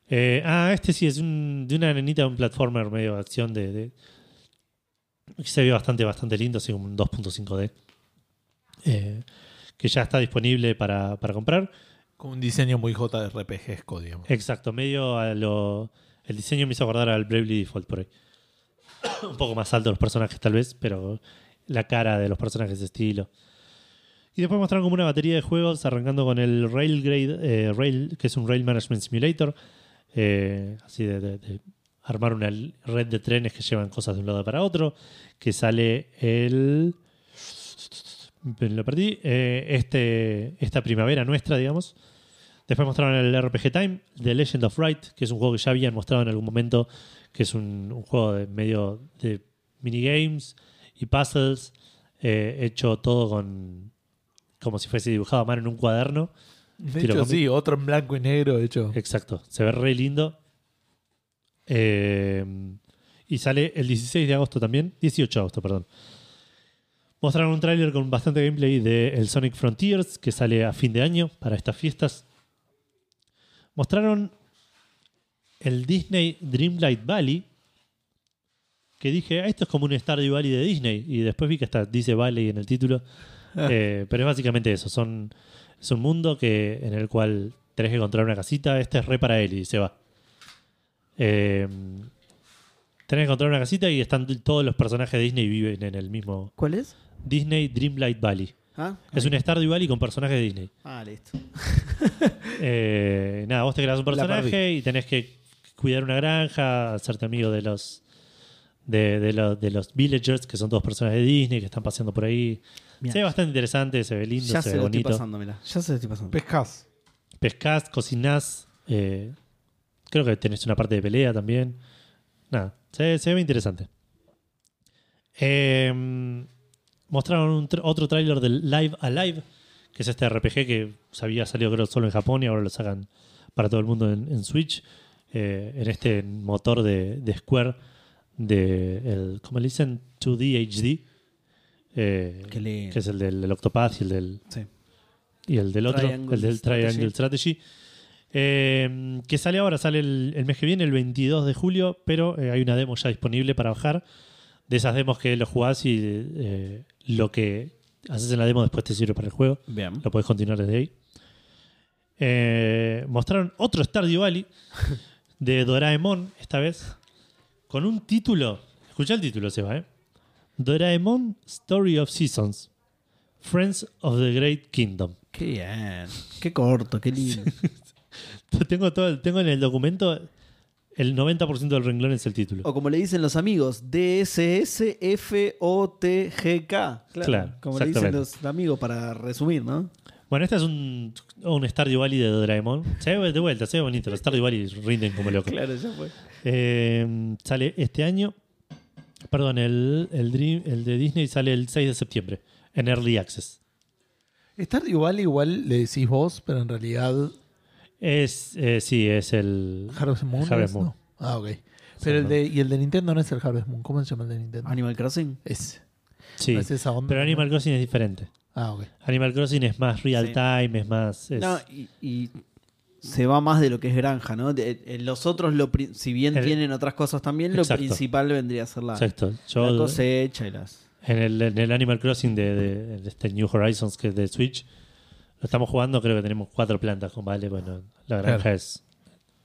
Speaker 2: Eh, ah, este sí es un- de una nenita, un platformer medio de acción de, de- que se vio bastante, bastante lindo, así como un 2.5D. Eh, que ya está disponible para, para comprar.
Speaker 3: Con un diseño muy JRPG-esco, digamos.
Speaker 2: Exacto, medio a lo. El diseño me hizo acordar al Bravely Default por ahí. Un poco más alto los personajes, tal vez, pero la cara de los personajes de estilo. Y después mostraron como una batería de juegos, arrancando con el Railgrade, eh, Rail, que es un Rail Management Simulator. eh, así de, de- de armar una l- red de trenes que llevan cosas de un lado para otro. Que sale el. Lo perdí. eh, este, esta primavera nuestra, digamos. Después mostraron el RPG Time, The Legend of Right, que es un juego que ya habían mostrado en algún momento, que es un, un juego de medio de minigames y puzzles, eh, hecho todo con como si fuese dibujado a mano en un cuaderno.
Speaker 3: De
Speaker 2: Tiro Eh,
Speaker 3: hecho,
Speaker 2: cómic.
Speaker 3: sí, otro en blanco y negro, de hecho.
Speaker 2: Exacto, se ve re lindo. Eh, y sale el 16 de agosto también, 18 de agosto, perdón. Mostraron un tráiler con bastante gameplay de el Sonic Frontiers, que sale a fin de año para estas fiestas. Mostraron el Disney Dreamlight Valley, que dije, "Ah, esto es como un Stardew Valley de Disney, y después vi que hasta dice Valley en el título. Eh, pero es básicamente eso, son es un mundo que, en el cual tenés que encontrar una casita. Este es re para él y se va. Eh, tenés que encontrar una casita y están todos los personajes de Disney viven en el mismo
Speaker 1: ¿Cuál es?
Speaker 2: Disney Dreamlight Valley.
Speaker 1: Ah,
Speaker 2: Es un Stardew Valley con personajes de Disney.
Speaker 1: ah listo.
Speaker 2: Eh, nada, vos te creas un
Speaker 3: La
Speaker 2: personaje y tenés que cuidar una granja, hacerte amigo de los de, de los de los villagers, que son todos personajes de Disney que están paseando por ahí.
Speaker 1: Mirá,
Speaker 2: se ve bastante interesante, se ve lindo,
Speaker 1: ya
Speaker 2: se
Speaker 1: se
Speaker 2: ve
Speaker 1: lo estoy
Speaker 2: bonito.
Speaker 1: pasando, mirá. Ya se lo estoy pasando.
Speaker 3: Pescas.
Speaker 2: pescás, cocinás. eh, creo que tenés una parte de pelea también. Nada, se, se ve interesante. Eh, mostraron un tr- otro tráiler del Live Alive, que es este RPG que se había salido creo solo en Japón y ahora lo sacan para todo el mundo en, en Switch. eh, en este motor de, de Square de el, ¿cómo le dicen? 2D HD. eh,
Speaker 1: Qué lindo.
Speaker 2: que es el del, del Octopath y el del,
Speaker 1: Sí.
Speaker 2: y el del otro,
Speaker 1: Triangle
Speaker 2: el del
Speaker 1: Strategy.
Speaker 2: Triangle Strategy. Eh, que sale ahora, sale el, el mes que viene, el 22 de julio, pero eh, hay una demo ya disponible para bajar. De esas demos que lo jugás y eh, lo que haces en la demo después te sirve para el juego.
Speaker 1: Bien.
Speaker 2: Lo podés continuar desde ahí. Eh, mostraron otro Stardew Valley de Doraemon, esta vez, con un título. Escucha el título, Seba, ¿eh? Doraemon Story of Seasons. Friends of the Great Kingdom.
Speaker 1: Qué bien. Qué corto, qué lindo.
Speaker 2: Tengo, todo, el- tengo en el documento el 90% del renglón es el título.
Speaker 1: O como le dicen los amigos, DSSFOTGK. Claro,
Speaker 2: Claro,
Speaker 1: como le dicen
Speaker 2: exactamente.
Speaker 1: los amigos para resumir, ¿no?
Speaker 2: Bueno, este es un, un Stardew Valley de Doraemon. Se ve de vuelta, se ve bonito. Los Stardew Valley rinden como locos.
Speaker 1: Claro, ya fue.
Speaker 2: Eh, sale este año. Perdón, el, el, Dream- el de Disney sale el 6 de septiembre en Early Access.
Speaker 3: Stardew Valley igual le decís vos, pero en realidad
Speaker 2: Es, eh, sí, es el.
Speaker 3: Harvest Moon. es,
Speaker 2: Harvest Moon.
Speaker 3: ¿no? Ah, ok. Pero el
Speaker 2: no.
Speaker 3: de, y el de Nintendo no es el Harvest Moon. ¿Cómo se llama el de Nintendo?
Speaker 1: Animal Crossing.
Speaker 3: Es,
Speaker 2: Sí.
Speaker 3: no es esa onda.
Speaker 2: Pero
Speaker 3: ¿no?
Speaker 2: Animal Crossing es diferente.
Speaker 3: Ah, ok.
Speaker 2: Animal Crossing es más real
Speaker 1: Sí.
Speaker 2: time, es más. es-
Speaker 1: No, y, y se va más de lo que es granja, ¿no? De- de- los otros, lo, pri- si bien
Speaker 2: El-
Speaker 1: tienen otras cosas también, lo
Speaker 2: Exacto.
Speaker 1: principal vendría a ser la,
Speaker 2: exacto.
Speaker 1: la
Speaker 2: Yo,
Speaker 1: cosecha y las...
Speaker 2: en, el, en el Animal Crossing de, de- de este New Horizons que es de Switch, lo estamos jugando, creo que tenemos cuatro plantas con Vale. Bueno, la granja
Speaker 3: Claro.
Speaker 2: es.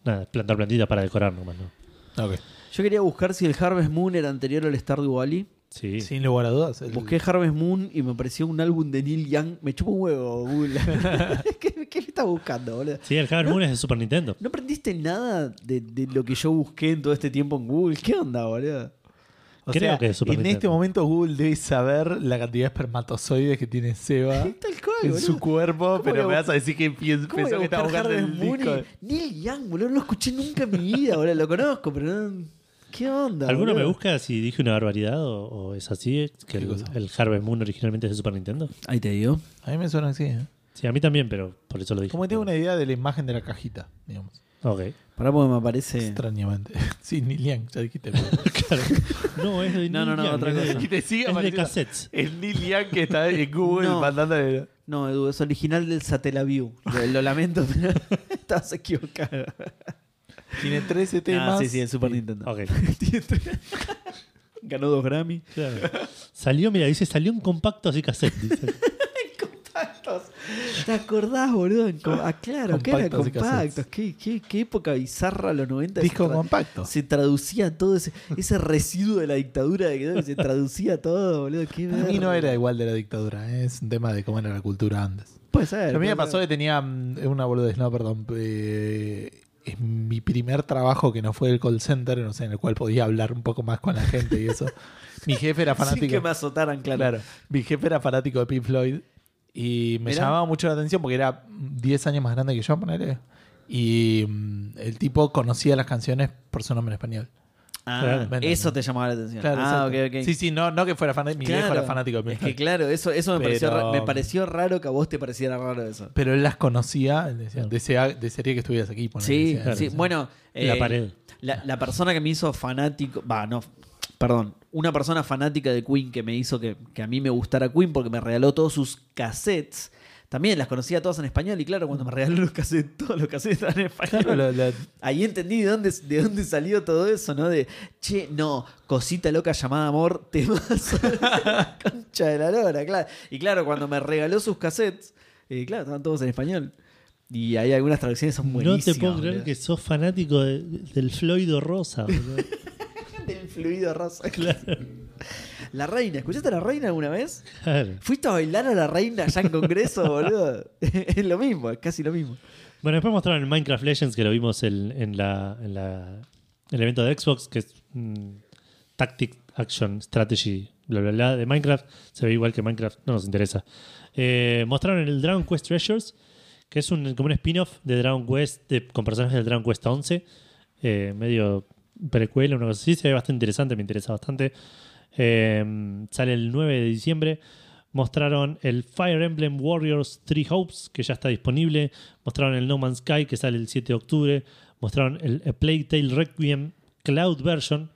Speaker 2: Nada, plantar plantitas para decorar nomás, ¿no?
Speaker 3: Ok.
Speaker 1: Yo quería buscar si el Harvest Moon era anterior al Stardew Valley.
Speaker 2: Sí.
Speaker 3: Sin lugar a dudas. el-
Speaker 1: Busqué Harvest Moon y me apareció un álbum de Neil Young. Me chupa un huevo, Google. ¿Qué, ¿Qué me estás buscando, boludo?
Speaker 2: Sí, el Harvest Moon es de Super Nintendo.
Speaker 1: ¿No aprendiste nada de, de lo que yo busqué en todo este tiempo en Google? ¿Qué onda, boludo?
Speaker 3: o
Speaker 2: creo
Speaker 3: sea,
Speaker 2: que es Super
Speaker 3: en
Speaker 2: Nintendo.
Speaker 3: este momento Google debe saber la cantidad de espermatozoides que tiene Seba
Speaker 1: Tal cual,
Speaker 3: ¿Ah? en
Speaker 1: boludo.
Speaker 3: su cuerpo,
Speaker 1: ¿Cómo voy a
Speaker 3: pero me vas a decir que pienso
Speaker 1: ¿Cómo voy a
Speaker 3: que estaba
Speaker 1: buscar
Speaker 3: buscando
Speaker 1: Harvest
Speaker 3: el
Speaker 1: Moon?
Speaker 3: disco. de-
Speaker 1: y- Neil Young, boludo. No lo escuché nunca en mi vida, boludo. Lo conozco, pero no... ¿Qué onda?
Speaker 2: ¿Alguno
Speaker 1: boludo?
Speaker 2: me busca si dije una barbaridad o, o es así? eh, ¿Que
Speaker 3: ¿Qué
Speaker 2: el,
Speaker 3: cosa?
Speaker 2: el Harvest Moon originalmente es de Super Nintendo?
Speaker 1: Ahí te digo.
Speaker 3: A mí me suena así. ¿eh?
Speaker 2: Sí, a mí también, pero por eso lo dije.
Speaker 3: Como que tengo una idea de la imagen de la cajita, digamos.
Speaker 2: Ok.
Speaker 1: Pará porque me aparece...
Speaker 3: Extrañamente. Sí, Neil Young, ya dijiste. pero-
Speaker 2: Claro. No, es de
Speaker 1: No, no, no,
Speaker 2: Neil Young,
Speaker 1: otra
Speaker 2: es de-
Speaker 1: cosa.
Speaker 3: y te sigue
Speaker 2: Es de
Speaker 3: apareciendo
Speaker 2: cassettes.
Speaker 3: el Neil Young que está en Google
Speaker 1: No.
Speaker 3: mandándole-
Speaker 1: No, Edu, es original del Satellaview. Lo, lo lamento, pero estabas equivocado.
Speaker 3: Tiene 13
Speaker 1: Ah,
Speaker 3: temas.
Speaker 1: sí, sí, el Super Nintendo.
Speaker 2: Ok.
Speaker 1: Ganó dos Grammy.
Speaker 2: Claro. Salió, mira, dice, salió en compactos y cassette. dice.
Speaker 1: ¿Te acordás, boludo? En com- Ah, claro, que eran
Speaker 3: Compactos y
Speaker 1: compactos.
Speaker 3: cassettes.
Speaker 1: Qué, qué- qué época bizarra los 90.
Speaker 3: Disco
Speaker 1: se, tra-
Speaker 3: compacto.
Speaker 1: se traducía todo ese, ese residuo de la dictadura de que se traducía todo, boludo. Qué
Speaker 3: A mí no
Speaker 1: verga.
Speaker 3: era igual de la dictadura, ¿eh? es un tema de cómo era la cultura antes.
Speaker 1: Puede ser.
Speaker 3: A mí me
Speaker 1: puede
Speaker 3: pasó que
Speaker 1: ser.
Speaker 3: tenía mm, una boludez, no, perdón. eh, en mi primer trabajo que no fue el call center, no sé, en el cual podía hablar un poco más con la gente y eso. Mi jefe era
Speaker 1: Sin
Speaker 3: fanático.
Speaker 1: que me azotaran, claro.
Speaker 3: Claro. Mi jefe era fanático de Pink Floyd y me
Speaker 1: Mirá.
Speaker 3: llamaba mucho la atención porque era 10 años más grande que yo, ponele. Y mm, el tipo conocía las canciones por su nombre en español.
Speaker 1: Ah,
Speaker 2: Claro.
Speaker 3: Bueno,
Speaker 1: eso
Speaker 3: no.
Speaker 1: te llamaba la atención.
Speaker 3: Claro,
Speaker 1: ah, ok,
Speaker 3: exacto.
Speaker 1: ok.
Speaker 3: Sí, sí, no, no que fuera fanático, mi viejo
Speaker 1: Claro.
Speaker 3: era fanático de Pink
Speaker 1: Es que
Speaker 3: Floyd.
Speaker 1: claro, eso, eso me, pareció
Speaker 3: Pero-
Speaker 1: ra- me pareció raro que a vos te pareciera raro eso.
Speaker 3: Pero él las conocía, él decía,
Speaker 2: Claro.
Speaker 3: desea- desearía que estuvieras aquí. ponele,
Speaker 1: Sí,
Speaker 3: decía,
Speaker 1: sí.
Speaker 3: decía.
Speaker 1: Bueno, eh,
Speaker 2: La pared.
Speaker 1: La, la persona que me hizo fanático. Va, no. Perdón. Una persona fanática de Queen que me hizo que, que a mí me gustara Queen porque me regaló todos sus cassettes. También las conocía todas en español y claro, cuando me regaló los cassettes, todos los cassettes estaban en español.
Speaker 3: Claro, lo- lo-
Speaker 1: Ahí entendí de dónde, de dónde salió todo eso, ¿no? De, che, no, cosita loca llamada amor, te vas a la concha de la lora, claro. Y claro, cuando me regaló sus cassettes, eh, claro, estaban todos en español. Y hay algunas traducciones son
Speaker 2: No
Speaker 1: buenísimas.
Speaker 2: te puedo creer
Speaker 1: boludo.
Speaker 2: que sos fanático de- del Floydo Rosa. boludo.
Speaker 1: Del fluido rosa. La reina, ¿escuchaste a la reina alguna vez?
Speaker 2: Claro.
Speaker 1: ¿Fuiste a bailar a la reina allá en Congreso, boludo? es lo mismo, es casi lo mismo.
Speaker 2: Bueno, después mostraron el Minecraft Legends que lo vimos en, en la, en la- el evento de Xbox, que es mm, Tactic Action Strategy, bla, bla, bla, de Minecraft. Se ve igual que Minecraft, no nos interesa. Eh, mostraron el Dragon Quest Treasures, que es un, como un spin-off de Dragon Quest de- con personajes de Dragon Quest 11, eh, medio precuela, una cosa así. Se ve bastante interesante, me interesa bastante. Eh, sale el 9 de diciembre. Mostraron el Fire Emblem Warriors Three Hopes, que ya está disponible. Mostraron el No Man's Sky, que sale el 7 de octubre. Mostraron el A Plague Tale Requiem Cloud Version,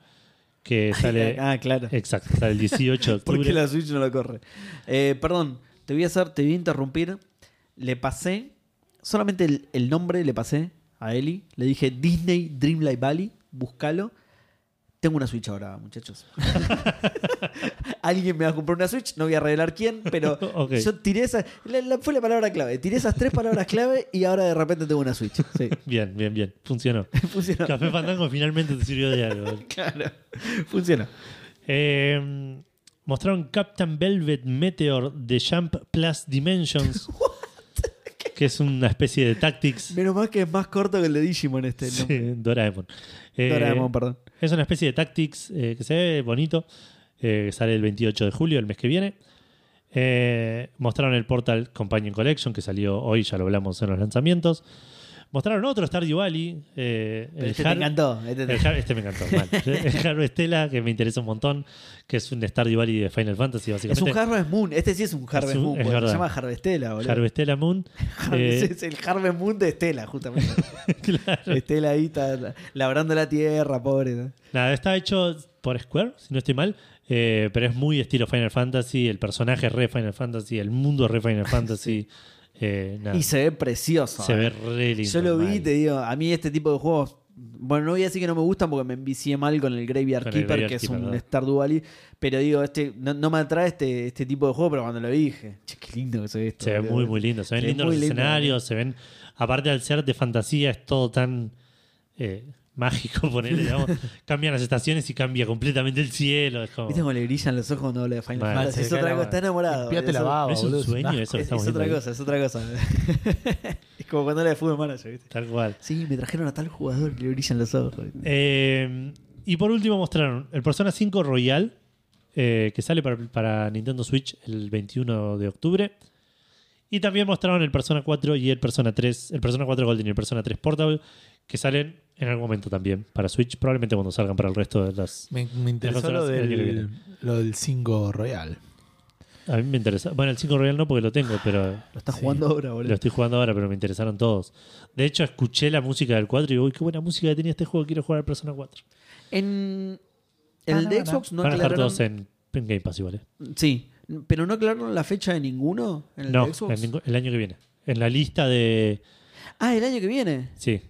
Speaker 2: que sale.
Speaker 1: ah, claro.
Speaker 2: Exacto, sale el 18 de octubre.
Speaker 1: Porque la Switch no lo corre. Eh, perdón, te voy a hacer, te voy a interrumpir. Le pasé, solamente el, el nombre le pasé a Eli. Le dije Disney Dreamlight Valley, búscalo. Tengo una Switch ahora, muchachos. Alguien me va a comprar una Switch, no voy a revelar quién, pero
Speaker 2: Ok.
Speaker 1: yo tiré esa. la- la- fue la palabra clave. Tiré esas tres palabras clave y ahora de repente tengo una Switch. Sí.
Speaker 2: Bien, bien, bien. Funcionó.
Speaker 1: Funcionó.
Speaker 2: Café Fandango finalmente te sirvió de algo.
Speaker 1: Claro. Funciona.
Speaker 2: Eh, mostraron Captain Velvet Meteor de Jump Plus Dimensions. Que es una especie de Tactics.
Speaker 1: Menos mal que es más corto que el de Digimon este. ¿no?
Speaker 2: Sí, Doraemon. Eh,
Speaker 1: Doraemon, perdón.
Speaker 2: Es una especie de Tactics eh, que se ve bonito. eh, que sale el 28 de julio, el mes que viene. Eh, mostraron el Portal Companion Collection que salió hoy, ya lo hablamos en los lanzamientos. Mostraron otro Stardew Valley. eh,
Speaker 1: Pero
Speaker 2: el
Speaker 1: este te
Speaker 2: Har-
Speaker 1: encantó. Este te-
Speaker 2: el Har- este me encantó. mal. El Harvestella, que me interesa un montón, que es un Stardew Valley de Final Fantasy,
Speaker 1: Es un
Speaker 2: básicamente.
Speaker 1: Harvest Moon. Este sí es un Harvest
Speaker 2: Es un-
Speaker 1: Moon.
Speaker 2: es
Speaker 1: boludo.
Speaker 2: verdad.
Speaker 1: se llama Harvestella, boludo.
Speaker 2: Harvestella Moon. eh,
Speaker 1: es el Harvest Moon de Estela, justamente.
Speaker 2: claro.
Speaker 1: Estela ahí está labrando la tierra, pobre. ¿no?
Speaker 2: Nada, está hecho por Square, si no estoy mal, eh, pero es muy estilo Final Fantasy, el personaje es re Final Fantasy, el mundo es re Final Fantasy. eh, nada,
Speaker 1: Y se ve precioso.
Speaker 2: se ve re lindo.
Speaker 1: Yo lo vi y
Speaker 2: mal.
Speaker 1: te digo, a mí este tipo de juegos, bueno, no voy a decir que no me gustan porque me envicié mal con el Graveyard
Speaker 2: Con el
Speaker 1: Keeper,
Speaker 2: Graveyard
Speaker 1: que es
Speaker 2: Keeper,
Speaker 1: un
Speaker 2: ¿verdad?
Speaker 1: Stardew Valley, pero digo, este no, no me atrae este, este tipo de juego, pero cuando lo vi dije, che, qué lindo que se ve esto.
Speaker 2: Se ve
Speaker 1: boludo".
Speaker 2: muy, muy lindo. Se ven
Speaker 1: Se ve
Speaker 2: lindos
Speaker 1: muy
Speaker 2: los
Speaker 1: lindo, eh.
Speaker 2: escenarios, se ven. Aparte al ser de fantasía, es todo tan eh, mágico, ponerle, digamos. Cambian las estaciones y cambia completamente el cielo. Es como,
Speaker 1: ¿Viste cómo le brillan los ojos cuando habla de Final
Speaker 2: Mal,
Speaker 1: Fantasy?
Speaker 3: se
Speaker 1: Es
Speaker 3: ve
Speaker 1: otra
Speaker 3: que la-
Speaker 1: cosa, está enamorado.
Speaker 3: Limpiate
Speaker 1: boludo.
Speaker 3: la baba,
Speaker 2: es un
Speaker 3: boludo.
Speaker 2: sueño
Speaker 3: asco.
Speaker 2: eso que
Speaker 1: Es,
Speaker 2: estamos
Speaker 1: es otra
Speaker 2: viendo ahí.
Speaker 1: cosa, es otra cosa. es como cuando habla de Fútbol Manager, ¿viste?
Speaker 2: Tal cual.
Speaker 1: Sí, me trajeron a tal jugador que le brillan los ojos.
Speaker 2: Eh, y por último mostraron el Persona 5 Royal, eh, que sale para, para Nintendo Switch el 21 de octubre. Y también mostraron el Persona 4 y el Persona 3, el Persona 4 Golden y el Persona 3 Portable, que salen en algún momento también para Switch, probablemente cuando salgan para el resto de las...
Speaker 3: Me, me interesó
Speaker 2: Mejor
Speaker 3: lo
Speaker 2: será el año que
Speaker 3: del, lo del 5 Royal.
Speaker 2: A mí me interesa. Bueno, el 5 Royal no porque lo tengo, pero
Speaker 1: Lo está jugando ahora,
Speaker 2: lo
Speaker 1: boludo.
Speaker 2: estoy jugando ahora, pero me interesaron todos. De hecho, escuché la música del 4 y digo, uy, qué buena música que tenía este juego, quiero jugar al Persona 4.
Speaker 1: En el de Xbox Ah, no
Speaker 2: Van a estar
Speaker 1: aclararon.
Speaker 2: todos en, en Game Pass igual. eh.
Speaker 1: Sí, pero no aclararon la fecha de ninguno en el
Speaker 2: No,
Speaker 1: de Xbox.
Speaker 2: en ningún- el año que viene. En la lista de.
Speaker 1: Ah, el año que viene.
Speaker 2: Sí.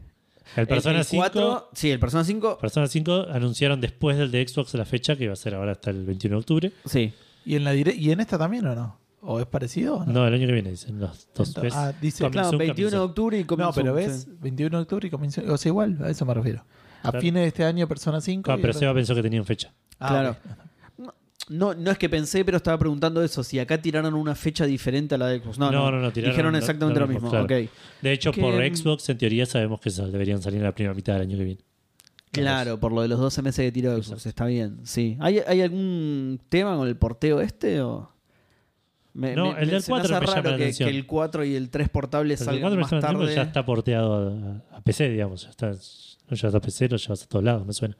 Speaker 2: El Persona,
Speaker 1: El- el
Speaker 2: 5,
Speaker 1: cuatro- sí, el Persona 5.
Speaker 2: Persona 5 anunciaron después del de Xbox la fecha, que va a ser ahora hasta el 21 de octubre.
Speaker 1: Sí.
Speaker 3: ¿Y en, la dire- ¿Y en esta también o no? ¿O es parecido o no?
Speaker 2: No, el año que viene, dicen los dos.
Speaker 3: Ento-
Speaker 2: ¿ves?
Speaker 3: ah, dice-
Speaker 2: Coming
Speaker 1: Claro,
Speaker 2: soon,
Speaker 1: 21 de
Speaker 2: coming soon.
Speaker 1: octubre y
Speaker 3: No,
Speaker 1: comienzo.
Speaker 3: pero ves, 21 de octubre y comenzó. O sea, igual, a eso me refiero. A
Speaker 2: Claro.
Speaker 3: fines de este año, Persona 5.
Speaker 2: Ah,
Speaker 3: y
Speaker 2: pero
Speaker 3: ahora-
Speaker 2: Seba pensó que tenían fecha.
Speaker 3: Ah,
Speaker 1: claro.
Speaker 3: ok.
Speaker 1: No, no es que pensé, pero estaba preguntando eso. Si acá tiraron una fecha diferente a la de Xbox. No,
Speaker 2: No, no, no, tiraron
Speaker 1: Dijeron
Speaker 2: lo-
Speaker 1: exactamente
Speaker 2: lo
Speaker 1: lo,
Speaker 2: mismo,
Speaker 1: mismo.
Speaker 2: claro.
Speaker 1: Ok.
Speaker 2: De hecho,
Speaker 1: Que,
Speaker 2: por
Speaker 1: mm,
Speaker 2: Xbox, en teoría, sabemos que sal- deberían salir en la primera mitad del año que viene.
Speaker 1: Claro, por lo de los 12 meses que tiró Xbox. Está bien, sí. ¿Hay, hay algún tema con el porteo este o...? Me-
Speaker 2: No, el del
Speaker 1: se me
Speaker 2: 4
Speaker 1: hace
Speaker 2: me llama
Speaker 1: raro
Speaker 2: la
Speaker 1: que,
Speaker 2: atención.
Speaker 1: que el 4 y el 3 portable
Speaker 2: Entonces, el
Speaker 1: salgan
Speaker 2: 4
Speaker 1: más
Speaker 2: Persona 5
Speaker 1: tarde.
Speaker 2: ya está porteado a, a PC, digamos. Ya está, no llevas a PC, lo llevas a todos lados, me suena.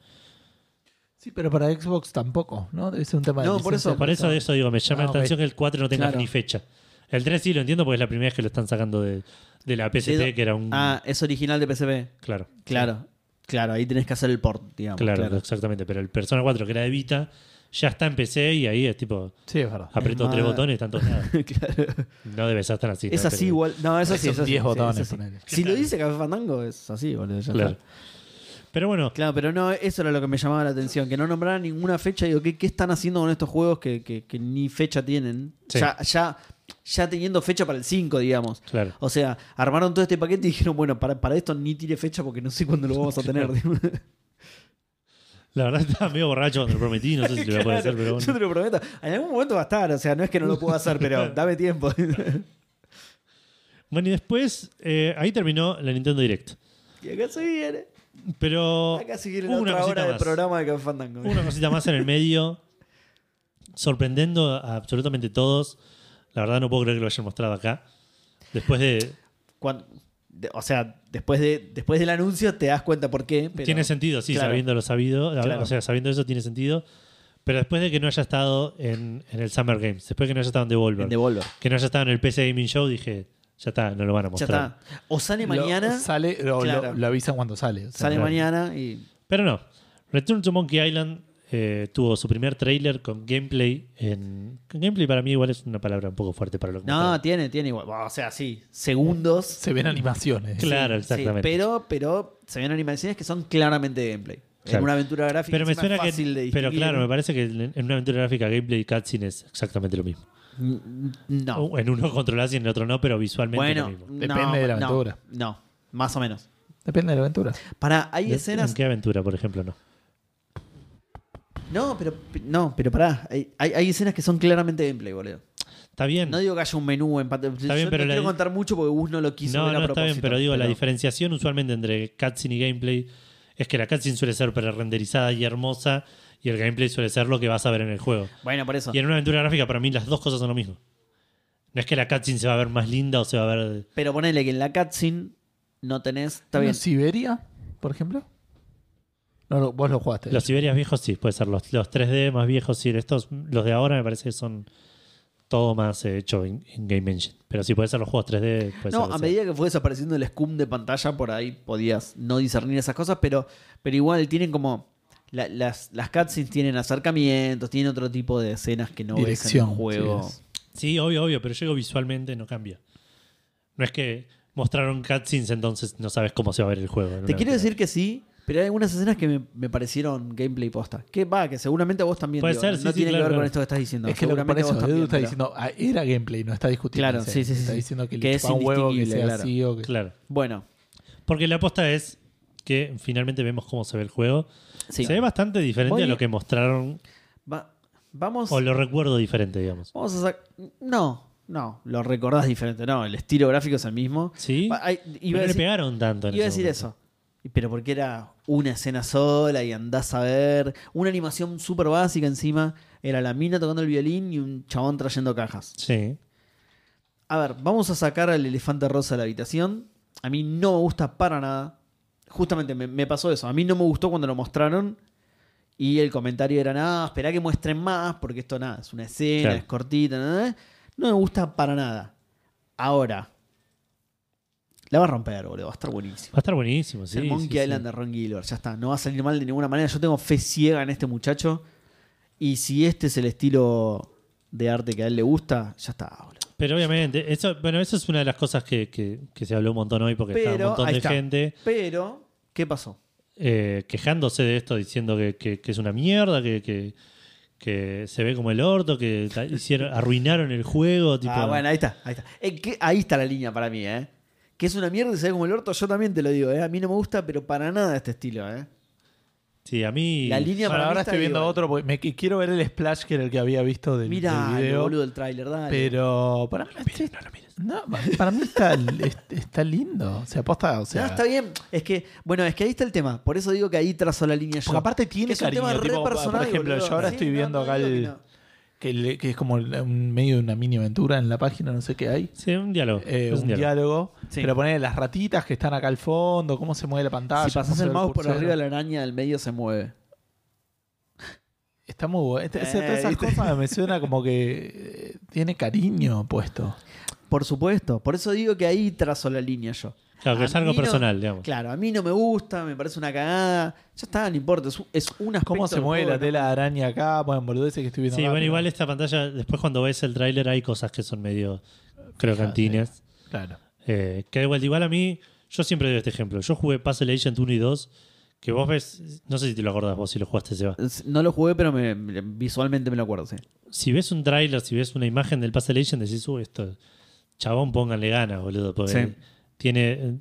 Speaker 3: Sí, pero para Xbox tampoco, ¿no? Debe ser un tema de.
Speaker 1: No, por
Speaker 3: licencia.
Speaker 1: eso-
Speaker 2: Por eso de eso digo, me llama
Speaker 3: Ah,
Speaker 2: la atención que el 4 no tenga
Speaker 1: Claro.
Speaker 2: ni fecha. El 3 sí lo entiendo porque es la primera vez que lo están sacando de, de la PSP,
Speaker 1: Dedo-
Speaker 2: que era un.
Speaker 1: Ah, es original de PCB.
Speaker 2: claro,
Speaker 1: Claro, claro, ahí tenés que hacer el port, digamos.
Speaker 2: claro,
Speaker 1: Claro,
Speaker 2: exactamente. Pero el Persona 4, que era de Vita, ya está en PC y ahí es tipo,
Speaker 3: Sí, es verdad.
Speaker 2: aprieto
Speaker 1: Es
Speaker 2: tres
Speaker 1: más-
Speaker 2: botones y están todos lados.
Speaker 1: Claro.
Speaker 2: No debe ser tan así.
Speaker 1: es
Speaker 2: ¿no?
Speaker 1: así
Speaker 2: Pero-
Speaker 1: igual. No, es así.
Speaker 3: Son
Speaker 1: es así,
Speaker 3: 10
Speaker 1: sí,
Speaker 3: botones,
Speaker 1: es así.
Speaker 3: ponele.
Speaker 1: Si lo dice Café Fandango, es así, boludo. ya
Speaker 2: Claro.
Speaker 1: está.
Speaker 2: Pero bueno,
Speaker 1: Claro, pero no, eso era lo que me llamaba la atención, que no nombraran ninguna fecha. Digo, ¿qué, qué están haciendo con estos juegos que, que- que ni fecha tienen?
Speaker 2: Sí.
Speaker 1: Ya, ya, ya teniendo fecha para el 5, digamos.
Speaker 2: claro.
Speaker 1: O sea, armaron todo este paquete y dijeron, bueno, para, para esto ni tire fecha porque no sé cuándo lo vamos a tener.
Speaker 2: La verdad estaba medio borracho cuando lo prometí, no sé si lo voy a poder hacer,
Speaker 1: Yo
Speaker 2: pero
Speaker 1: te
Speaker 2: bueno.
Speaker 1: lo prometo. En algún momento va a estar, o sea, no es que no lo pueda hacer, pero dame tiempo.
Speaker 2: Bueno, y después, eh, ahí terminó la Nintendo Direct.
Speaker 1: y acá se viene.
Speaker 2: Pero.
Speaker 1: Acá se viene
Speaker 2: hubo
Speaker 1: la
Speaker 2: Oh, una
Speaker 1: otra
Speaker 2: cosita
Speaker 1: hora del
Speaker 2: más.
Speaker 1: programa de Café Fandango.
Speaker 2: Una cosita más en el medio, sorprendiendo a absolutamente todos. La verdad no puedo creer que lo hayan mostrado acá. Después de...
Speaker 1: Cuan- de- o sea, después, de, después del anuncio te das cuenta por qué. pero-
Speaker 2: tiene sentido, sí,
Speaker 1: claro.
Speaker 2: sabiendo lo sabido. la-
Speaker 1: Claro.
Speaker 2: O sea, sabiendo eso tiene sentido. Pero después de que no haya estado en, en el Summer Games, después de que no haya estado en Devolver,
Speaker 1: En Devolver.
Speaker 2: que no haya estado en el PC Gaming Show, dije, ya está, no lo van a
Speaker 1: Ya
Speaker 2: mostrar.
Speaker 1: está. O sale
Speaker 3: Lo-
Speaker 1: mañana.
Speaker 3: sale, lo,
Speaker 1: Claro.
Speaker 3: lo- lo avisan cuando sale. o sea,
Speaker 1: sale
Speaker 2: claro.
Speaker 1: mañana y.
Speaker 2: Pero no. Return to Monkey Island eh, tuvo su primer trailer con gameplay. En... con Gameplay para mí igual es una palabra un poco fuerte para lo que
Speaker 1: No,
Speaker 2: mostraron.
Speaker 1: tiene, tiene igual. O sea, sí. Segundos.
Speaker 3: Se ven animaciones.
Speaker 2: Claro,
Speaker 1: Sí,
Speaker 2: exactamente.
Speaker 1: pero, pero se ven animaciones que son claramente de gameplay. En
Speaker 2: Claro.
Speaker 1: una aventura gráfica
Speaker 2: Pero me
Speaker 1: encima
Speaker 2: suena
Speaker 1: es
Speaker 2: que.
Speaker 1: fácil de
Speaker 2: pero
Speaker 1: distinguir.
Speaker 2: claro, me parece que en en una aventura gráfica gameplay y cutscene es exactamente lo mismo.
Speaker 1: Mm, No.
Speaker 2: O En uno controlás y en el otro no, pero visualmente
Speaker 1: bueno,
Speaker 2: es lo mismo.
Speaker 1: no,
Speaker 3: Depende de la
Speaker 1: no,
Speaker 3: aventura.
Speaker 1: No, más o menos.
Speaker 3: Depende de la aventura.
Speaker 1: Para, hay
Speaker 2: ¿De-
Speaker 1: escenas.
Speaker 2: ¿En qué aventura, por ejemplo, no?
Speaker 1: No, pero no, pero pará. Hay, hay- hay escenas que son claramente gameplay, boludo.
Speaker 2: Está bien.
Speaker 1: No digo que haya un menú en pantalla. Yo
Speaker 2: bien,
Speaker 1: no
Speaker 2: pero la
Speaker 1: quiero
Speaker 2: di-
Speaker 1: contar mucho porque Gus no lo quiso
Speaker 2: no,
Speaker 1: ver a
Speaker 2: no está
Speaker 1: propósito,
Speaker 2: bien, pero digo, la diferenciación usualmente entre cutscene y gameplay es que la cutscene suele ser renderizada y hermosa y el gameplay suele ser lo que vas a ver en el juego.
Speaker 1: Bueno, por eso.
Speaker 2: Y en una aventura gráfica, para mí, las dos cosas son lo mismo. No es que la cutscene se va a ver más linda o se va a ver.
Speaker 1: Pero ponele que en la cutscene no tenés. Está
Speaker 3: ¿No
Speaker 1: bien.
Speaker 3: Siberia, por ejemplo? No, no, vos lo jugaste.
Speaker 2: Los Siberias viejos sí, puede ser. Los, los 3D más viejos sí. Estos, los de ahora me parece que son todo más eh, hecho en, en Game Engine. Pero sí, puede ser los juegos 3D. puede
Speaker 1: no,
Speaker 2: ser,
Speaker 1: a
Speaker 2: sí.
Speaker 1: medida que fue desapareciendo el scum de pantalla, por ahí podías no discernir esas cosas, pero, pero igual tienen como. la- las, las cutscenes tienen acercamientos, tienen otro tipo de escenas que no
Speaker 3: Dirección,
Speaker 1: ves en el juego.
Speaker 3: sí, es.
Speaker 2: Sí, obvio, obvio, pero yo digo visualmente no cambia. No es que mostraron cutscenes, entonces no sabes cómo se va a ver el juego. en una
Speaker 1: Te quiero
Speaker 2: aventura.
Speaker 1: decir que sí, pero hay algunas escenas que me, me parecieron gameplay posta. Que va, que seguramente a vos también.
Speaker 2: Puede ser,
Speaker 1: no
Speaker 2: sí,
Speaker 1: tiene
Speaker 2: sí,
Speaker 1: que
Speaker 2: claro,
Speaker 1: ver con
Speaker 2: claro.
Speaker 1: esto que estás diciendo.
Speaker 3: es que lo que
Speaker 1: Seguramente
Speaker 3: parece
Speaker 1: vos
Speaker 3: Edu
Speaker 1: también,
Speaker 3: está
Speaker 1: pero-
Speaker 3: diciendo, ah, era gameplay, no está discutiendo.
Speaker 1: Claro,
Speaker 3: o sea,
Speaker 1: sí, sí, sí,
Speaker 3: Está
Speaker 1: sí.
Speaker 3: diciendo que,
Speaker 1: Que
Speaker 3: le
Speaker 1: es
Speaker 3: chupa un huevo que sea
Speaker 1: indistinguible, claro.
Speaker 3: así o que...
Speaker 2: Claro.
Speaker 1: Bueno,
Speaker 2: Porque la aposta es que finalmente vemos cómo se ve el juego.
Speaker 1: sí.
Speaker 2: Se ve bastante diferente
Speaker 1: Voy-
Speaker 2: a lo que mostraron,
Speaker 1: Va- vamos,
Speaker 2: o lo recuerdo diferente, digamos.
Speaker 1: vamos a sacar. No, no, lo recordás diferente. No, el estilo gráfico es el mismo.
Speaker 2: Sí.
Speaker 1: Va- ay,
Speaker 2: Y
Speaker 1: iba a
Speaker 2: no le
Speaker 1: decir,
Speaker 2: pegaron tanto. en
Speaker 1: iba a
Speaker 2: ese
Speaker 1: decir
Speaker 2: momento.
Speaker 1: eso. Y- Pero porque era una escena sola y andás a ver. Una animación súper básica encima. Era la mina tocando el violín y un chabón trayendo cajas.
Speaker 2: Sí.
Speaker 1: A ver, vamos a sacar al elefante rosa de la habitación. A mí no me gusta para nada. Justamente me, me pasó eso. A mí no me gustó cuando lo mostraron. Y el comentario era, nada, esperá que muestren más, porque esto nada, es una escena,
Speaker 2: Claro.
Speaker 1: es cortita, nada, nada. No me gusta para nada. Ahora, la va a romper, boludo, va a estar buenísimo.
Speaker 2: Va a estar buenísimo, sí.
Speaker 1: es el Monkey
Speaker 2: sí, sí.
Speaker 1: Island de Ron Gilbert, ya está. No va a salir mal de ninguna manera. Yo tengo fe ciega en este muchacho. Y si este es el estilo de arte que a él le gusta, ya está, boludo.
Speaker 2: Pero obviamente, eso, bueno, eso es una de las cosas que, que- que se habló un montón hoy porque está
Speaker 1: Pero,
Speaker 2: un montón
Speaker 1: ahí
Speaker 2: de
Speaker 1: está.
Speaker 2: gente
Speaker 1: Pero, ¿qué pasó?
Speaker 2: eh, quejándose de esto, diciendo que, que- que es una mierda, que, que- que se ve como el orto, que ta- hicieron, arruinaron el juego. Tipo,
Speaker 1: ah, bueno, ahí está, ahí está. Eh, que- ahí está la línea para mí, ¿eh? Que es una mierda y se ve como el orto, yo también te lo digo, ¿eh? A mí no me gusta, pero para nada este estilo, ¿eh?
Speaker 2: Sí, a mí.
Speaker 1: La línea
Speaker 3: Bueno,
Speaker 1: para mí
Speaker 3: ahora
Speaker 1: está
Speaker 3: estoy viendo
Speaker 1: igual.
Speaker 3: otro, porque me, que- quiero ver el splash que era el que había visto del,
Speaker 1: Mira,
Speaker 3: del
Speaker 1: el
Speaker 3: video.
Speaker 1: boludo del tráiler, dale.
Speaker 3: Pero para mí, este- no, pa- para mí está, es- está lindo. O sea, aposta, o sea,
Speaker 1: No, está bien. Es que, bueno, es que ahí está el tema. Por eso digo que ahí trazó la línea yo.
Speaker 3: porque aparte
Speaker 1: Que
Speaker 3: tiene
Speaker 1: es un
Speaker 3: cariño.
Speaker 1: tema re
Speaker 3: tipo,
Speaker 1: personal,
Speaker 3: por ejemplo,
Speaker 1: boludo.
Speaker 3: yo ahora
Speaker 1: Sí,
Speaker 3: estoy
Speaker 1: no,
Speaker 3: viendo
Speaker 1: no
Speaker 3: acá
Speaker 1: digo
Speaker 3: el,
Speaker 1: que no.
Speaker 3: que, le- que es como un medio de una mini aventura en la página, no sé qué hay.
Speaker 2: Sí, un diálogo.
Speaker 3: Eh,
Speaker 2: es
Speaker 3: un diálogo.
Speaker 1: Sí.
Speaker 3: Pero poner las ratitas que están acá al fondo, cómo se mueve la pantalla.
Speaker 1: Si pasás
Speaker 3: cómo se
Speaker 1: el
Speaker 3: ve
Speaker 1: mouse por
Speaker 3: cursor.
Speaker 1: arriba de la araña, el medio se mueve.
Speaker 3: Está muy bueno. Este- ese-
Speaker 1: Eh,
Speaker 3: todas esas
Speaker 1: ¿viste?
Speaker 3: cosas me suena como que eh, tiene cariño puesto.
Speaker 1: Por supuesto. Por eso digo que ahí trazo la línea yo.
Speaker 2: Claro, que
Speaker 1: A
Speaker 2: es algo
Speaker 1: mí no-
Speaker 2: personal, digamos.
Speaker 1: Claro, a mí no me gusta, me parece una cagada. Ya está, no importa. Es, un- es un aspecto
Speaker 3: ¿Cómo se
Speaker 1: del
Speaker 3: mueve
Speaker 1: juego,
Speaker 3: la
Speaker 1: ¿no?
Speaker 3: tela de araña acá? Bueno, boludeces que estoy viendo.
Speaker 2: Sí,
Speaker 3: acá,
Speaker 2: bueno,
Speaker 3: pero-
Speaker 2: igual esta pantalla, después cuando ves el tráiler hay cosas que son medio crocantinas.
Speaker 3: Claro.
Speaker 2: Eh, que igual, igual a mí, yo siempre doy este ejemplo. Yo jugué Puzzle Agent 1 y 2, que vos ves, no sé si te lo acordás vos si lo jugaste, Seba.
Speaker 1: Es- No lo jugué, pero me- me- visualmente me lo acuerdo, sí.
Speaker 2: Si ves un tráiler, si ves una imagen del Puzzle Agent, decís, uh, esto, chabón, pónganle ganas, boludo, porque
Speaker 1: Sí.
Speaker 2: tiene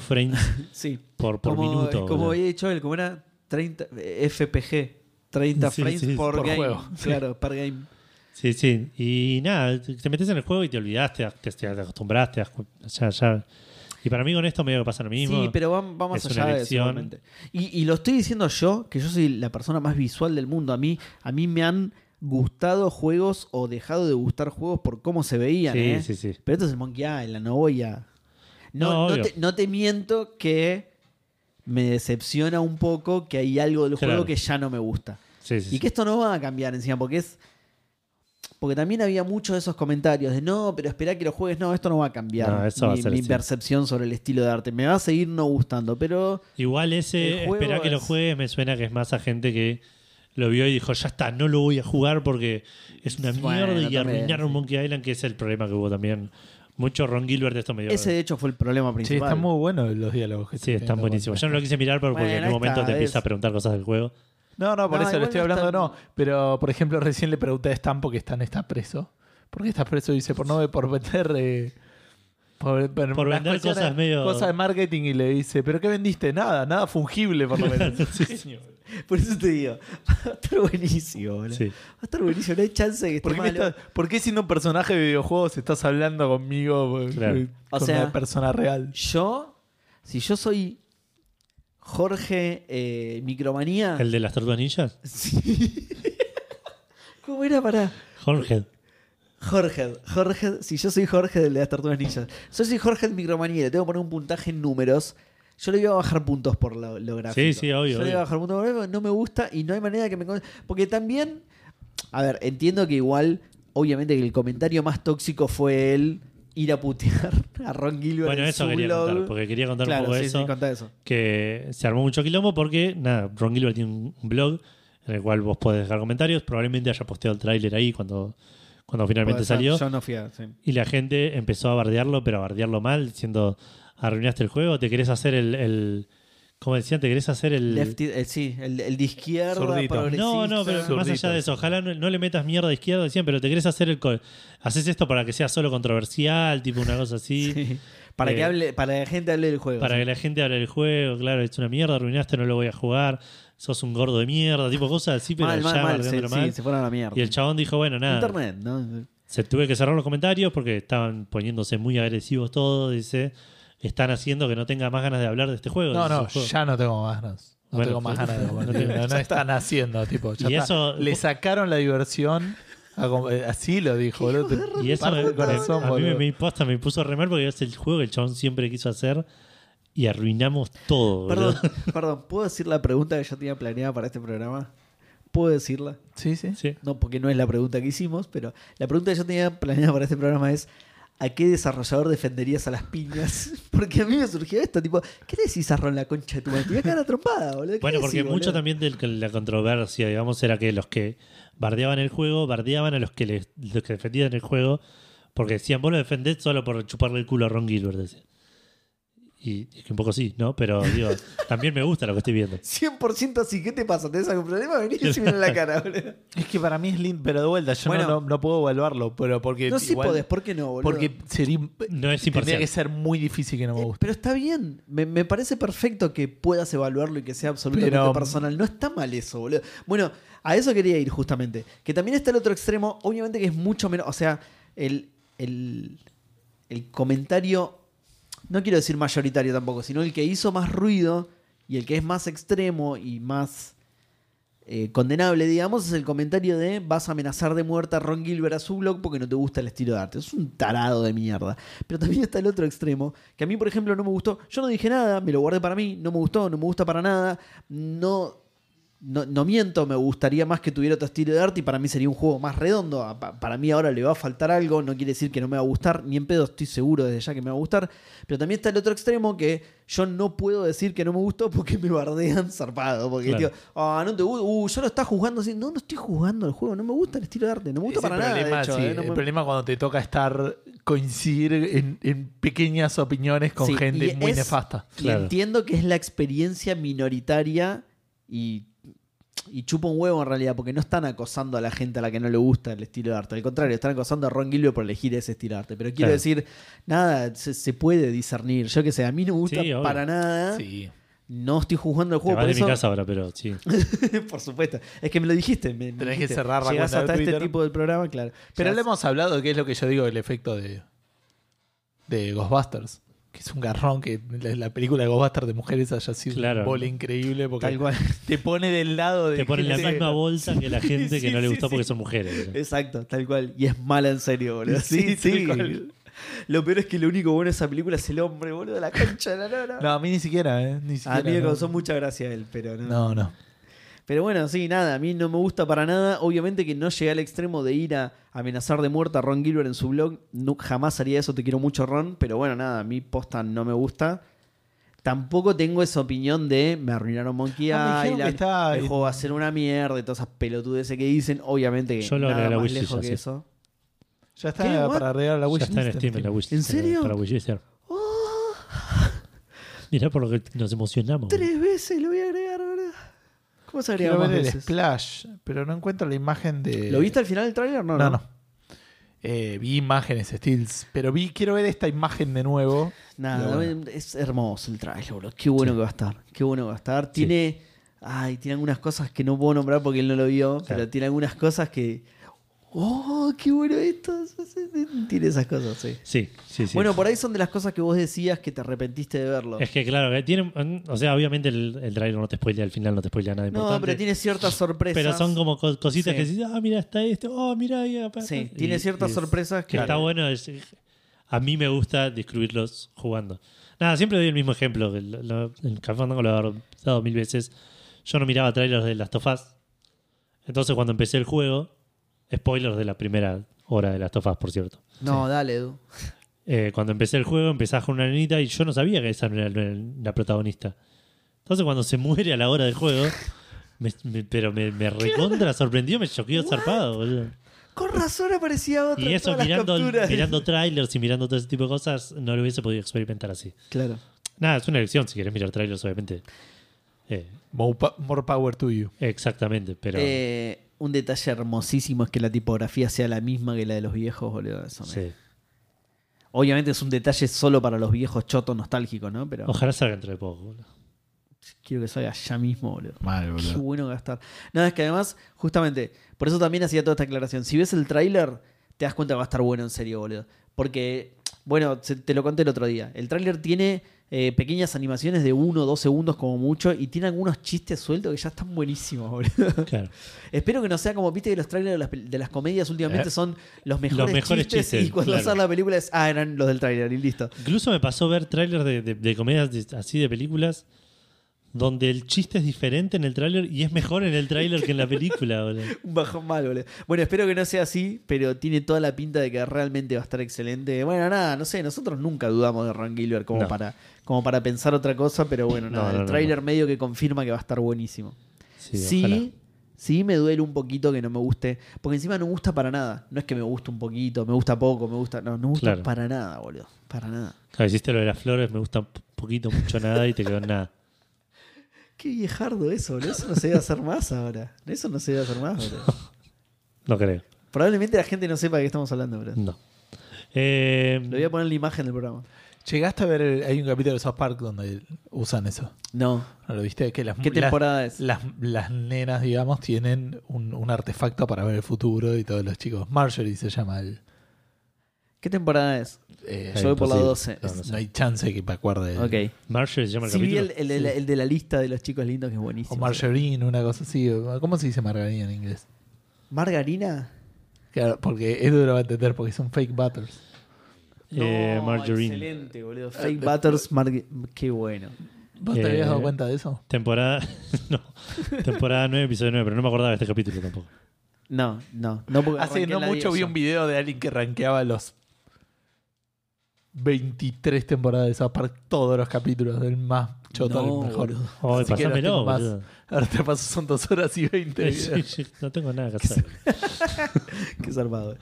Speaker 2: frames
Speaker 1: Sí.
Speaker 2: por, por
Speaker 1: como, eh,
Speaker 2: minuto.
Speaker 1: Como
Speaker 2: boludo.
Speaker 1: había dicho él, como era 30, eh, FPG, 30
Speaker 2: Sí,
Speaker 1: frames
Speaker 2: sí, sí,
Speaker 1: por,
Speaker 3: por
Speaker 1: game.
Speaker 3: juego.
Speaker 1: Claro, per game.
Speaker 2: Sí, sí. Y nada, te te metes en el juego y te olvidaste, te, te acostumbraste. te das cu- Ya, ya. Y para mí con esto medio que pasa lo mismo.
Speaker 1: Sí, pero va, va más
Speaker 2: Es
Speaker 1: allá
Speaker 2: una
Speaker 1: de eso.
Speaker 2: elección.
Speaker 1: obviamente. Y, y lo estoy diciendo yo, que yo soy la persona más visual del mundo. A mí, a mí me han gustado juegos o dejado de gustar juegos por cómo se veían.
Speaker 2: Sí,
Speaker 1: ¿eh?
Speaker 2: sí, sí.
Speaker 1: Pero esto es el Monkey Island, no voy a. No,
Speaker 2: No,
Speaker 1: no
Speaker 2: obvio.
Speaker 1: te, no te miento que me decepciona un poco que hay algo del
Speaker 2: Claro.
Speaker 1: juego que ya no me gusta.
Speaker 2: Sí, sí,
Speaker 1: Y
Speaker 2: sí.
Speaker 1: que esto no va a cambiar encima, porque es. Porque también había muchos de esos comentarios de no, pero esperá que lo juegues. No, esto no va a cambiar
Speaker 2: No, eso
Speaker 1: mi,
Speaker 2: va a ser
Speaker 1: mi
Speaker 2: así.
Speaker 1: percepción sobre el estilo de arte. Me va a seguir no gustando, pero
Speaker 2: Igual ese,
Speaker 1: El juego
Speaker 2: espera que lo
Speaker 1: es-
Speaker 2: juegues, me suena que es más a gente que lo vio y dijo, ya está, no lo voy a jugar porque es una
Speaker 1: Bueno,
Speaker 2: mierda y
Speaker 1: también,
Speaker 2: arruinaron
Speaker 1: sí.
Speaker 2: Monkey Island, que es el problema que hubo también Mucho Ron Gilbert de esto medio.
Speaker 1: Ese de hecho fue el problema
Speaker 3: Sí,
Speaker 1: principal.
Speaker 3: están muy buenos los diálogos que
Speaker 2: Sí,
Speaker 3: están
Speaker 2: están buenísimos. Yo no lo quise mirar pero porque
Speaker 1: Bueno,
Speaker 2: en un momento
Speaker 1: esta
Speaker 2: te empieza
Speaker 1: es-
Speaker 2: a preguntar cosas del juego.
Speaker 3: No, no, por
Speaker 1: No,
Speaker 3: eso
Speaker 1: igual
Speaker 3: le estoy
Speaker 1: no
Speaker 3: hablando,
Speaker 1: están-
Speaker 3: no. Pero, por ejemplo, recién le pregunté a Stan porque Stan está preso. ¿Por qué estás preso? Dice, por no por vender. eh, por,
Speaker 2: Por
Speaker 3: unas
Speaker 2: vender
Speaker 3: cuestiones-
Speaker 2: cosas medio-
Speaker 3: Cosas de marketing y le dice, ¿pero qué vendiste? Nada, nada fungible, por lo menos.
Speaker 1: Por eso te digo, va a estar buenísimo, boludo.
Speaker 2: Sí.
Speaker 1: Va a estar buenísimo, no hay chance de que esté
Speaker 3: ¿Por qué, me
Speaker 1: malo.
Speaker 3: estás- por qué siendo un personaje de videojuegos estás hablando conmigo eh,
Speaker 2: Claro.
Speaker 3: eh,
Speaker 1: O
Speaker 3: con
Speaker 1: sea-
Speaker 3: una persona real?
Speaker 1: Yo, si yo soy Jorge eh, Micromanía.
Speaker 2: El de las tortugas ninjas.
Speaker 1: Sí. ¿Cómo era para
Speaker 2: Jorge.
Speaker 1: Jorge? Jorge, si yo soy Jorge del de las Tortugas Ninjas, yo soy Jorge Micromanía, le tengo que poner un puntaje en números. Yo le voy a bajar puntos por lo, lo gráfico.
Speaker 2: Sí, sí, obvio,
Speaker 1: Yo le voy
Speaker 2: obvio.
Speaker 1: a bajar puntos por lo gráfico, no me gusta y no hay manera que me. con- Porque también. A ver, entiendo que igual, obviamente, que el comentario más tóxico fue el ir a putear a Ron Gilbert.
Speaker 2: Bueno,
Speaker 1: en
Speaker 2: eso
Speaker 1: su
Speaker 2: quería
Speaker 1: blog.
Speaker 2: contar, porque quería contar
Speaker 1: Claro,
Speaker 2: un poco
Speaker 1: sí,
Speaker 2: eso.
Speaker 1: sí, contá eso.
Speaker 2: que se armó mucho quilombo porque, nada, Ron Gilbert tiene un un blog en el cual vos podés dejar comentarios. Probablemente haya posteado el tráiler ahí cuando, cuando finalmente
Speaker 1: Puede ser,
Speaker 2: salió.
Speaker 1: Yo no fui a. sí.
Speaker 2: Y la gente empezó a bardearlo, pero a bardearlo mal, diciendo, arruinaste el juego, te querés hacer el... el como decían, te querés hacer el...
Speaker 1: Lefti- eh, sí, el, el de izquierda,
Speaker 3: Zurdito.
Speaker 1: progresista.
Speaker 2: No, no, pero más
Speaker 3: Zurdito.
Speaker 2: allá de eso, ojalá no, no le metas mierda a izquierda, decían, pero te querés hacer el... co- Haces esto para que sea solo controversial, tipo una cosa así.
Speaker 1: Sí. Para
Speaker 2: Eh,
Speaker 1: que hable, para que la gente hable del juego.
Speaker 2: Para que la gente hable del juego, claro, es una mierda, arruinaste, no lo voy a jugar, sos un gordo de mierda, tipo cosas así, pero
Speaker 1: mal,
Speaker 2: ya
Speaker 1: mal, mal, se,
Speaker 2: bardeándolo
Speaker 1: sí,
Speaker 2: mal.
Speaker 1: se fueron a la mierda.
Speaker 2: Y el chabón dijo, bueno, nada,
Speaker 1: Internet, ¿no?
Speaker 2: se tuve que cerrar los comentarios porque estaban poniéndose muy agresivos todos, dice, están haciendo que no tenga más ganas de hablar de este juego.
Speaker 3: No,
Speaker 2: dice,
Speaker 3: no,
Speaker 2: "Es un juego".
Speaker 3: ya no tengo más ganas. No
Speaker 2: Bueno,
Speaker 3: tengo más
Speaker 2: pues,
Speaker 3: ganas de
Speaker 2: no tengo-
Speaker 3: no, no están haciendo, tipo. ya
Speaker 2: Y
Speaker 3: está.
Speaker 2: eso-
Speaker 3: Le sacaron la diversión. a com- eh, Así lo dijo, boludo. te
Speaker 2: Y eso
Speaker 3: parte
Speaker 2: me-
Speaker 3: el corazón,
Speaker 2: a mí me,
Speaker 3: boludo.
Speaker 2: me imposta, me puso re mal porque es el juego que el chabón siempre quiso hacer y arruinamos todo. boludo.
Speaker 1: Perdón, perdón, ¿puedo decir la pregunta que yo tenía planeada para este programa? ¿Puedo decirla?
Speaker 3: Sí, sí.
Speaker 2: Sí.
Speaker 1: No, porque no es la pregunta que hicimos, pero la pregunta que yo tenía planeada para este programa es ¿a qué desarrollador defenderías a las piñas? Porque a mí me surgió esto, tipo, ¿qué le decís a Ron la concha de tu madre? Te voy a cagar a trompada, boludo. ¿Qué
Speaker 2: Bueno,
Speaker 1: le
Speaker 2: porque
Speaker 1: decís,
Speaker 2: mucho
Speaker 1: boludo?
Speaker 2: también de la controversia, digamos, era que los que bardeaban el juego, bardeaban a los que, les, los que defendían el juego, porque decían, vos lo defendés solo por chuparle el culo a Ron Gilbert, decía. Y es que un poco sí, ¿no? Pero digo, también me gusta lo que estoy viendo.
Speaker 1: 100% así, ¿qué te pasa? ¿Tenés algún problema? Venís y mirá en la cara, boludo.
Speaker 3: Es que para mí es lindo, pero de vuelta, yo no-
Speaker 1: Bueno.
Speaker 3: no, no puedo evaluarlo, pero porque.
Speaker 1: No, sí
Speaker 3: igual-
Speaker 1: podés, ¿por qué no, boludo?
Speaker 3: Porque sería.
Speaker 2: No es
Speaker 3: Tendría
Speaker 2: imparcial.
Speaker 3: que ser muy difícil que no me
Speaker 1: Eh,
Speaker 3: guste.
Speaker 1: Pero está bien, me, me parece perfecto que puedas evaluarlo y que sea absolutamente
Speaker 3: Pero-
Speaker 1: personal. No está mal eso, boludo. Bueno, a eso quería ir justamente. Que también está el otro extremo, obviamente que es mucho menos. O sea, el, el, el comentario, no quiero decir mayoritario tampoco, sino el que hizo más ruido y el que es más extremo y más eh, condenable, digamos, es el comentario de vas a amenazar de muerte a Ron Gilbert a su blog porque no te gusta el estilo de arte. Es un tarado de mierda. Pero también está el otro extremo, que a mí, por ejemplo, no me gustó. Yo no dije nada, me lo guardé para mí, no me gustó, no me gusta para nada. No, no, no miento, me gustaría más que tuviera otro estilo de arte y para mí sería un juego más redondo. A- pa- Para mí ahora le va a faltar algo, no quiere decir que no me va a gustar, ni en pedo estoy seguro desde ya que me va a gustar. Pero también está el otro extremo que yo no puedo decir que no me gustó porque me bardean zarpado. Porque,
Speaker 2: Claro.
Speaker 1: tío, ah, no te gusta, uh, yo lo está juzgando así. No, no estoy jugando el juego, no me gusta el estilo de arte, no me gusta
Speaker 3: Es el
Speaker 1: para nada. de
Speaker 3: problema,
Speaker 1: hecho,
Speaker 3: sí,
Speaker 1: eh, no
Speaker 3: el
Speaker 1: me-
Speaker 3: problema cuando te toca estar coincidir en, en pequeñas opiniones con
Speaker 1: Sí,
Speaker 3: gente
Speaker 1: y
Speaker 3: muy
Speaker 1: es-
Speaker 3: nefasta.
Speaker 1: Y
Speaker 2: Claro.
Speaker 1: entiendo que es la experiencia minoritaria y, y chupa un huevo en realidad, porque no están acosando a la gente a la que no le gusta el estilo de arte. Al contrario, están acosando a Ron Gilbert por elegir ese estilo de arte. Pero quiero
Speaker 2: Claro.
Speaker 1: decir, nada, se, se puede discernir. Yo que sé, a mí no me gusta
Speaker 2: Sí, obvio.
Speaker 1: para nada.
Speaker 3: Ah, Sí.
Speaker 1: No estoy jugando el
Speaker 2: Te
Speaker 1: juego,
Speaker 2: vas
Speaker 1: por
Speaker 2: de
Speaker 1: eso...
Speaker 2: mi casa ahora, pero sí.
Speaker 1: por supuesto. Es que me lo dijiste. me- me
Speaker 3: Tenés que
Speaker 1: dijiste,
Speaker 3: cerrar la
Speaker 1: Llegás
Speaker 3: cuenta de
Speaker 1: hasta este
Speaker 3: Twitter".
Speaker 1: tipo de programa, claro.
Speaker 3: Pero
Speaker 1: Llegás-
Speaker 3: le hemos hablado de qué es lo que yo digo del efecto de, de Ghostbusters. Que es un garrón que la, la película de Ghostbusters de mujeres haya sido
Speaker 2: Claro.
Speaker 3: un bole increíble porque
Speaker 1: Tal cual.
Speaker 3: te pone del lado de
Speaker 2: Te ponen la
Speaker 3: gente-
Speaker 2: misma bolsa que la gente que
Speaker 1: sí,
Speaker 2: no le
Speaker 1: sí,
Speaker 2: gustó porque
Speaker 1: sí.
Speaker 2: son mujeres. ¿no?
Speaker 1: Exacto, tal cual. Y es mala en serio, boludo. Sí,
Speaker 3: Sí,
Speaker 1: sí.
Speaker 3: tal cual.
Speaker 1: Lo peor es que lo único bueno de esa película es el hombre, boludo, la cancha de la lora.
Speaker 3: No, a mí ni siquiera, ¿eh? Ni siquiera.
Speaker 1: a mí me
Speaker 3: no.
Speaker 1: causó mucha gracia él, pero no.
Speaker 3: No, no.
Speaker 1: Pero bueno, sí, nada, a mí no me gusta para nada. Obviamente que no llegué al extremo de ir a amenazar de muerte a Ron Gilbert en su blog. No, jamás haría eso, te quiero mucho, Ron. Pero bueno, nada, a mí posta no me gusta. Tampoco tengo esa opinión de me arruinaron Monkey
Speaker 3: Ah, me dijeron
Speaker 1: Island,
Speaker 3: que está
Speaker 1: el
Speaker 3: en-
Speaker 1: juego va a ser una mierda y todas esas pelotudeces que dicen. Obviamente que
Speaker 2: Yo lo
Speaker 1: nada
Speaker 2: agregué a la
Speaker 1: más
Speaker 2: wishlist,
Speaker 1: lejos que
Speaker 2: así.
Speaker 1: eso.
Speaker 3: Ya está
Speaker 1: ¿Qué? What?
Speaker 3: para agregar la
Speaker 2: Ya
Speaker 3: wishlist.
Speaker 2: está en Steam en la wishlist.
Speaker 1: ¿En serio?
Speaker 2: Para wishlistear.
Speaker 1: Oh,
Speaker 2: Mirá por lo que nos emocionamos.
Speaker 1: tres veces lo voy a agregar, ¿verdad? ¿Cómo se agrega
Speaker 3: Quiero
Speaker 1: más
Speaker 3: ver el
Speaker 1: veces?
Speaker 3: splash, pero no encuentro la imagen de.
Speaker 1: ¿Lo viste al final del tráiler? No,
Speaker 3: No,
Speaker 1: no.
Speaker 3: no. Eh, vi imágenes, Steels, pero vi, quiero ver esta imagen de nuevo.
Speaker 1: Nada,
Speaker 3: Pero bueno.
Speaker 1: es hermoso el tráiler, boludo. Qué bueno que va a estar. Qué bueno que va a estar. Tiene. Ay, tiene algunas cosas que no puedo nombrar porque él no lo vio, pero tiene algunas cosas que. ¡Oh, qué bueno esto! Tiene esas cosas, sí.
Speaker 2: Sí, sí, sí.
Speaker 1: Bueno, por ahí son de las cosas que vos decías que te arrepentiste de verlo.
Speaker 2: Es que claro, que tiene, mm, o sea, obviamente el, el trailer no te spoilea al final, no te spoilea nada importante.
Speaker 1: No, pero tiene ciertas sorpresas.
Speaker 2: Pero son como co- cositas
Speaker 1: Sí.
Speaker 2: que dices, ah, mira, está esto, oh, mira, ahí apa-
Speaker 1: Sí,
Speaker 2: y-
Speaker 1: tiene ciertas
Speaker 2: y es-
Speaker 1: sorpresas que.
Speaker 2: Que está bueno, es- a mí me gusta describirlos jugando. Nada, siempre doy el mismo ejemplo. que lo- lo- En Café Fandango lo he dado mil veces. Yo no miraba trailers de Last of Us. Entonces, cuando empecé el juego, spoilers de la primera hora de Last of Us, por cierto.
Speaker 1: No, dale, Edu.
Speaker 2: Eh, cuando empecé el juego, empezás con una nenita y yo no sabía que esa no era la, la protagonista. Entonces, cuando se muere a la hora del juego, me- me- pero me, me recontra sorprendió, me choqueó zarpado, boludo.
Speaker 1: Con razón aparecía otra.
Speaker 2: Y
Speaker 1: en
Speaker 2: eso
Speaker 1: todas las
Speaker 2: mirando,
Speaker 1: capturas.
Speaker 2: mirando trailers y mirando todo ese tipo de cosas, no lo hubiese podido experimentar así.
Speaker 1: Claro.
Speaker 2: Nada, es una elección si querés mirar trailers, obviamente. Eh,
Speaker 3: More, pa- more power to you.
Speaker 2: exactamente, pero.
Speaker 1: Eh, un detalle hermosísimo es que la tipografía sea la misma que la de los viejos, boludo. Eso me-
Speaker 2: sí.
Speaker 1: Obviamente es un detalle solo para los viejos chotos nostálgicos, ¿no? Pero
Speaker 2: Ojalá salga dentro de poco. boludo.
Speaker 1: quiero que salga ya mismo, boludo.
Speaker 3: Mal,
Speaker 1: Qué bueno gastar. Nada, es que además, justamente, por eso también hacía toda esta aclaración. Si ves el tráiler, te das cuenta que va a estar bueno en serio, boludo. Porque, bueno, se- te lo conté el otro día. El tráiler tiene eh, pequeñas animaciones de uno o dos segundos como mucho y tiene algunos chistes sueltos que ya están buenísimos, boludo.
Speaker 2: Claro.
Speaker 1: Espero que no sea como, viste que los trailers de las, pel- de las comedias últimamente
Speaker 2: Eh.
Speaker 1: son los mejores,
Speaker 2: mejores
Speaker 1: chistes,
Speaker 2: chistes,
Speaker 1: y cuando
Speaker 2: claro.
Speaker 1: sale la película es, ah, eran los del tráiler y listo.
Speaker 2: Incluso me pasó ver trailers de, de- de comedias de- así de películas donde el chiste es diferente en el trailer y es mejor en el trailer que en la película. boludo.
Speaker 1: Un bajón mal, boludo. Bueno, espero que no sea así, pero tiene toda la pinta de que realmente va a estar excelente. Bueno, nada, no sé, nosotros nunca dudamos de Ron Gilbert como,
Speaker 2: No.
Speaker 1: para, como para pensar otra cosa, pero bueno,
Speaker 2: No,
Speaker 1: nada,
Speaker 2: no,
Speaker 1: el
Speaker 2: no,
Speaker 1: tráiler medio que confirma que va a estar buenísimo.
Speaker 2: Sí,
Speaker 1: Sí,
Speaker 2: ojalá.
Speaker 1: sí, me duele un poquito que no me guste, porque encima no me gusta para nada. No es que me guste un poquito, me gusta poco, me gusta, no, no me gusta
Speaker 2: Claro.
Speaker 1: para nada, boludo, para nada.
Speaker 2: Claro, hiciste lo de las flores, me gusta un po- poquito, mucho, nada y te quedó en nada.
Speaker 1: Qué viejardo eso, boludo. Eso no se debe hacer más ahora. Eso no se debe hacer más, boludo.
Speaker 2: No creo.
Speaker 1: Probablemente la gente no sepa de qué estamos hablando, boludo.
Speaker 2: No. Eh,
Speaker 1: Le voy a poner la imagen del programa.
Speaker 3: ¿Llegaste a ver? el- hay un capítulo de South Park donde usan eso.
Speaker 1: No.
Speaker 3: ¿No lo viste? Que las,
Speaker 1: ¿Qué
Speaker 3: las-
Speaker 1: temporada es?
Speaker 3: Las, las nenas, digamos, tienen un, un artefacto para ver el futuro y todos los chicos. Marjorie se llama el.
Speaker 1: ¿Qué temporada es?
Speaker 3: eh,
Speaker 1: Yo voy por la
Speaker 2: imposible.
Speaker 1: 12.
Speaker 2: No, no
Speaker 3: no
Speaker 2: sé.
Speaker 3: hay chance que me acuerde.
Speaker 1: Ok.
Speaker 2: Marshall se llama Eh, el
Speaker 1: Sí, vi
Speaker 2: capítulo.
Speaker 1: el, el- el- el de la lista de los chicos lindos que es buenísimo.
Speaker 3: O Margarine, una cosa así. o- ¿Cómo se dice margarina en inglés?
Speaker 1: ¿Margarina?
Speaker 3: Claro, porque Edu lo va a entender porque son fake butters.
Speaker 2: Eh, Margarine.
Speaker 1: Excelente, boludo. Fake Butters, Marg- Qué bueno.
Speaker 3: ¿Vos te
Speaker 2: Eh,
Speaker 3: habías dado cuenta de eso?
Speaker 2: Temporada. no. Temporada 9, episodio 9, pero no me acordaba de este capítulo tampoco.
Speaker 1: No, no. no porque
Speaker 3: Hace
Speaker 1: arranqué
Speaker 3: no
Speaker 1: la
Speaker 3: mucho vi
Speaker 1: 10.
Speaker 3: un video de alguien que rankeaba los 23 temporadas de South Park, todos los capítulos, del más choto
Speaker 1: No,
Speaker 3: al mejor.
Speaker 1: boludo.
Speaker 2: Ay,
Speaker 3: Así que no
Speaker 2: pasámelo,
Speaker 3: tengo más.
Speaker 2: boludo.
Speaker 3: Ahora te paso son 2 horas y 20
Speaker 2: Eh,
Speaker 3: videos.
Speaker 2: sí, sí, no tengo nada que hacer.
Speaker 1: Qué zarpado.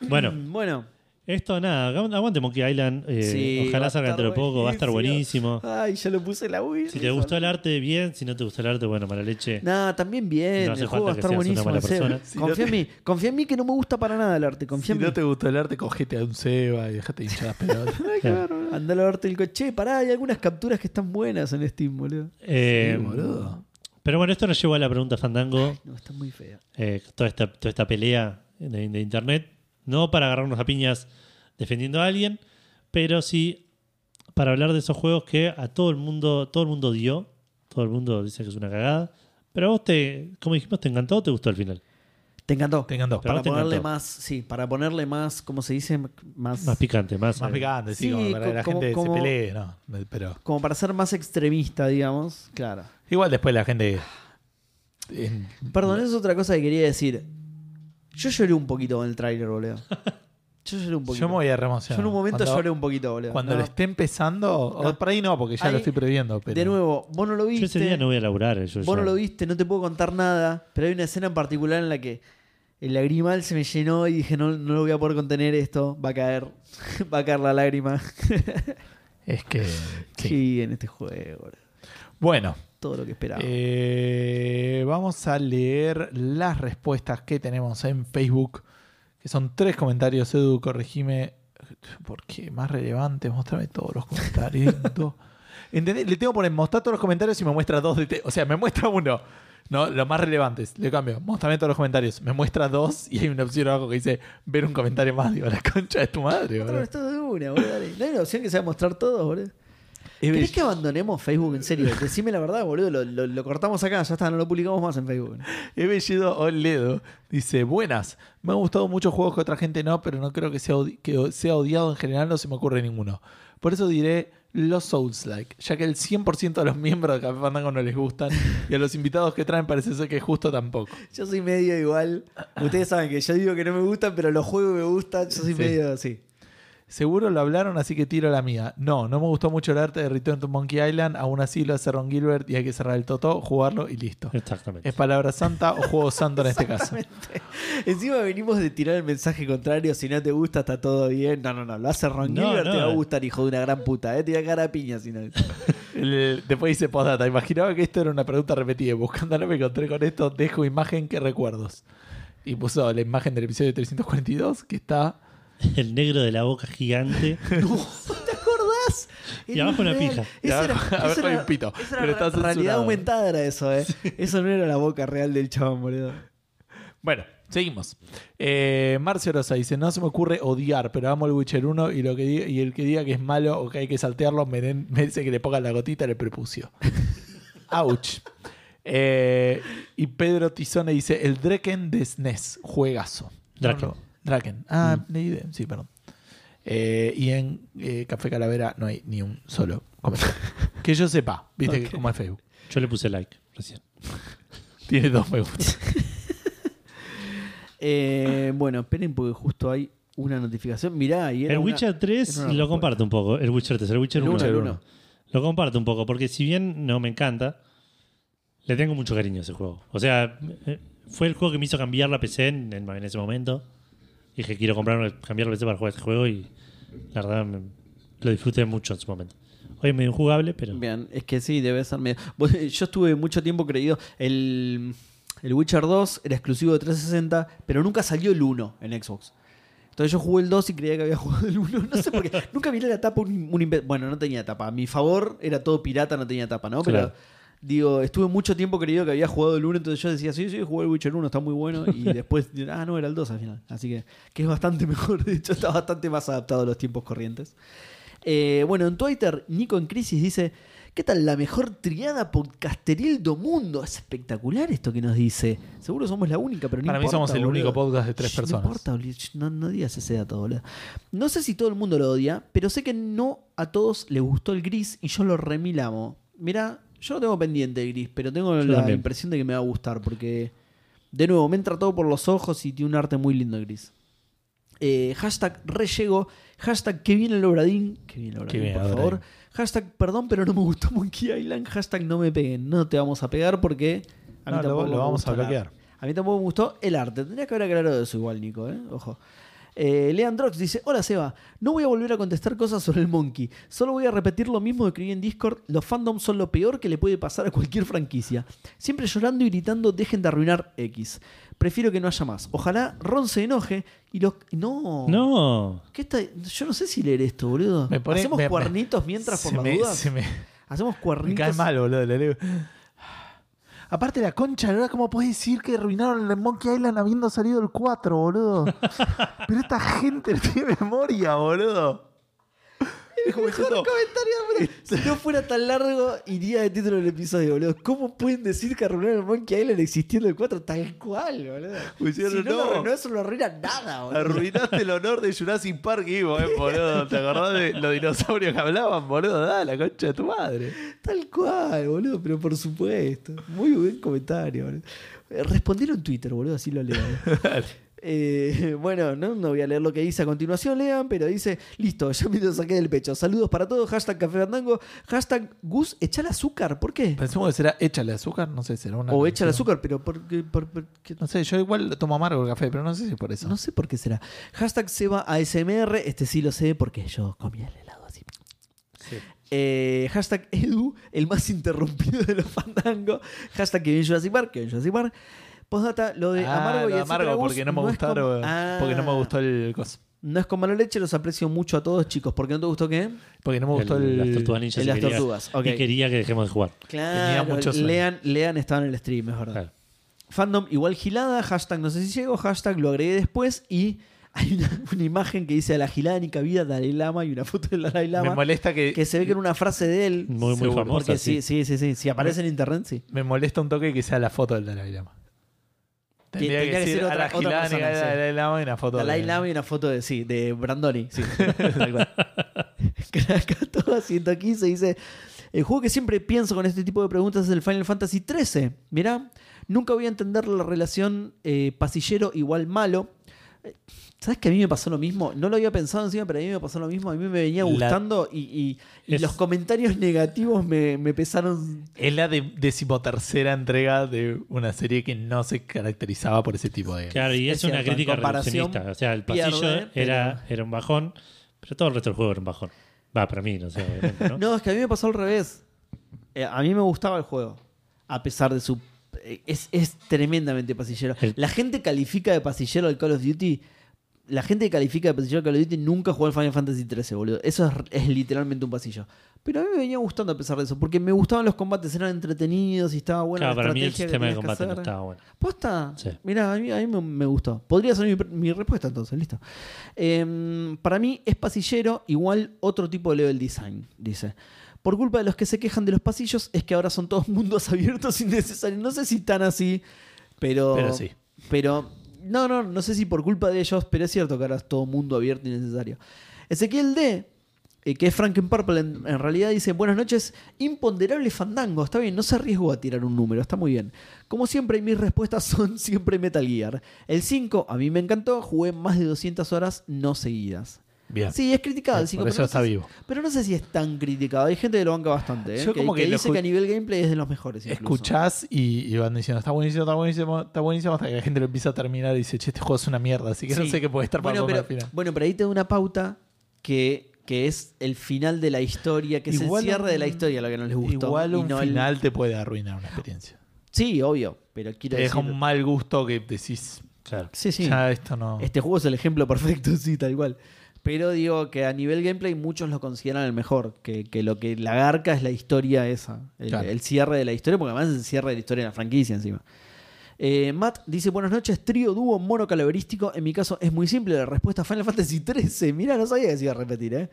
Speaker 1: Mm,
Speaker 2: bueno,
Speaker 1: Bueno.
Speaker 2: esto nada. agu- Aguante Monkey Island. eh,
Speaker 1: Sí, va a
Speaker 2: ojalá salga
Speaker 1: estar
Speaker 2: dentro de poco. Va a estar buenísimo.
Speaker 1: Ay, ya lo puse en la Wii.
Speaker 2: Si te gustó el arte, bien. Si no te gustó el arte, bueno, mala leche.
Speaker 1: Nah, también bien.
Speaker 2: No hace
Speaker 1: el juego va a
Speaker 2: falta
Speaker 1: estar
Speaker 2: que seas
Speaker 1: buenísimo.
Speaker 2: una
Speaker 1: en
Speaker 2: mala
Speaker 1: serio.
Speaker 3: persona. Si no
Speaker 1: Confía en
Speaker 3: te-
Speaker 1: mí. Confía en mí que no me gusta para nada el arte. Confía
Speaker 3: Si
Speaker 1: en mí.
Speaker 3: no te gustó el arte, cogete a un ceba y dejate hinchar las pelotas.
Speaker 2: Eh,
Speaker 1: Andalo a verte el coche. Che, Pará, hay algunas capturas que están buenas en Steam, boludo.
Speaker 2: Eh,
Speaker 3: Sí, boludo.
Speaker 2: pero bueno, esto nos llevó a la pregunta Fandango.
Speaker 1: No, está muy fea.
Speaker 2: eh, toda, esta, toda esta pelea de, de internet, no para agarrarnos a piñas defendiendo a alguien, pero sí para hablar de esos juegos que a todo el mundo, todo el mundo dio, todo el mundo dice que es una cagada, pero a vos te, como dijimos, te encantó o te gustó al final.
Speaker 1: Te encantó.
Speaker 3: Tengan dos.
Speaker 2: Pero
Speaker 1: para
Speaker 2: te
Speaker 1: ponerle
Speaker 2: encantó.
Speaker 1: más, sí, para ponerle más, ¿cómo se dice? Más,
Speaker 2: Más picante, más,
Speaker 3: Más
Speaker 2: eh,
Speaker 3: picante, sí,
Speaker 1: Sí,
Speaker 3: como para que la
Speaker 1: como-
Speaker 3: gente
Speaker 1: como-
Speaker 3: se pelee, ¿no? Pero.
Speaker 1: como para ser más extremista, digamos. Claro.
Speaker 3: Igual después la gente. en-
Speaker 1: Perdón, eso es otra cosa que quería decir. Yo lloré un poquito con el tráiler, boludo. Yo lloré un poquito.
Speaker 3: yo me voy a remocionar.
Speaker 1: Yo en un momento
Speaker 3: Cuando-
Speaker 1: lloré un poquito, boludo.
Speaker 3: Cuando
Speaker 1: No,
Speaker 3: le esté empezando, o
Speaker 1: No.
Speaker 3: por ahí no, porque ya
Speaker 1: Ahí-
Speaker 3: lo estoy previendo. Pero...
Speaker 1: De nuevo, vos no lo
Speaker 2: Yo
Speaker 1: viste.
Speaker 2: ese día no voy a laburar. eh, yo-
Speaker 1: Vos no
Speaker 2: yo-
Speaker 1: lo viste, no te puedo contar nada, pero hay una escena en particular en la que El lagrimal se me llenó y dije, no, no lo voy a poder contener esto, va a caer, va a caer la lágrima.
Speaker 3: Es que.
Speaker 1: Sí,
Speaker 3: sí.
Speaker 1: en este juego, boludo.
Speaker 3: Bueno,
Speaker 1: todo lo que esperaba.
Speaker 3: eh, vamos a leer las respuestas que tenemos en Facebook, que son tres comentarios. Edu, corregime. ¿Por qué? Más relevante, mostrame todos los comentarios. ¿Entendés? Le tengo que poner mostrar todos los comentarios y me muestra dos de te- O sea, me muestra uno. No, los más relevantes. Le cambio. Mostrame todos los comentarios. Me muestra dos y hay una opción abajo que dice ver un comentario más. Digo, la concha de tu madre,
Speaker 1: Otra
Speaker 3: boludo.
Speaker 1: vez todo de una, boludo, dale. No hay una opción que sea mostrar todo, boludo. ¿Crees que abandonemos Facebook en serio? Decime la verdad, boludo. Lo, lo- lo cortamos acá, ya está, no lo publicamos más en Facebook.
Speaker 3: Ebellido Oledo dice: Buenas, me han gustado muchos juegos que otra gente no, pero no creo que sea, odi- que sea odiado en general, no se me ocurre ninguno. Por eso diré los Souls Like, ya que el 100% de los miembros de Café Fandango no les gustan y a los invitados que traen parece ser que justo tampoco.
Speaker 1: Yo soy medio igual. Ustedes saben que yo digo que no me gustan, pero los juegos me gustan. Yo soy
Speaker 3: Sí.
Speaker 1: medio así.
Speaker 3: Seguro lo hablaron, así que tiro la mía. No, no me gustó mucho el arte de Return to Monkey Island, aún así lo hace Ron Gilbert y hay que cerrar el Toto, jugarlo y listo.
Speaker 2: Exactamente.
Speaker 3: Es palabra santa o juego santo en este caso.
Speaker 1: Encima venimos de tirar el mensaje contrario. Si no te gusta, está todo bien. No, no, no. Lo hace Ron
Speaker 2: No,
Speaker 1: Gilbert,
Speaker 2: no.
Speaker 1: te va a gustar, hijo de una gran puta. ¿eh? Te voy a cagar a piña si no.
Speaker 3: El- después dice postdata. Imaginaba que esto era una pregunta repetida. Buscándolo me encontré con esto. Dejo imagen que recuerdos. Y puso la imagen del episodio 342 que está.
Speaker 2: El negro de la boca gigante.
Speaker 1: ¿Te acordás?
Speaker 2: Y abajo una pija.
Speaker 1: Esa
Speaker 3: Y
Speaker 1: era-
Speaker 3: abajo- abajo
Speaker 1: esa
Speaker 3: hay
Speaker 1: era-
Speaker 3: un pito,
Speaker 1: esa era
Speaker 3: pero está
Speaker 1: realidad
Speaker 3: censurado.
Speaker 1: aumentada era eso, ¿eh? Eso no era la boca real del chabón, boludo.
Speaker 3: Bueno, seguimos. Eh, Marcio Rosa dice: No se me ocurre odiar, pero amo el Witcher 1 y, lo que di- y el que diga que es malo o que hay que saltearlo me, den- me dice que le ponga la gotita en el prepucio. Ouch. Eh, y Pedro Tizone dice: El Draken de SNES, juegazo.
Speaker 2: Draken.
Speaker 3: No, no, Draken. Ah, leí de- sí, perdón. Eh, y en eh, Café Calavera no hay ni un solo comentario. que yo sepa, viste que
Speaker 1: Ok.
Speaker 3: como es Facebook.
Speaker 2: Yo le puse like recién.
Speaker 3: Tiene dos me gusta.
Speaker 1: Eh, bueno, esperen porque justo hay una notificación. Mirá, y era
Speaker 2: El
Speaker 1: una-
Speaker 2: Witcher 3
Speaker 1: era una
Speaker 2: lo
Speaker 1: respuesta.
Speaker 2: comparto un poco. El Witcher 3, el Witcher
Speaker 1: El
Speaker 2: 1.
Speaker 1: uno, el uno.
Speaker 2: Lo comparto un poco, porque si bien no me encanta, le tengo mucho cariño a ese juego. O sea, eh, fue el juego que me hizo cambiar la PC en, en- en ese momento. Dije, quiero comprar, una- cambiar la PC para jugar este juego y la verdad me- lo disfruté mucho en su momento. Hoy es medio injugable, pero
Speaker 1: Bien, es que sí, debe ser medio. Vos- Yo estuve mucho tiempo creído. El, el Witcher 2 era exclusivo de 360, pero nunca salió el 1 en Xbox. Entonces yo jugué el 2 y creía que había jugado el 1. No sé por qué. Nunca miré la tapa. Un, un inve- bueno, no tenía tapa. A mi favor era todo pirata, no tenía tapa, ¿no? Pero
Speaker 2: Claro.
Speaker 1: digo, estuve mucho tiempo creído que había jugado el 1. Entonces yo decía, sí, sí, jugué el Witcher 1, está muy bueno. Y después, ah, no, era el 2 al final. Así que, que es bastante mejor. De hecho, está bastante más adaptado a los tiempos corrientes. Eh, bueno, en Twitter, Nico en Crisis dice: ¿Qué tal la mejor triada podcasteril do mundo? Es espectacular esto que nos dice. Seguro somos la única, pero no
Speaker 3: Para mí
Speaker 1: importa,
Speaker 3: somos el
Speaker 1: boludo.
Speaker 3: único podcast de tres
Speaker 1: Sh,
Speaker 3: personas.
Speaker 1: No importa, boludo. Sh, no, no digas ese dato, boludo. No sé si todo el mundo lo odia, pero sé que no a todos les gustó el gris y yo lo remilamo. Mira, yo no tengo pendiente el gris, pero tengo
Speaker 2: Yo
Speaker 1: la
Speaker 2: también.
Speaker 1: impresión de que me va a gustar porque, de nuevo, me entra todo por los ojos y tiene un arte muy lindo el gris. Eh, hashtag rellego. Hashtag que viene el obradín. Que viene el obradín,
Speaker 3: Que viene
Speaker 1: por
Speaker 3: el
Speaker 1: favor.
Speaker 3: Obradín.
Speaker 1: Hashtag perdón, pero no me gustó Monkey Island. Hashtag no me peguen. No te vamos a pegar porque a mí
Speaker 3: No, lo-
Speaker 1: tampoco
Speaker 3: lo
Speaker 1: me
Speaker 3: vamos
Speaker 1: gustó
Speaker 3: a
Speaker 1: el arte.
Speaker 3: bloquear.
Speaker 1: A mí tampoco me gustó el arte. Tendría que haber aclarado eso igual, Nico. ¿eh? Ojo. Eh, Leandrox dice: Hola Seba, no voy a volver a contestar cosas sobre el Monkey. Solo voy a repetir lo mismo que escribí en Discord. Los fandoms son lo peor que le puede pasar a cualquier franquicia. Siempre llorando y gritando, dejen de arruinar X. Prefiero que no haya más. Ojalá Ron se enoje y los. No.
Speaker 2: no.
Speaker 1: ¿Qué está- Yo no sé si leer esto, boludo.
Speaker 3: Me pone-
Speaker 1: Hacemos
Speaker 3: me- me-
Speaker 1: cuernitos mientras por
Speaker 3: se
Speaker 1: las
Speaker 3: me-
Speaker 1: dudas.
Speaker 3: se me-
Speaker 1: Hacemos
Speaker 3: Me
Speaker 1: cuernitos.
Speaker 3: cae mal, boludo. le leo. Aparte la concha, ¿verdad? ¿Cómo podés decir que arruinaron el Monkey Island habiendo salido el 4, boludo? Pero esta gente no tiene memoria, boludo. Es como
Speaker 1: Mejor
Speaker 3: diciendo,
Speaker 1: comentario, boludo. "Eh, Si no fuera tan largo, iría de título del episodio, boludo. ¿Cómo pueden decir que arruinaron el Monkey Island existiendo el 4 tal cual, boludo?
Speaker 3: Pusieron,
Speaker 1: si no, lo
Speaker 3: no.
Speaker 1: arruinó, eso no lo arruina nada, boludo.
Speaker 3: Arruinaste el honor de Jurassic Park, Ivo, eh, boludo. ¿Te acordás de los dinosaurios que hablaban, boludo? Da, la concha de tu madre.
Speaker 1: Tal cual, boludo, pero por supuesto. Muy buen comentario, boludo. Eh, Respondieron en Twitter, boludo, así lo leo. Eh, bueno, no, no voy a leer lo que dice a continuación, lean, pero dice, listo, ya me lo saqué del pecho. Saludos para todos, hashtag Café Fandango, hashtag Gus, echa el azúcar, ¿por qué?
Speaker 3: Pensemos que será échale azúcar, no sé, será una.
Speaker 1: O echa el
Speaker 3: canción.
Speaker 1: azúcar, pero ¿por qué? por- por qué?
Speaker 3: No sé, yo igual tomo amargo el café, pero no sé si por eso.
Speaker 1: No sé por qué será. Hashtag Seba ASMR, este sí lo sé porque yo comí el helado así.
Speaker 2: Sí.
Speaker 1: Eh, hashtag Edu, el más interrumpido de los fandangos. Hashtag Kevin Jurassic Park, Kevin Jurassic Park. Postdata, lo de
Speaker 3: Ah,
Speaker 1: Amargo
Speaker 3: lo
Speaker 1: y
Speaker 3: de
Speaker 1: el
Speaker 3: amargo
Speaker 1: Citrabús
Speaker 3: porque no me
Speaker 1: es
Speaker 3: gustaron,
Speaker 1: con- Ah.
Speaker 3: porque no me gustó el coso.
Speaker 1: No es con mala leche, los aprecio mucho a todos, chicos. ¿Por qué no te gustó qué?
Speaker 3: Porque no me gustó
Speaker 2: El-
Speaker 3: el,
Speaker 2: las tortugas ninjas
Speaker 1: el
Speaker 2: y
Speaker 1: las
Speaker 2: quería-
Speaker 1: tortugas, ok.
Speaker 2: Y quería que dejemos de jugar.
Speaker 1: Claro,
Speaker 3: mucho sueño.
Speaker 1: lean, lean, estaba en el stream, es verdad.
Speaker 2: Claro.
Speaker 1: Fandom igual gilada, hashtag no sé si llego, hashtag lo agregué después y hay una, una imagen que dice a la gilada ni cabida Dalai Lama y una foto del Dalai
Speaker 3: Me
Speaker 1: Lama
Speaker 3: molesta que,
Speaker 1: que se ve que era una frase de él.
Speaker 2: Muy, muy
Speaker 3: Seguro,
Speaker 2: famosa.
Speaker 1: Porque sí,
Speaker 2: sí.
Speaker 1: sí, sí, sí. Si aparece en internet, sí.
Speaker 3: me molesta un toque que sea la foto del Dalai Lama. Tendría que,
Speaker 1: tendría que
Speaker 3: decir
Speaker 1: ser
Speaker 3: a la
Speaker 1: otra- otra
Speaker 3: gilada
Speaker 1: persona,
Speaker 3: negra del
Speaker 1: sí.
Speaker 3: Dalai Lama y una foto
Speaker 1: Dalai
Speaker 3: de-
Speaker 1: Lama y una foto de, sí, de Brandoni. Sí, tal cual. Krakatoa 115 dice: El juego que siempre pienso con este tipo de preguntas es el Final Fantasy XIII. Mirá, nunca voy a entender la relación eh, pasillero igual malo. Eh, ¿Sabes que a mí me pasó lo mismo? No lo había pensado encima, pero a mí me pasó lo mismo. A mí me venía
Speaker 3: La-
Speaker 1: gustando y, y- y
Speaker 2: Es-
Speaker 1: los comentarios negativos me, me pesaron.
Speaker 3: Es la de- decimotercera entrega de una serie que no se caracterizaba por ese tipo de...
Speaker 2: Claro, y
Speaker 1: Es
Speaker 2: es, una
Speaker 1: cierto, en
Speaker 2: crítica
Speaker 1: comparación,
Speaker 2: reduccionista. O sea, el
Speaker 1: pierde,
Speaker 2: pasillo era, era un bajón, pero todo el resto del juego era un bajón. Va, para mí, no sé, obviamente, ¿no?
Speaker 1: No, es que a mí me pasó al revés. Eh, a mí me gustaba el juego, a pesar de su... eh, Es, es tremendamente pasillero.
Speaker 2: El-
Speaker 1: La gente califica de pasillero al Call of Duty. La gente que califica de pasillero al Call of Duty nunca jugó al Final Fantasy XIII, boludo. Eso es, es literalmente un pasillo. Pero a mí me venía gustando a pesar de eso, porque me gustaban los combates, eran entretenidos y estaba bueno.
Speaker 2: Claro,
Speaker 1: la
Speaker 2: para mí el
Speaker 1: estrategia que
Speaker 2: sistema de
Speaker 1: tenías que
Speaker 2: combate no
Speaker 1: hacer.
Speaker 2: estaba bueno.
Speaker 1: ¿Posta?
Speaker 2: Sí.
Speaker 1: Mira, a mí, a mí me, me gustó. Podría ser mi, pr- mi respuesta entonces, listo. Em, para mí es pasillero igual otro tipo de level design, dice. Por culpa de los que se quejan de los pasillos es que ahora son todos mundos abiertos innecesarios. No sé si tan así, pero...
Speaker 3: Pero sí.
Speaker 1: Pero... No, no, no sé si por culpa de ellos, pero es cierto que ahora es todo mundo abierto innecesario. Ezequiel D, eh, que es Franken Purple, en, en realidad dice: Buenas noches, imponderable fandango. Está bien, no se arriesgó a tirar un número, está muy bien. Como siempre, mis respuestas son siempre Metal Gear. El 5, a mí me encantó, jugué más de 200 horas no seguidas.
Speaker 3: Bien.
Speaker 1: Sí, es criticado el 5,
Speaker 3: por
Speaker 1: pero,
Speaker 3: eso
Speaker 1: no
Speaker 3: está
Speaker 1: sé si-
Speaker 3: vivo.
Speaker 1: pero no sé si es tan criticado. Hay gente que lo banca bastante, ¿eh?
Speaker 3: Yo
Speaker 1: que,
Speaker 3: como
Speaker 1: que
Speaker 3: que lo
Speaker 1: dice
Speaker 3: escu-
Speaker 1: que a nivel gameplay es de los mejores. incluso.
Speaker 3: Escuchás y, y van diciendo, está buenísimo, está buenísimo, está buenísimo, hasta que la gente lo empieza a terminar y dice, che, este juego es una mierda, así que no
Speaker 1: Sí.
Speaker 3: sé qué puede estar
Speaker 1: bueno,
Speaker 3: pasando
Speaker 1: pero,
Speaker 3: al final.
Speaker 1: Bueno, pero ahí te da una pauta que, que es el final de la historia, que es
Speaker 3: Igual
Speaker 1: el cierre de la
Speaker 3: un-
Speaker 1: historia lo que no les gustó.
Speaker 3: Igual
Speaker 1: y
Speaker 3: un
Speaker 1: no el-
Speaker 3: final te puede arruinar una experiencia.
Speaker 1: Sí, obvio, pero quiero
Speaker 3: Te deja
Speaker 1: decir...
Speaker 3: un mal gusto que decís,
Speaker 2: Claro.
Speaker 1: Sí, sí.
Speaker 3: ya esto no...
Speaker 1: Este juego es el ejemplo perfecto, sí, tal cual. Pero digo que a nivel gameplay muchos lo consideran el mejor, que, que lo que la garca es la historia esa, el,
Speaker 3: Claro.
Speaker 1: el cierre de la historia, porque además es el cierre de la historia de la franquicia encima. Eh, Matt dice, buenas noches, trío, dúo, mono calaverístico. En mi caso es muy simple la respuesta, Final Fantasy XIII. Mirá, no sabía que se iba a repetir, ¿eh?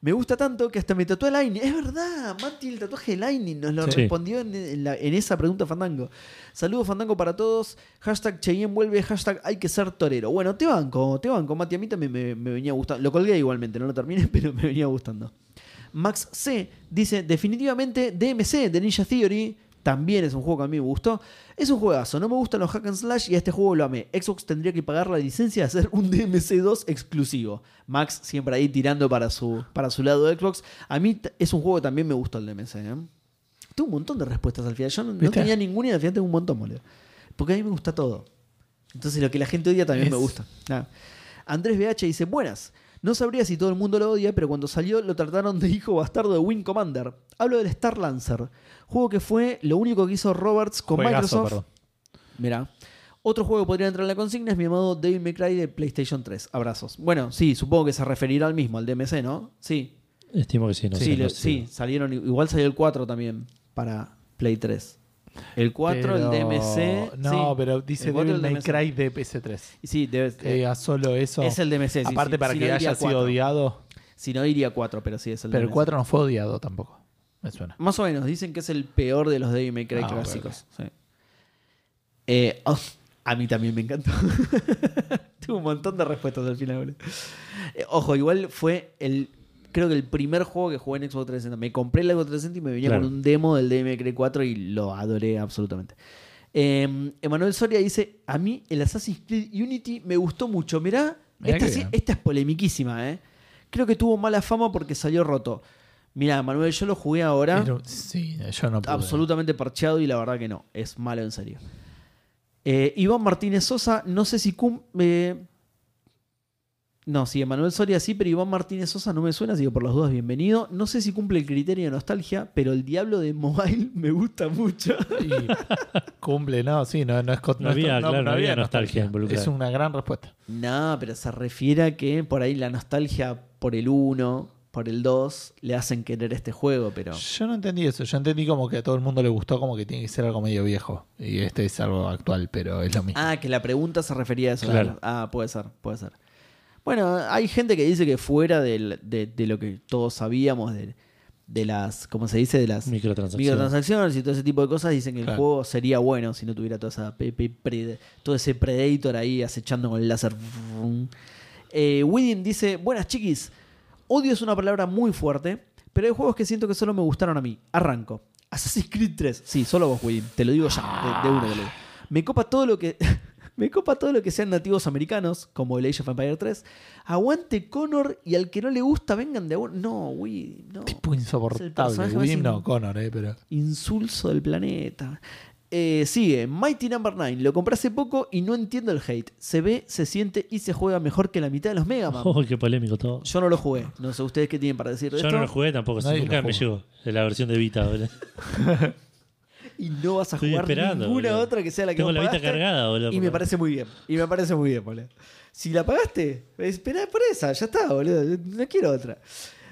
Speaker 1: Me gusta tanto que hasta me tatué Lightning. Es verdad, Mati, el tatuaje de Lightning nos lo
Speaker 2: Sí.
Speaker 1: respondió en, en la- en esa pregunta Fandango. Saludos Fandango para todos. Hashtag Cheyenne vuelve, hashtag hay que ser torero. Bueno, te banco, te banco, Mati. A mí también me, me venía gustando. Lo colgué igualmente, no lo terminé, pero me venía gustando. Max C dice, definitivamente DMC de Ninja Theory también es un juego que a mí me gustó. Es un juegazo, no me gustan los hack and slash y a este juego lo amé. Xbox tendría que pagar la licencia de hacer un DMC 2 exclusivo. Max siempre ahí tirando para su, para su lado de Xbox. A mí t- es un juego que también me gustó el DMC. ¿eh? Tuve un montón de respuestas al final. Yo no, no
Speaker 3: ¿Viste?
Speaker 1: tenía ninguna y al final tengo un montón, boludo. Porque a mí me gusta todo. Entonces lo que la gente odia también
Speaker 3: Es-
Speaker 1: me gusta. Nada. Andrés BH dice, buenas. No sabría si todo el mundo lo odia, pero cuando salió lo trataron de hijo bastardo de Wing Commander. Hablo del Star Lancer, juego que fue lo único que hizo Roberts con
Speaker 3: Juegazo,
Speaker 1: Microsoft.
Speaker 3: perdón.
Speaker 1: Mirá. Otro juego que podría entrar en la consigna es mi amado Devil May Cry de PlayStation 3. Abrazos. Bueno, sí, supongo que se referirá al mismo, al DMC, ¿no? Sí.
Speaker 2: Estimo que sí, no
Speaker 1: sí,
Speaker 2: sé, no
Speaker 1: lo-
Speaker 2: sé.
Speaker 1: sí, salieron. Igual salió el 4 también para Play 3. El 4, el
Speaker 3: Pero-
Speaker 1: DMC.
Speaker 3: No,
Speaker 1: sí.
Speaker 3: pero dice
Speaker 1: El cuatro
Speaker 3: Devil
Speaker 1: del
Speaker 3: May
Speaker 1: DMC.
Speaker 3: Cry de PS3.
Speaker 1: Sí, debe-
Speaker 3: Que diga Eh, solo eso.
Speaker 1: Eh, es el DMC. sí,
Speaker 3: Aparte,
Speaker 1: sí,
Speaker 3: para
Speaker 1: si
Speaker 3: que
Speaker 1: no diría
Speaker 3: haya sido
Speaker 1: cuatro.
Speaker 3: odiado.
Speaker 1: Si no, diría 4, pero sí es el
Speaker 3: Pero el
Speaker 1: DMC.
Speaker 3: 4 no fue odiado tampoco. Me suena.
Speaker 1: Más o menos, dicen que es el peor de los Devil May Cry
Speaker 3: Ah,
Speaker 1: clásicos. sí. Eh, oh, a mí también me encantó. Tuve un montón de respuestas al final, boludo. Eh, ojo, igual fue el. Creo que el primer juego que jugué en Xbox 360. Me compré el Xbox 360 y me venía
Speaker 2: Claro.
Speaker 1: con un demo del Devil May Cry 4 y lo adoré absolutamente. Eh, Emanuel Soria dice: A mí el Assassin's Creed Unity me gustó mucho. Mirá,
Speaker 3: Mirá
Speaker 1: esta,
Speaker 3: que
Speaker 1: sí-
Speaker 3: bien.
Speaker 1: esta es polemiquísima, ¿eh? Creo que tuvo mala fama porque salió roto. Mirá, Manuel, yo lo jugué ahora
Speaker 3: Pero- sí, yo no pude.
Speaker 1: absolutamente parcheado y la verdad que no, es malo en serio. Eh, Iván Martínez Sosa, no sé si cum- eh, no, sí, Emanuel Soria sí, pero Iván Martínez Sosa no me suena, así que por las dudas, bienvenido. No sé si cumple el criterio de nostalgia, pero el diablo de mobile me gusta mucho.
Speaker 3: Y cumple, no, sí, no, no es co-
Speaker 2: No había, claro, no había nostalgia involucrada.
Speaker 3: Es una gran respuesta.
Speaker 1: no, pero se refiere a que por ahí la nostalgia por el 1, por el 2, le hacen querer este juego, pero.
Speaker 3: Yo no entendí eso. Yo entendí como que a todo el mundo le gustó, como que tiene que ser algo medio viejo. Y este es algo actual, pero es lo mismo.
Speaker 1: Ah, que la pregunta se refería a eso.
Speaker 2: Claro.
Speaker 1: Ah, puede ser, puede ser. Bueno, hay gente que dice que fuera del- de, de lo que todos sabíamos, de, de las, ¿cómo se dice? De las
Speaker 2: Microtransacciones.
Speaker 1: microtransacciones y todo ese tipo de cosas, dicen que el
Speaker 3: Claro.
Speaker 1: juego sería bueno si no tuviera toda esa pe- pe- pre- todo ese Predator ahí acechando con el láser. Eh, Widin dice, buenas chiquis, odio es una palabra muy fuerte, pero hay juegos que siento que solo me gustaron a mí. Arranco. Assassin's Creed 3. Sí, solo vos, Widin. Te lo digo ya, de, de uno te lo digo. Me copa todo lo que... Me copa todo lo que sean nativos americanos, como el Age of Empire 3. Aguante Connor y al que no le gusta, vengan de a uno. No, Widin, no
Speaker 3: tipo insoportable.
Speaker 1: Ah, personaje más
Speaker 3: William no,
Speaker 1: in-
Speaker 3: Connor, eh, pero.
Speaker 1: insulso del planeta. Eh, sigue, Mighty Number 9. Lo compré hace poco y no entiendo el hate. Se ve, se siente y se juega mejor que la mitad de los Mega Man.
Speaker 2: Oh, qué polémico todo.
Speaker 1: Yo no lo jugué. No sé ustedes qué tienen para decir de
Speaker 2: Yo
Speaker 1: esto.
Speaker 2: no lo jugué tampoco,
Speaker 3: Nadie
Speaker 2: nunca
Speaker 3: lo
Speaker 2: me
Speaker 3: jugó.
Speaker 2: llegó la versión de Vita. boludo.
Speaker 1: Y no vas a
Speaker 2: Estoy
Speaker 1: jugar
Speaker 2: esperando,
Speaker 1: ninguna
Speaker 2: boludo.
Speaker 1: otra que sea la que
Speaker 2: Tengo
Speaker 1: vos
Speaker 2: la Vita
Speaker 1: pagaste.
Speaker 2: cargada, boludo.
Speaker 1: Y me parece muy bien. Y me parece muy bien, boludo. Si la pagaste, esperá por esa, ya está, boludo. No quiero otra.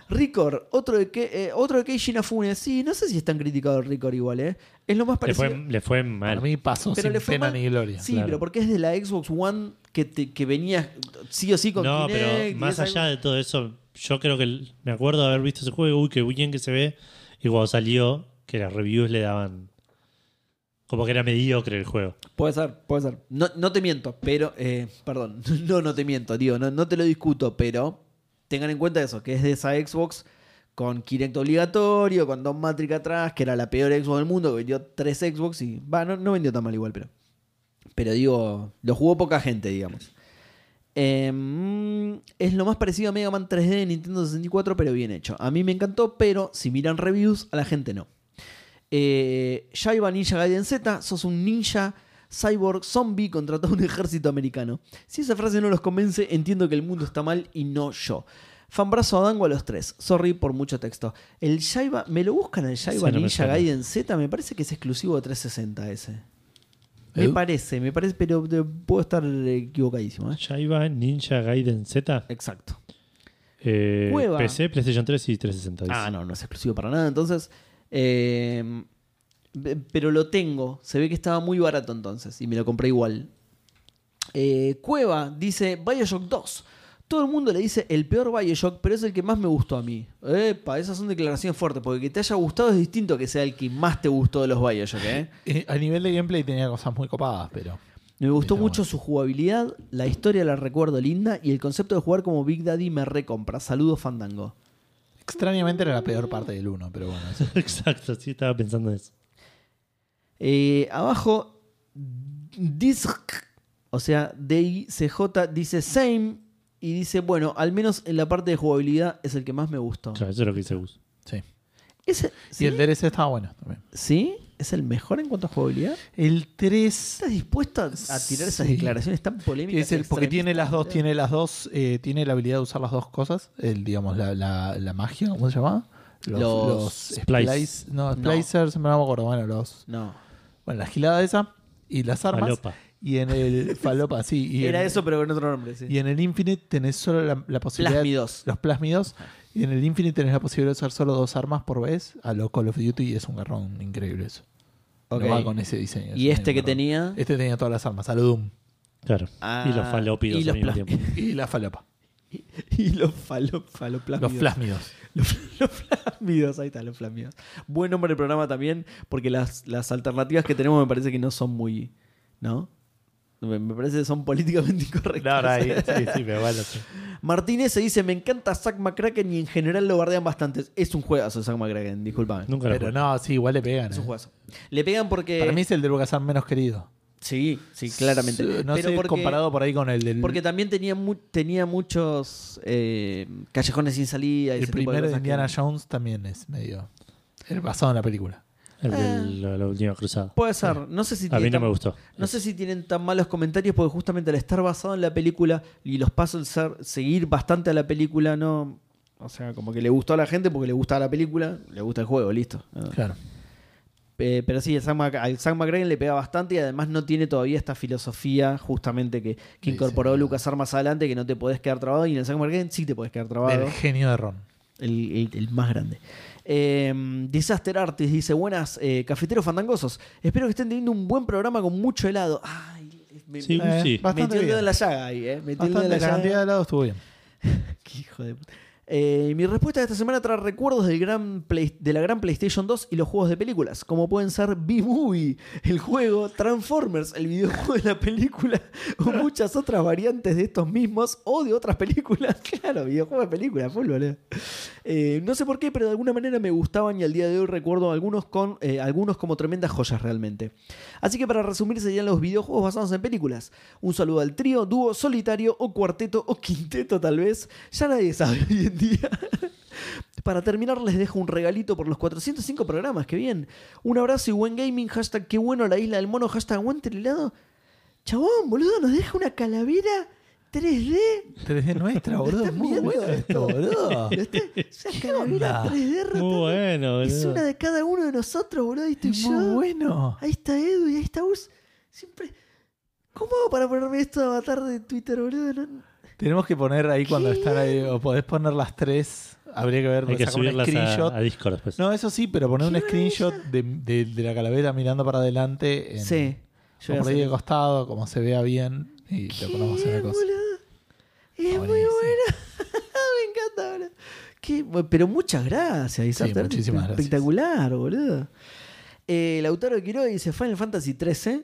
Speaker 1: Ricor, otro de que eh, otro de Keiji Inafune. Sí, no sé si es tan criticado el Ricor igual, ¿eh? Es lo más
Speaker 2: Le
Speaker 1: parecido.
Speaker 2: fue, le fue mal.
Speaker 3: Para mí pasó
Speaker 1: Pero
Speaker 3: sin
Speaker 1: le fue
Speaker 3: pena
Speaker 1: mal.
Speaker 3: ni gloria.
Speaker 1: Sí,
Speaker 2: Claro.
Speaker 1: pero porque es de la Xbox One que, te- que venía sí o sí con
Speaker 2: No,
Speaker 1: Kinect,
Speaker 2: pero
Speaker 1: y
Speaker 2: más
Speaker 1: esa-
Speaker 2: allá de todo eso, yo creo que el- me acuerdo de haber visto ese juego, uy, qué bien que se ve. Y cuando salió, que las reviews le daban. Como que era mediocre el juego.
Speaker 1: Puede ser, puede ser. No, no te miento, pero... eh, perdón, no, no te miento, tío. No, no te lo discuto, pero tengan en cuenta eso, que es de esa Xbox con Kinect obligatorio, con Don Matrix atrás, que era la peor Xbox del mundo, que vendió tres Xbox y... Va, no, no vendió tan mal igual, pero... Pero digo, lo jugó poca gente, digamos. Eh, es lo más parecido a Mega Man 3D de Nintendo 64, pero bien hecho. A mí me encantó, pero si miran reviews, a la gente no. Eh, Jaiba Ninja Gaiden Z, sos un ninja cyborg zombie contra todo un ejército americano. Si esa frase no los convence, entiendo que el mundo está mal y no yo. Fanbrazo a Dango a los tres. Sorry por mucho texto. El Jaiba, ¿me lo buscan el Jaiba
Speaker 2: Ese no me
Speaker 1: Ninja
Speaker 2: suena.
Speaker 1: Gaiden Z? Me parece que es exclusivo de 360 ese. Me
Speaker 3: ¿Edu?
Speaker 1: parece, me parece, pero eh, puedo estar equivocadísimo. ¿eh?
Speaker 2: Ah, Ya iba Ninja Gaiden Z.
Speaker 1: Exacto.
Speaker 2: eh,
Speaker 1: Cueva.
Speaker 2: PC, PlayStation 3 y 360. dice.
Speaker 1: Ah, no, no es exclusivo para nada. Entonces, eh, be- pero lo tengo. Se ve que estaba muy barato entonces y me lo compré igual. Eh, Cueva dice Bioshock 2. Todo el mundo le dice el peor Bioshock, pero es el que más me gustó a mí. Epa, esas son declaraciones fuertes, porque que te haya gustado es distinto que sea el que más te gustó de los Bioshock, ¿eh?
Speaker 3: Eh, a nivel de gameplay tenía cosas muy copadas, pero.
Speaker 1: Me gustó
Speaker 3: Está
Speaker 1: mucho
Speaker 3: bueno.
Speaker 1: su jugabilidad, la historia la recuerdo linda y el concepto de jugar como Big Daddy me recompra. Saludos, Fandango.
Speaker 3: Extrañamente era la peor parte del 1, pero bueno. eso.
Speaker 2: Exacto, sí, estaba pensando en eso.
Speaker 1: Eh, abajo, Disc, o sea, DICJ dice Same y dice, bueno, al menos en la parte de jugabilidad es el que más me gustó.
Speaker 2: Claro, eso es lo que dice Gus.
Speaker 3: Sí.
Speaker 1: ¿Ese,
Speaker 3: Y
Speaker 1: ¿sí?
Speaker 3: el DLC estaba bueno también.
Speaker 1: ¿Sí? ¿Es el mejor en cuanto a jugabilidad?
Speaker 3: El 3
Speaker 1: ¿Estás dispuesto a, a tirar esas
Speaker 3: Sí.
Speaker 1: declaraciones tan polémicas?
Speaker 3: es el, porque tiene las dos,
Speaker 1: extremistas?
Speaker 3: tiene las dos, eh, tiene la habilidad de usar las dos cosas, el, digamos, la, la, la magia, ¿cómo se llamaba?
Speaker 1: Los
Speaker 2: splice.
Speaker 3: splice- no,
Speaker 1: No.
Speaker 3: splicers, no. me acuerdo, bueno, los,
Speaker 1: No.
Speaker 3: bueno, la gilada esa y las armas.
Speaker 2: Falopa.
Speaker 3: Y en el falopa, sí. Y
Speaker 1: Era
Speaker 3: en,
Speaker 1: eso, pero con otro nombre. sí.
Speaker 3: Y en el Infinite tenés solo la, la posibilidad.
Speaker 1: Plásmidos.
Speaker 3: Los plásmidos. Y en el Infinite tenés la posibilidad de usar solo dos armas por vez. A lo Call of Duty y es un garrón increíble eso.
Speaker 1: Ok.
Speaker 3: No va con ese diseño. es
Speaker 1: ¿Y
Speaker 3: un
Speaker 1: este que
Speaker 3: garrón.
Speaker 1: tenía?
Speaker 3: Este tenía todas las armas, a lo Doom.
Speaker 2: Claro.
Speaker 1: Ah,
Speaker 2: y los falópidos
Speaker 1: y los
Speaker 2: al mismo
Speaker 1: plas-
Speaker 2: tiempo.
Speaker 3: Y la falopa.
Speaker 1: Y los falo- faloplásmidos.
Speaker 3: Los plásmidos.
Speaker 1: Los, los plásmidos, ahí está, los plásmidos. Buen nombre del programa también, porque las, las alternativas que tenemos me parece que no son muy. ¿No? Me, me parece que son políticamente incorrectas.
Speaker 3: No, no, ahí- sí, sí, pero bueno. sí.
Speaker 1: Martínez se dice, me encanta Zack McCracken y en general lo bardean bastantes. Es un juegazo Zack McCracken, disculpame.
Speaker 2: Nunca lo
Speaker 3: Pero
Speaker 2: jugué.
Speaker 3: no, sí, igual le pegan.
Speaker 1: pues, Es
Speaker 3: eh.
Speaker 1: un juegazo. Le pegan porque...
Speaker 3: Para mí es el de Lucas menos querido.
Speaker 1: Sí, sí, claramente.
Speaker 3: Sí, No
Speaker 1: Pero
Speaker 3: sé,
Speaker 1: porque-
Speaker 3: comparado por ahí con el del.
Speaker 1: Porque también tenía, mu- tenía muchos eh, callejones sin salida. Y
Speaker 3: el
Speaker 1: ese tipo de
Speaker 3: primero de
Speaker 1: cosas que-
Speaker 3: Indiana Jones también es medio. El basado en la película.
Speaker 2: El del- la, la última cruzada.
Speaker 1: Puede ser. No sé si
Speaker 2: A
Speaker 1: tiene
Speaker 2: mí no
Speaker 1: tan-
Speaker 2: me gustó.
Speaker 1: Ah. No sé si tienen tan malos comentarios porque justamente al estar basado en la película y los pasos ser, seguir bastante a la película, no... O sea, como que le gustó a la gente porque le gustaba la película, le gusta el juego, listo. Ah.
Speaker 3: Claro.
Speaker 1: Eh, pero sí, el Sam Mac- al Sam McRae le pega bastante y además no tiene todavía esta filosofía justamente que, que
Speaker 3: Sí,
Speaker 1: incorporó
Speaker 3: sí.
Speaker 1: Lucas más adelante, que no te podés quedar trabado y en el Sam McRae sí te podés quedar trabado.
Speaker 3: El genio de Ron.
Speaker 1: El, el- el más grande. Eh, Disaster Artist dice: Buenas, eh, cafeteros fandangosos. Espero que estén teniendo un buen programa con mucho helado. Ay, me,
Speaker 2: Sí,
Speaker 1: me-
Speaker 2: un
Speaker 3: Eh,
Speaker 2: sí.
Speaker 3: va- bastante
Speaker 1: metí el dedo
Speaker 3: bien.
Speaker 1: en la llaga ahí, ¿eh? Metí el dedo
Speaker 3: Bastante,
Speaker 1: en la
Speaker 3: la
Speaker 1: llaga.
Speaker 3: cantidad de helados estuvo bien.
Speaker 1: Qué hijo de puta. Eh, mi respuesta de esta semana trae recuerdos del gran Play- de la gran PlayStation 2 y los juegos de películas, como pueden ser B-Movie, el juego, Transformers, el videojuego de la película, o muchas otras variantes de estos mismos o de otras películas. Claro, videojuego de película, full, boludo. Eh, no sé por qué, pero de alguna manera me gustaban y al día de hoy recuerdo algunos, con, eh, algunos como tremendas joyas realmente. Así que para resumir serían los videojuegos basados en películas. Un saludo al trío, dúo, solitario o cuarteto o quinteto tal vez. Ya nadie sabe hoy en día. Para terminar les dejo un regalito por los 405 programas, qué bien. Un abrazo y buen gaming, hashtag qué bueno la isla del mono, hashtag aguante el helado. Chabón, boludo, nos deja una calavera 3D.
Speaker 3: 3D nuestra, boludo. Es
Speaker 1: ¿Estás
Speaker 3: muy
Speaker 1: viendo
Speaker 3: bueno esto, boludo.
Speaker 1: ¿Lo está? Esa calavera
Speaker 3: onda?
Speaker 1: 3D ratón.
Speaker 2: Muy bueno,
Speaker 1: Es
Speaker 2: boludo.
Speaker 1: una de cada uno de nosotros, boludo. Ahí estoy
Speaker 3: Es
Speaker 1: yo.
Speaker 3: muy bueno.
Speaker 1: Ahí está Edu y ahí está Us. Siempre. ¿Cómo hago para ponerme esto de avatar de Twitter, boludo? No-
Speaker 3: Tenemos que poner ahí cuando están ahí, o podés poner las tres. Habría que ver,
Speaker 2: Hay que
Speaker 3: sacar un
Speaker 2: subirlas
Speaker 3: screenshot.
Speaker 2: a, a Discord después.
Speaker 3: No, eso sí, pero poner un
Speaker 1: Qué
Speaker 3: screenshot de, de- de la calavera mirando para adelante. En,
Speaker 1: Sí.
Speaker 3: o
Speaker 1: Yo voy a
Speaker 3: por ahí
Speaker 1: hacer-
Speaker 3: de costado, como se vea bien. Y lo ponemos en
Speaker 1: Qué
Speaker 3: la cosa.
Speaker 1: boludo. Es
Speaker 3: Está
Speaker 1: muy
Speaker 3: buenísimo.
Speaker 1: buena. Me encanta, boludo. Qué bu- pero muchas gracias, Isaac.
Speaker 3: muchísimas gracias.
Speaker 1: Espectacular, boludo. Eh, Lautaro Quiroga dice Final Fantasy 13.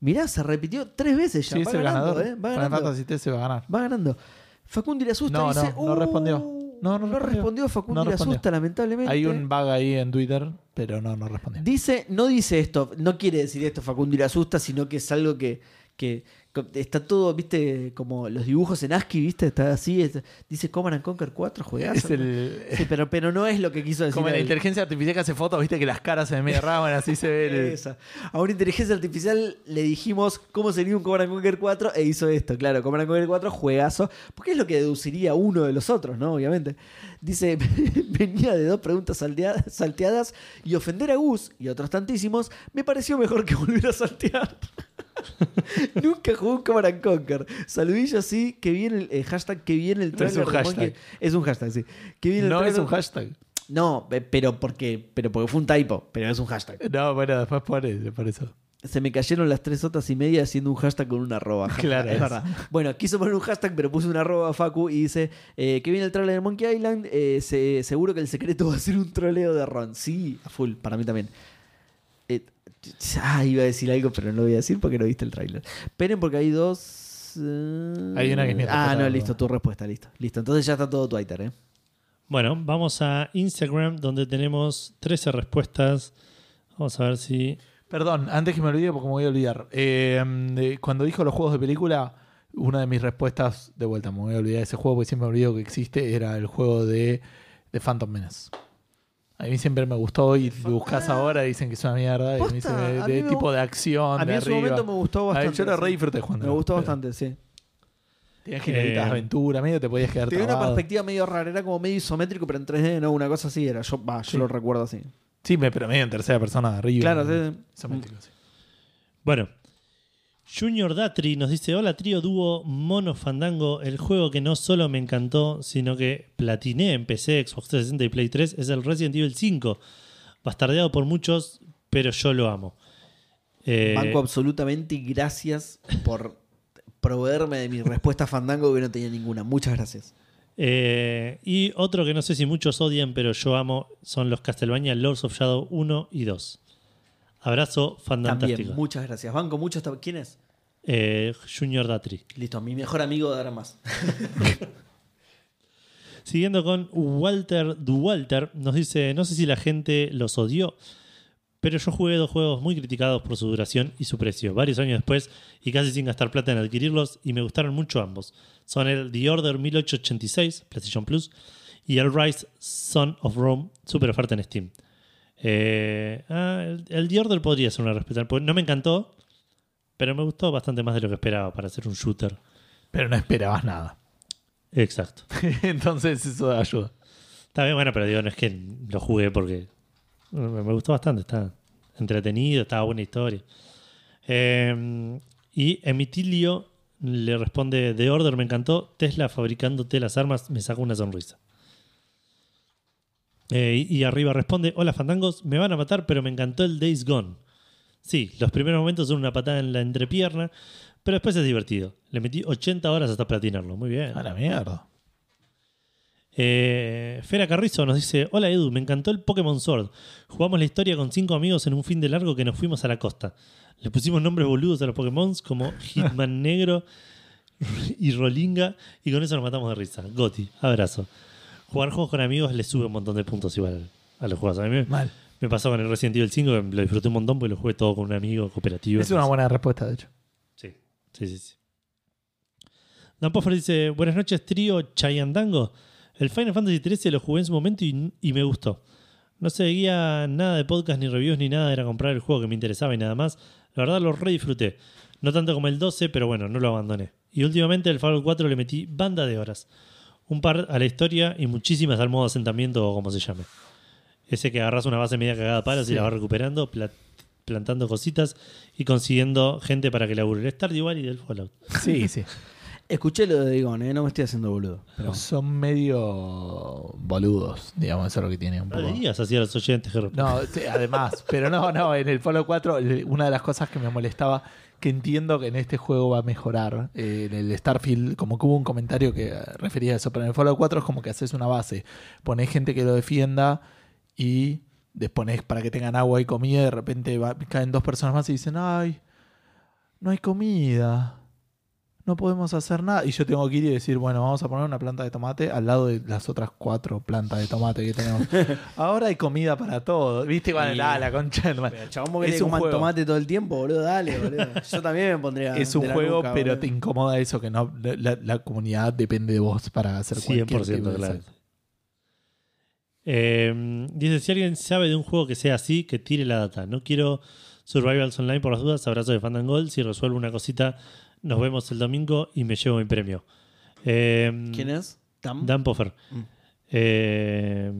Speaker 1: Mirá, se repitió tres veces ya.
Speaker 3: Sí,
Speaker 1: va
Speaker 3: es el
Speaker 1: ganando,
Speaker 3: ganador.
Speaker 1: eh. Va
Speaker 3: Final
Speaker 1: ganando.
Speaker 3: Fantasy XIII se va a ganar.
Speaker 1: Va ganando. Facundo Irasusta
Speaker 3: No, no,
Speaker 1: dice.
Speaker 3: no respondió.
Speaker 1: "Uh,
Speaker 3: No, no
Speaker 1: respondió.
Speaker 3: respondió.
Speaker 1: Facundo
Speaker 3: No respondió.
Speaker 1: Irasusta, lamentablemente.
Speaker 3: Hay un bug ahí en Twitter, pero no, no respondió.
Speaker 1: Dice, no dice esto, no quiere decir esto Facundo Irasusta, sino que es algo que, que co- está todo, viste, como los dibujos en ASCII, viste, está así. es- dice Command and Conquer 4, juegazo.
Speaker 3: Es el.
Speaker 1: Sí, pero, pero no es lo que quiso decir.
Speaker 3: Como en la
Speaker 1: él.
Speaker 3: inteligencia artificial que hace fotos, viste que las caras se ven medio raras, así se ve. el-
Speaker 1: Esa. A una inteligencia artificial le dijimos cómo sería un Command and Conquer 4 e hizo esto. Claro, Command and Conquer 4, juegazo. Porque es lo que deduciría uno de los otros, ¿no? Obviamente. Dice, venía de dos preguntas saltea- salteadas y ofender a Gus y otros tantísimos me pareció mejor que volver a saltear. Nunca jugué un Command and Conquer. Saludillo así, que viene el eh, hashtag, que viene el
Speaker 3: Es
Speaker 1: trailer
Speaker 3: un
Speaker 1: de Monkey-
Speaker 3: hashtag.
Speaker 1: Es un hashtag, sí. Que viene el
Speaker 3: No es
Speaker 1: trailer-
Speaker 3: un hashtag.
Speaker 1: No, eh, pero porque, pero porque fue un typo, pero es un hashtag.
Speaker 3: No, bueno, después pone, por eso.
Speaker 1: Se me cayeron las tres sotas y media haciendo un hashtag con una arroba.
Speaker 3: Claro,
Speaker 1: es
Speaker 3: es.
Speaker 1: verdad. Bueno, quiso poner un hashtag, pero puso una arroba a Facu y dice eh, que viene el trailer de Monkey Island. eh, se- seguro que el secreto va a ser un troleo de Ron. Sí, a full, para mí también. Eh, ah, iba a decir algo, pero no lo voy a decir porque no viste el trailer. Esperen, porque hay dos. eh,
Speaker 3: Hay una que es mi
Speaker 1: Ah,
Speaker 3: respuesta,
Speaker 1: no,
Speaker 3: la
Speaker 1: listo,
Speaker 3: verdad.
Speaker 1: tu respuesta, listo. Listo, entonces ya está todo Twitter, ¿eh?
Speaker 2: Bueno, vamos a Instagram donde tenemos 13 respuestas. Vamos a ver si.
Speaker 3: Perdón, antes que me olvide, porque me voy a olvidar. Eh, de- cuando dijo los juegos de película, una de mis respuestas, de vuelta, me voy a olvidar de ese juego porque siempre me olvido que existe, era el juego de, de Phantom Menace. A mí siempre me gustó y lo buscas ahora y dicen que es una mierda. Y a mí se
Speaker 1: Ah. Posta,
Speaker 3: me-
Speaker 1: a
Speaker 3: de
Speaker 1: mí me
Speaker 3: tipo
Speaker 1: gu-
Speaker 3: de acción,
Speaker 1: A mí
Speaker 3: de
Speaker 1: en su
Speaker 3: arriba.
Speaker 1: momento me gustó
Speaker 3: A ver,
Speaker 1: bastante.
Speaker 3: yo lo re
Speaker 1: sí.
Speaker 3: disfruté jugando.
Speaker 1: Me gustó
Speaker 3: Pero
Speaker 1: bastante, sí.
Speaker 3: Tenías generalitas
Speaker 2: Eh,
Speaker 3: de aventura, medio te podías quedar
Speaker 1: Tenía una
Speaker 3: trabado.
Speaker 1: perspectiva medio rara, era como medio isométrico, pero en 3D, no, una cosa así era. Yo, va, yo
Speaker 3: Sí.
Speaker 1: lo recuerdo así.
Speaker 3: Sí, me- pero medio en tercera persona de arriba.
Speaker 1: Claro, sí, sí.
Speaker 3: Isométrico, sí.
Speaker 2: Bueno. Junior Datri nos dice: Hola, trío dúo Mono Fandango. El juego que no solo me encantó, sino que platiné en PC, Xbox 360 y Play 3 es el Resident Evil 5. Bastardeado por muchos, pero yo lo amo. Eh,
Speaker 1: Banco absolutamente y gracias por proveerme de mi respuesta a Fandango que no tenía ninguna. Muchas gracias.
Speaker 2: Eh, y otro que no sé si muchos odian, pero yo amo, son los Castlevania Lords of Shadow 1 y 2. Abrazo,
Speaker 1: También,
Speaker 2: fantástico.
Speaker 1: muchas gracias. Banco, muchas. ta- ¿Quién es?
Speaker 2: eh, Junior Datri.
Speaker 1: Listo, mi mejor amigo de ahora más.
Speaker 2: Siguiendo con Walter Duwalter, nos dice: No sé si la gente los odió, pero yo jugué dos juegos muy criticados por su duración y su precio, varios años después y casi sin gastar plata en adquirirlos, y me gustaron mucho ambos. Son el The Order 1886, PlayStation Plus, y el Rise Son of Rome, super oferta en Steam. Eh, ah, el, el The Order podría ser una respetar, no me encantó, pero me gustó bastante más de lo que esperaba para ser un shooter.
Speaker 3: Pero no esperabas nada.
Speaker 2: Exacto.
Speaker 3: Entonces eso ayuda.
Speaker 2: Está bien, bueno, pero digo, no es que lo jugué porque bueno, me me gustó bastante, está entretenido, estaba buena historia. Eh, y Emitilio le responde, The Order me encantó, Tesla fabricándote las armas me sacó una sonrisa. Eh, y y arriba responde, hola fandangos, me van a matar, pero me encantó el Days Gone. Sí, los primeros momentos son una patada en la entrepierna, pero después es divertido. Le metí 80 horas hasta platinarlo, muy bien.
Speaker 3: A la mierda.
Speaker 2: Eh, Fera Carrizo nos dice: Hola Edu, me encantó el Pokémon Sword. Jugamos la historia con cinco amigos en un fin de largo que nos fuimos a la costa. Le pusimos nombres boludos a los Pokémon como Hitman Negro y Rolinga, y con eso nos matamos de risa. Goti, abrazo. Jugar juegos con amigos le sube un montón de puntos igual a los juegos. A mí me,
Speaker 3: Mal.
Speaker 2: me pasó con el Resident Evil 5, que lo disfruté un montón porque lo jugué todo con un amigo cooperativo.
Speaker 3: Es una buena respuesta, de hecho.
Speaker 2: Sí, sí, sí. sí. Dan Poffer dice: Buenas noches, trío Chayandango. El Final Fantasy XIII lo jugué en su momento y, y me gustó. No seguía nada de podcast, ni reviews, ni nada. Era comprar el juego que me interesaba y nada más. La verdad lo re disfruté. No tanto como el 12, pero bueno, no lo abandoné. Y últimamente el Fallout 4 le metí banda de horas. Un par a la historia y muchísimas al modo asentamiento o como se llame. Ese que agarras una base media cagada palas
Speaker 3: Sí.
Speaker 2: y la vas recuperando, pla- plantando cositas y consiguiendo gente para que labure. El Stardew Valley del Fallout.
Speaker 3: Sí, sí.
Speaker 1: Escuché lo de Digón, ¿eh? no me estoy haciendo boludo.
Speaker 3: Pero son medio boludos, digamos, eso es lo que tiene un
Speaker 2: No le
Speaker 3: poco.
Speaker 2: digas así a los oyentes, Gerro.
Speaker 3: No, sí, además, pero no, no, en el Fallout 4 el- una de las cosas que me molestaba, que entiendo que en este juego va a mejorar, eh, en el Starfield, como que hubo un comentario que eh, refería a eso, pero en el Fallout 4 es como que haces una base, pones gente que lo defienda y despones para que tengan agua y comida, y de repente va- caen dos personas más y dicen, ay, no hay comida. No podemos hacer nada. Y yo tengo que ir y decir, bueno, vamos a poner una planta de tomate al lado de las otras cuatro plantas de tomate que tenemos. Ahora hay comida para todo. ¿Viste? Bueno,
Speaker 1: Y-
Speaker 3: la, la concha. de tu madre.
Speaker 1: Chabón, vos querés
Speaker 3: Es
Speaker 1: que
Speaker 3: un
Speaker 1: coman
Speaker 3: juego.
Speaker 1: tomate todo el tiempo, boludo, dale, boludo. Yo también me pondría.
Speaker 3: Es
Speaker 1: de
Speaker 3: un
Speaker 1: la
Speaker 3: juego,
Speaker 1: nuca,
Speaker 3: pero
Speaker 1: boludo.
Speaker 3: te incomoda eso que no la, la- la comunidad depende de vos para hacer cualquier
Speaker 2: 100%
Speaker 3: tipo de
Speaker 2: claro.
Speaker 3: salto.
Speaker 2: Eh, dice, si alguien sabe de un juego que sea así, que tire la data. No quiero Survivals Online por las dudas. Abrazo de Fandangol. Si resuelvo una cosita, nos vemos el domingo y me llevo mi premio. Eh,
Speaker 1: ¿Quién es? ¿Tam?
Speaker 2: Dan Poffer.
Speaker 1: Mm.
Speaker 2: Eh,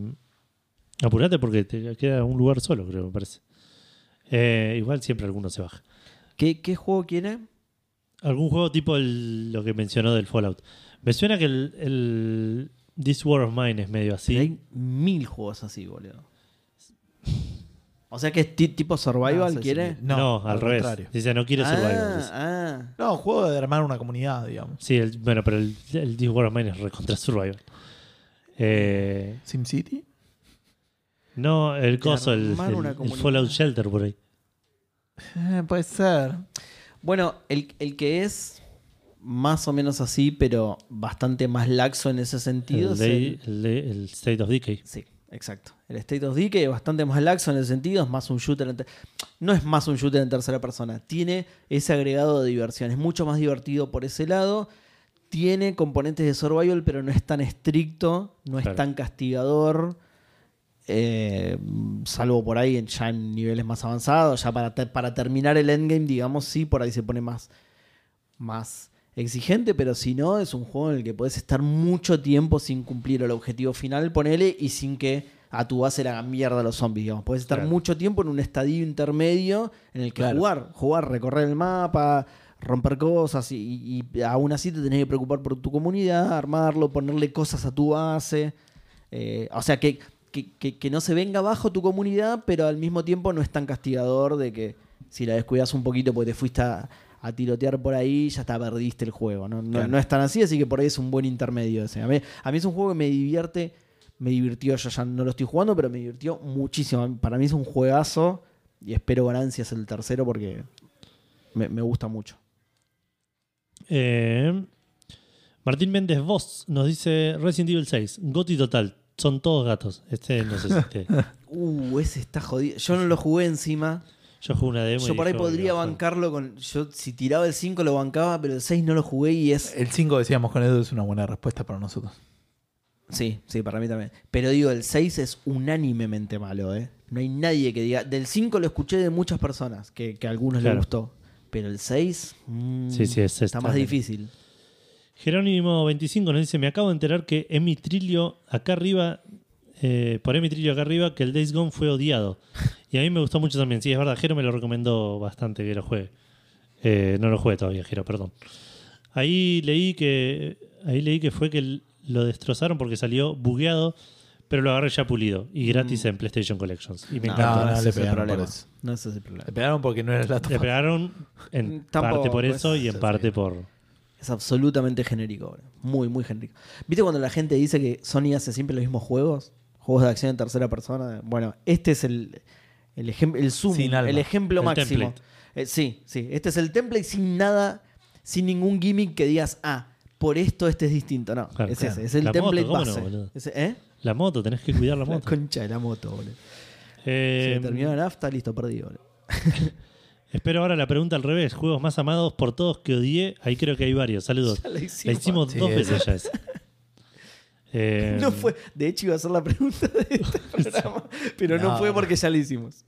Speaker 2: apurate porque te queda un lugar solo, creo, me parece. Eh, igual siempre alguno se baja.
Speaker 1: ¿Qué, ¿Qué juego quiere?
Speaker 2: Algún juego tipo el- lo que mencionó del Fallout. Me suena que el, el This War of Mine es medio así.
Speaker 1: Hay mil juegos así, boludo. O sea que es ti- tipo
Speaker 3: No
Speaker 1: survival,
Speaker 3: sé si-
Speaker 1: ¿quiere?
Speaker 2: No, al, revés.
Speaker 3: contrario.
Speaker 2: Dice, no quiere
Speaker 1: ah,
Speaker 2: Survival. dice.
Speaker 1: ah.
Speaker 3: No, un juego de armar una comunidad, digamos.
Speaker 2: Sí, el- bueno, pero el, el This War of Mine es recontra Survival. Eh,
Speaker 3: SimCity.
Speaker 2: no, el coso, el,
Speaker 1: armar
Speaker 2: el-
Speaker 1: una
Speaker 2: el
Speaker 1: comunidad.
Speaker 2: Fallout Shelter por ahí.
Speaker 3: Eh, puede ser.
Speaker 1: Bueno, el, el que es más o menos así, pero bastante más laxo en ese sentido.
Speaker 2: El,
Speaker 1: es
Speaker 2: de-
Speaker 1: el-
Speaker 2: el de- el State of Decay.
Speaker 1: sí, exacto. El State of Decay es bastante más laxo en ese sentido, es más un shooter. en ter- no es más un shooter en tercera persona, tiene ese agregado de diversión. Es mucho más divertido por ese lado. Tiene componentes de survival, pero no es tan estricto, no es
Speaker 2: Claro.
Speaker 1: tan castigador. Eh, salvo por ahí en, ya en niveles más avanzados, ya para, ter- para terminar el endgame, digamos, sí, por ahí se pone más, más exigente, pero si no, es un juego en el que puedes estar mucho tiempo sin cumplir el objetivo final, ponele, y sin que a tu base le hagan mierda a los zombies, digamos. Puedes estar
Speaker 2: Claro.
Speaker 1: mucho tiempo en un estadio intermedio en el que
Speaker 3: Claro.
Speaker 1: jugar, jugar, recorrer el mapa, romper cosas, y, y aún así te tenés que preocupar por tu comunidad, armarlo, ponerle cosas a tu base. Eh, o sea, que, que- que- que no se venga abajo tu comunidad, pero al mismo tiempo no es tan castigador de que si la descuidas un poquito porque te fuiste a, a tirotear por ahí, ya está, perdiste el juego. No, no,
Speaker 3: Claro.
Speaker 1: no es tan así, así que por ahí es un buen intermedio. ese. A, mí, a mí es un juego que me divierte, me divirtió, yo ya no lo estoy jugando, pero me divirtió muchísimo. Para mí es un juegazo y espero ganancias el tercero porque me, me gusta mucho.
Speaker 2: Eh, Martín Méndez Vos nos dice Resident Evil 6, Goti total. Son todos gatos. Este no sé si este-
Speaker 1: Uh, ese está jodido. Yo no lo jugué encima.
Speaker 2: Yo jugué una demo.
Speaker 1: Yo
Speaker 2: y
Speaker 1: por ahí
Speaker 2: dije, bueno,
Speaker 1: podría
Speaker 2: bueno.
Speaker 1: bancarlo con. Yo si tiraba el 5 lo bancaba, pero el 6 no lo jugué y es.
Speaker 3: El 5 decíamos con Edu es una buena respuesta para nosotros.
Speaker 1: Sí, sí, para mí también. Pero digo, el 6 es unánimemente malo, ¿eh? No hay nadie que diga. Del 5 lo escuché de muchas personas, que, que a algunos
Speaker 2: Claro.
Speaker 1: les gustó. Pero el 6. mm,
Speaker 2: Sí, sí, es-
Speaker 1: Está
Speaker 2: está
Speaker 1: más
Speaker 2: bien.
Speaker 1: difícil.
Speaker 2: Jerónimo25 nos dice: Me acabo de enterar que Emitrilio acá arriba, eh, por Emitrilio acá arriba, que el Days Gone fue odiado. Y a mí me gustó mucho también. Sí, es verdad, Jero me lo recomendó bastante que lo juegue. Eh, no lo juegue todavía, Jero, perdón. Ahí leí que ahí leí que fue que l- lo destrozaron porque salió bugueado, pero lo agarré ya pulido y gratis en PlayStation Collections. Y me
Speaker 1: No,
Speaker 2: encantó.
Speaker 3: no,
Speaker 1: ese
Speaker 3: le
Speaker 1: es el
Speaker 3: pegaron por
Speaker 1: problema.
Speaker 3: eso.
Speaker 1: No ese es el
Speaker 3: Le
Speaker 1: problema.
Speaker 3: pegaron porque no era la
Speaker 2: Le
Speaker 3: toma.
Speaker 2: pegaron en
Speaker 1: Tampoco,
Speaker 2: parte por
Speaker 1: pues,
Speaker 2: eso y en
Speaker 3: sí,
Speaker 2: parte
Speaker 3: sí.
Speaker 2: por.
Speaker 1: Es absolutamente genérico, bro. Muy, muy genérico. ¿Viste cuando la gente dice que Sony hace siempre los mismos juegos? Juegos de acción en tercera persona. Bueno, este es el, el, ejem- el zoom,
Speaker 3: Sin alma.
Speaker 1: el ejemplo
Speaker 2: El
Speaker 1: máximo.
Speaker 2: template.
Speaker 1: Eh, sí, sí. Este es el template sin nada, sin ningún gimmick que digas, ah, por esto este es distinto. No,
Speaker 2: Claro,
Speaker 1: es
Speaker 2: claro.
Speaker 1: ese. Es el
Speaker 2: La moto,
Speaker 1: template
Speaker 2: ¿cómo no,
Speaker 1: base.
Speaker 2: boludo?
Speaker 1: Ese- ¿Eh?
Speaker 2: La moto, tenés que cuidar la
Speaker 1: La
Speaker 2: moto.
Speaker 1: concha de la moto, boludo. Se
Speaker 2: Eh,
Speaker 1: me terminó la nafta, listo, perdido, boludo.
Speaker 2: Espero ahora la pregunta al revés. Juegos más amados por todos que odié. Ahí creo que hay varios. Saludos.
Speaker 1: Ya la
Speaker 2: la
Speaker 1: hicimos.
Speaker 2: hicimos
Speaker 3: Sí,
Speaker 2: dos
Speaker 3: es-
Speaker 2: veces ya esa. Eh,
Speaker 1: No fue, de hecho iba a ser la pregunta de este programa, pero no
Speaker 3: No,
Speaker 1: fue
Speaker 3: no.
Speaker 1: porque ya la hicimos.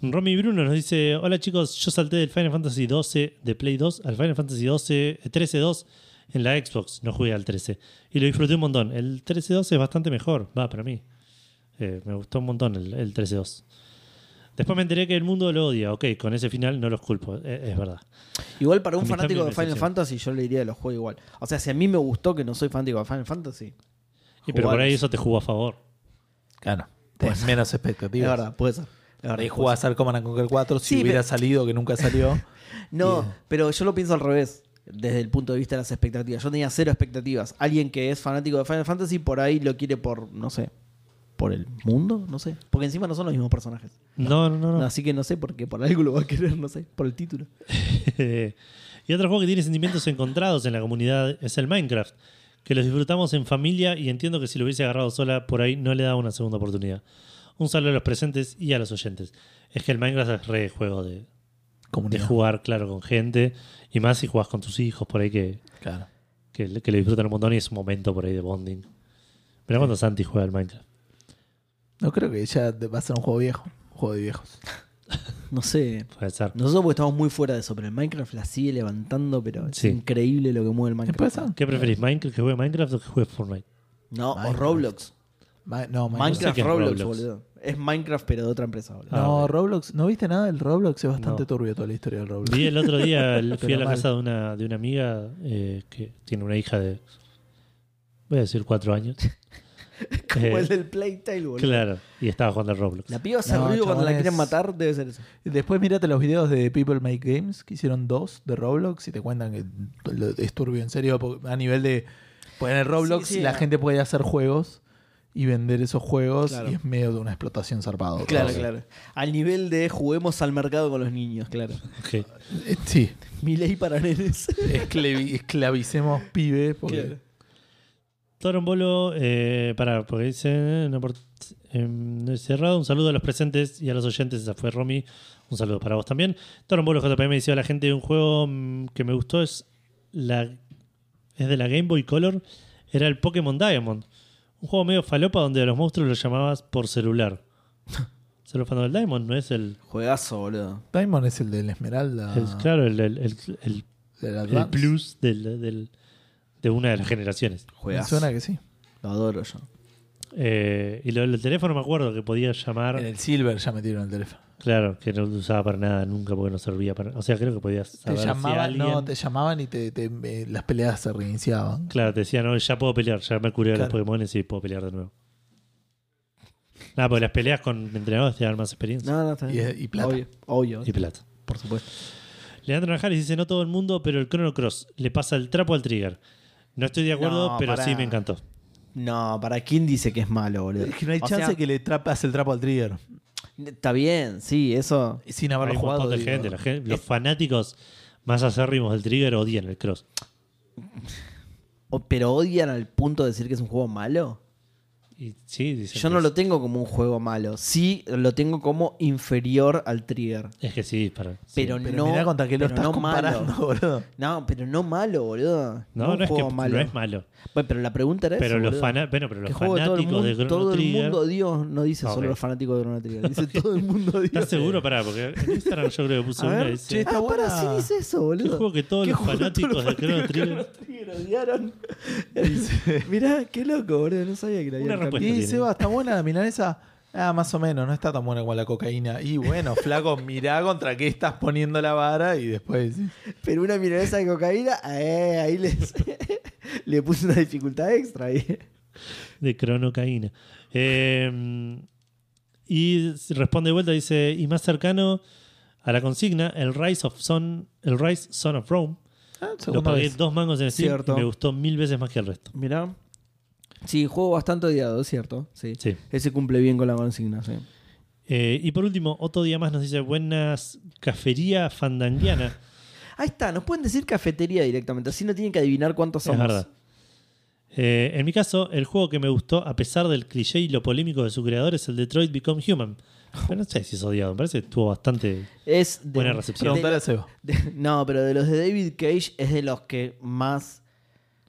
Speaker 2: Romy Bruno nos dice: Hola chicos, yo salté del Final Fantasy XII de Play 2 al Final Fantasy XII 13-2 en la Xbox. No jugué al 13. Y lo disfruté un montón. El 13-2 es bastante mejor, va para mí. Eh, me gustó un montón el, el 13-2. Después me enteré que el mundo lo odia. Ok, con ese final no los culpo. Eh, es verdad.
Speaker 1: Igual para
Speaker 2: A
Speaker 1: un
Speaker 2: mí también
Speaker 1: fanático de
Speaker 2: me
Speaker 1: Final
Speaker 2: decepciona.
Speaker 1: Fantasy yo le diría que lo juego igual. O sea, si a mí me gustó que no soy fanático de Final Fantasy.
Speaker 2: Y, pero por
Speaker 1: jugalo.
Speaker 2: ahí eso te jugó a favor.
Speaker 3: Claro. Tenés Pues menos
Speaker 1: Es
Speaker 3: expectativas.
Speaker 1: verdad, puede ser. La verdad,
Speaker 3: Ahí
Speaker 1: puede
Speaker 3: jugás al Command and Conquer 4 si
Speaker 1: Sí,
Speaker 3: hubiera
Speaker 1: pero-
Speaker 3: salido, que nunca salió.
Speaker 1: ser. No, pero yo lo pienso al revés, desde el punto de vista de las expectativas. Yo tenía cero expectativas. Alguien que es fanático de Final Fantasy por ahí lo quiere por, no sé, por el mundo, no sé. Porque encima no son los mismos personajes.
Speaker 2: No, no, no. no.
Speaker 1: Así que no sé por qué, por algo lo va a querer, no sé, por el título.
Speaker 2: y otro juego que tiene sentimientos encontrados en la comunidad es el Minecraft, que los disfrutamos en familia y entiendo que si lo hubiese agarrado sola por ahí no le daba una segunda oportunidad. Un saludo a los presentes y a los oyentes. Es que el Minecraft es re juego de, de
Speaker 3: Comunidad.
Speaker 2: jugar, claro, con gente y más si jugás con tus hijos por ahí que,
Speaker 3: Claro.
Speaker 2: que, que lo disfrutan un montón y es un momento por ahí de bonding. Pero cuando Santi juega al Minecraft.
Speaker 3: No creo que ya te- va a ser un juego viejo. Un juego de viejos.
Speaker 1: No sé.
Speaker 2: Puede ser.
Speaker 1: Nosotros porque estamos muy fuera de eso, pero el Minecraft la sigue levantando, pero es
Speaker 2: Sí.
Speaker 1: increíble lo que mueve el
Speaker 3: ¿Qué
Speaker 1: Minecraft.
Speaker 3: pasa?
Speaker 2: ¿Qué preferís, Minecraft, que juegue Minecraft o que juegue Fortnite?
Speaker 1: No, o
Speaker 3: Minecraft.
Speaker 1: Roblox.
Speaker 3: Ma- no, Minecraft.
Speaker 2: sé
Speaker 1: Minecraft
Speaker 2: qué es
Speaker 1: Roblox,
Speaker 2: Roblox.
Speaker 1: boludo. Es Minecraft, pero de otra empresa, boludo.
Speaker 2: Ah,
Speaker 3: No,
Speaker 2: ok.
Speaker 3: Roblox. ¿No viste nada del Roblox? Es bastante
Speaker 2: No.
Speaker 3: turbio toda la historia del Roblox.
Speaker 2: Vi el otro día, el- fui
Speaker 3: Pero
Speaker 2: a la
Speaker 3: mal.
Speaker 2: casa de una, de una amiga eh, que tiene una hija de, voy a decir cuatro años.
Speaker 1: Como
Speaker 2: Eh,
Speaker 1: el del Playtale, boludo.
Speaker 2: Claro, y estaba jugando al Roblox.
Speaker 1: La piba hace
Speaker 3: No,
Speaker 1: ruido cuando la
Speaker 3: chabones.
Speaker 1: quieren matar, debe ser eso.
Speaker 3: Después mírate los videos de People Make Games, que hicieron dos de Roblox, y te cuentan que lo- es turbio, en serio, porque a nivel de... Pues en el Roblox
Speaker 1: Sí, sí,
Speaker 3: la
Speaker 1: ah.
Speaker 3: gente puede hacer juegos y vender esos juegos,
Speaker 1: Claro.
Speaker 3: y es medio de una explotación zarpada.
Speaker 1: Claro,
Speaker 3: Todo.
Speaker 1: claro. Al nivel de juguemos al mercado con los niños, claro.
Speaker 2: Ok.
Speaker 3: Eh, Sí,
Speaker 1: Mi ley para nenes.
Speaker 3: Esclavi- esclavicemos pibes, porque
Speaker 1: Claro.
Speaker 2: Torombolo, eh, para, porque dice, eh, no por- em, no es cerrado, un saludo a los presentes y a los oyentes, esa fue Romy, un saludo para vos también. Torombolo JPM dice a la gente, un juego mm, que me gustó es, la, es de la Game Boy Color, era el Pokémon Diamond, un juego medio falopa donde a los monstruos los llamabas por celular. Solo fan del Diamond, no es el...
Speaker 1: Juegazo, boludo.
Speaker 3: Diamond es el de la Esmeralda.
Speaker 2: el- claro, el, el- el- el-
Speaker 3: del
Speaker 2: el
Speaker 3: Ah. Advance.
Speaker 2: plus del- del- de una de las generaciones.
Speaker 3: Me
Speaker 1: Juegazo.
Speaker 3: suena que sí.
Speaker 1: Lo adoro yo.
Speaker 2: Eh, y lo del teléfono me acuerdo que podía llamar...
Speaker 3: En el Silver ya metieron el teléfono.
Speaker 2: Claro, que no lo usaba para nada nunca porque no servía para O sea, creo que podías
Speaker 3: Te
Speaker 2: saber si
Speaker 3: llamaban,
Speaker 2: alguien...
Speaker 3: no, te llamaban y te, te- eh, las peleas se reiniciaban.
Speaker 2: Claro, te decía, no, ya puedo pelear, ya me curé de los
Speaker 3: Claro.
Speaker 2: Pokémon y puedo pelear de nuevo. Nada, porque las peleas con entrenadores te dan más experiencia.
Speaker 1: No, no, está bien.
Speaker 3: Y- y plata.
Speaker 1: Obvio, obvio,
Speaker 2: Y plata.
Speaker 1: por supuesto.
Speaker 2: Leandro Najares dice, no todo el mundo, pero el Chrono Cross le pasa el trapo al trigger. No estoy de acuerdo,
Speaker 1: No,
Speaker 2: pero
Speaker 1: pará.
Speaker 2: sí me encantó.
Speaker 1: No, ¿para quién dice que es malo, boludo?
Speaker 3: Es que no hay
Speaker 1: O
Speaker 3: chance
Speaker 1: sea,
Speaker 3: que le trapas el trapo al trigger.
Speaker 1: Está bien, sí, eso.
Speaker 3: Sin
Speaker 2: Hay
Speaker 3: haberlo
Speaker 2: un montón
Speaker 3: jugado.
Speaker 2: de
Speaker 3: digo.
Speaker 2: gente, la gente- los fanáticos más acérrimos del Trigger odian el Cross.
Speaker 1: O- pero odian al punto de decir que es un juego malo.
Speaker 2: Y sí, dicen
Speaker 1: Yo
Speaker 2: que
Speaker 1: no
Speaker 2: es-
Speaker 1: lo tengo como un juego malo. Sí, lo tengo como inferior al Trigger.
Speaker 2: Es que sí, para. sí.
Speaker 1: Pero,
Speaker 3: Pero
Speaker 1: no.
Speaker 3: mirá contra qué
Speaker 1: pero
Speaker 3: lo estás
Speaker 1: no
Speaker 3: comparando,
Speaker 1: malo.
Speaker 3: boludo.
Speaker 1: No, pero no malo, boludo.
Speaker 2: No,
Speaker 1: un
Speaker 2: no, es que
Speaker 1: juego
Speaker 2: no es malo.
Speaker 1: Bueno, pero la pregunta era
Speaker 2: Pero
Speaker 1: eso,
Speaker 2: los,
Speaker 1: boludo.
Speaker 2: fana- bueno, pero los
Speaker 1: ¿Eh? Que juego todo el
Speaker 2: fanáticos
Speaker 1: mundo,
Speaker 2: de Chrono
Speaker 1: todo el
Speaker 2: Trigger.
Speaker 1: mundo Dios no dice
Speaker 2: Ok.
Speaker 1: solo los fanáticos de Chrono Trigger, dice todo el mundo Dios.
Speaker 2: ¿Estás seguro? Pará, porque en Instagram yo creo que puse
Speaker 3: A
Speaker 2: una
Speaker 3: ver,
Speaker 2: y dice,
Speaker 3: che,
Speaker 1: Ah, para, sí
Speaker 3: buena.
Speaker 1: dice eso, boludo.
Speaker 2: ¿Qué juego que todos
Speaker 1: ¿Qué
Speaker 2: los
Speaker 1: juego que
Speaker 2: fanáticos de Chrono Trigger?
Speaker 1: Trigger odiaron. Mirá, qué loco, boludo, no sabía que la había
Speaker 2: Una respuesta.
Speaker 3: Y
Speaker 2: tiene.
Speaker 3: Seba, ¿está buena la milanesa? Ah, más o menos, no está tan buena como la cocaína. Y bueno, flaco, mirá contra qué estás poniendo la vara y después decís,
Speaker 1: Pero una milanesa de cocaína, eh, ahí les, le puse una dificultad extra ahí.
Speaker 2: De cronocaína. Eh, y responde de vuelta, dice, y más cercano a la consigna, el Rise of Son, el Rise Son of Rome.
Speaker 3: ah,
Speaker 2: Lo
Speaker 3: segunda
Speaker 2: pagué
Speaker 3: vez.
Speaker 2: dos mangos en Steam
Speaker 1: Cierto.
Speaker 2: y me gustó mil veces más que el resto.
Speaker 1: Mirá. Sí, juego bastante odiado, es cierto. Sí.
Speaker 2: Sí.
Speaker 1: Ese cumple bien con la consigna, sí.
Speaker 2: Eh, y por último, otro día más nos dice, buenas cafería fandanguiana.
Speaker 1: Ahí está, nos pueden decir cafetería directamente, así no tienen que adivinar cuántos
Speaker 2: es
Speaker 1: somos.
Speaker 2: verdad. Eh, en mi caso, el juego que me gustó, a pesar del cliché y lo polémico de su creador, es el Detroit Become Human. Pero no sé si es odiado, me parece que estuvo bastante...
Speaker 1: Es de-
Speaker 2: Buena recepción.
Speaker 1: de-
Speaker 3: Preguntale a Seba.
Speaker 1: de- no, pero de los de David Cage es de los que más.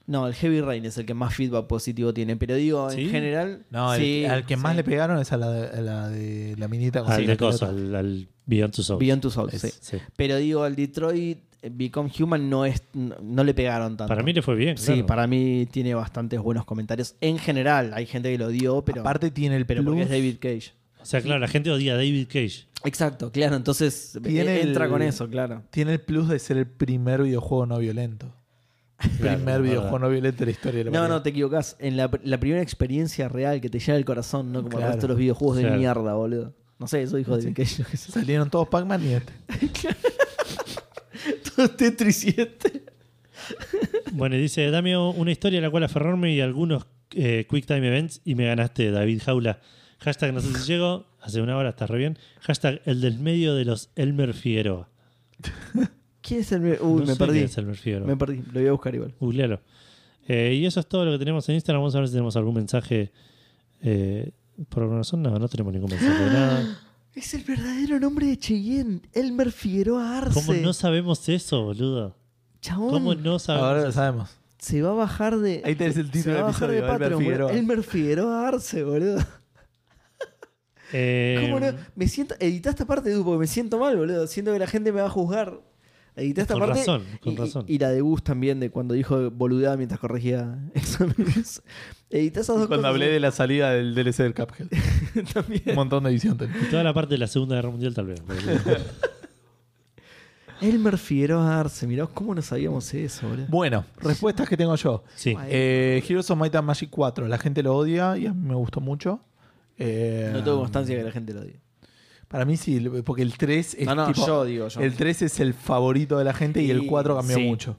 Speaker 1: No, el Heavy Rain es el que más feedback positivo tiene, pero digo,
Speaker 2: ¿Sí?
Speaker 1: en general.
Speaker 3: No, el-
Speaker 1: sí,
Speaker 3: al que más
Speaker 1: sí.
Speaker 3: le pegaron es a la de a la, de la minita con
Speaker 2: al
Speaker 3: la
Speaker 2: de
Speaker 3: pelota.
Speaker 2: coso, al, al Beyond Two Souls.
Speaker 1: Beyond Two Souls,
Speaker 2: Es-
Speaker 1: sí.
Speaker 2: sí.
Speaker 1: Pero digo, al Detroit Become Human no, es, no, no le pegaron tanto.
Speaker 2: Para mí le fue bien.
Speaker 1: Sí,
Speaker 2: claro.
Speaker 1: para mí tiene bastantes buenos comentarios. En general, hay gente que lo odió, pero,
Speaker 3: Aparte tiene el
Speaker 1: pero porque es
Speaker 3: plus,
Speaker 1: David Cage.
Speaker 2: O sea, claro, la gente odia a David Cage.
Speaker 1: Exacto, claro. Entonces
Speaker 3: Tiene
Speaker 1: eh, entra
Speaker 3: el-
Speaker 1: con eso, claro.
Speaker 3: tiene el plus de ser el primer videojuego no violento.
Speaker 2: Claro,
Speaker 3: primer
Speaker 2: es
Speaker 3: videojuego
Speaker 2: verdad.
Speaker 3: no violento de la historia de la
Speaker 1: No,
Speaker 3: humanidad.
Speaker 1: no, te equivocas. En la, la primera experiencia real que te llega al corazón, no como el
Speaker 3: Claro.
Speaker 1: resto de los videojuegos de
Speaker 2: Claro.
Speaker 1: mierda, boludo. No sé, eso dijo David Cage. yo qué sé.
Speaker 3: Salieron todos Pac-Man y este.
Speaker 1: Todo Tetris 7.
Speaker 2: Bueno, y dice, dame una historia a la cual aferrarme y algunos eh, Quick Time Events y me ganaste, David Jaula. Hashtag no sé si llego, hace una hora, estás re bien. Hashtag el del medio de los Elmer Figueroa.
Speaker 1: ¿Quién es el.? me- Uy,
Speaker 2: No
Speaker 1: me
Speaker 2: sé
Speaker 1: perdí.
Speaker 2: quién es Elmer Figueroa.
Speaker 1: Me perdí. Lo voy a buscar igual.
Speaker 2: Googlealo. Eh, y eso es todo lo que tenemos en Instagram. Vamos a ver si tenemos algún mensaje. eh, por alguna razón, no, no tenemos ningún mensaje de nada.
Speaker 1: Es el verdadero nombre de Cheyenne. Elmer Figueroa Arce.
Speaker 2: ¿Cómo no sabemos eso, boludo?
Speaker 1: Chabón.
Speaker 2: ¿Cómo no sabemos
Speaker 3: Ahora lo
Speaker 2: eso?
Speaker 3: sabemos.
Speaker 1: Se va a bajar de.
Speaker 3: Ahí tenés el título
Speaker 1: se va
Speaker 3: del
Speaker 1: a bajar de
Speaker 3: episodio, Elmer
Speaker 1: Patreon, boludo.
Speaker 3: Figueroa.
Speaker 1: Elmer Figueroa Arce, boludo.
Speaker 2: Eh,
Speaker 1: ¿Cómo
Speaker 3: mm.
Speaker 1: no? Me siento. Editá esta parte, Edu, porque me siento mal, boludo. Siento que la gente me va a juzgar. Editá esta
Speaker 2: Con
Speaker 1: parte.
Speaker 2: razón, con
Speaker 1: y,
Speaker 2: razón.
Speaker 1: Y, y la de Gus también, de cuando dijo boludeada mientras corregía exámenes. Editá esas dos
Speaker 3: Cuando
Speaker 1: cosas.
Speaker 3: hablé de la salida del DLC del Cuphead. Un
Speaker 1: también.
Speaker 3: montón de edición tenés.
Speaker 2: Toda la parte de la Segunda Guerra Mundial, tal vez. boludo.
Speaker 1: Elmer Figueroa Arce, mirá cómo no sabíamos eso, boludo.
Speaker 3: Bueno, respuestas que tengo yo.
Speaker 2: Sí.
Speaker 1: Ay,
Speaker 3: Eh, Heroes of Might and Magic 4. La gente lo odia y a mí me gustó mucho. Eh,
Speaker 1: no tengo constancia que la gente lo diga.
Speaker 3: Para mí sí, porque el 3 es
Speaker 1: No, no,
Speaker 3: tipo-
Speaker 1: yo digo yo.
Speaker 3: El 3 es el favorito de la gente y el
Speaker 1: Sí,
Speaker 3: 4 cambió
Speaker 1: sí.
Speaker 3: mucho.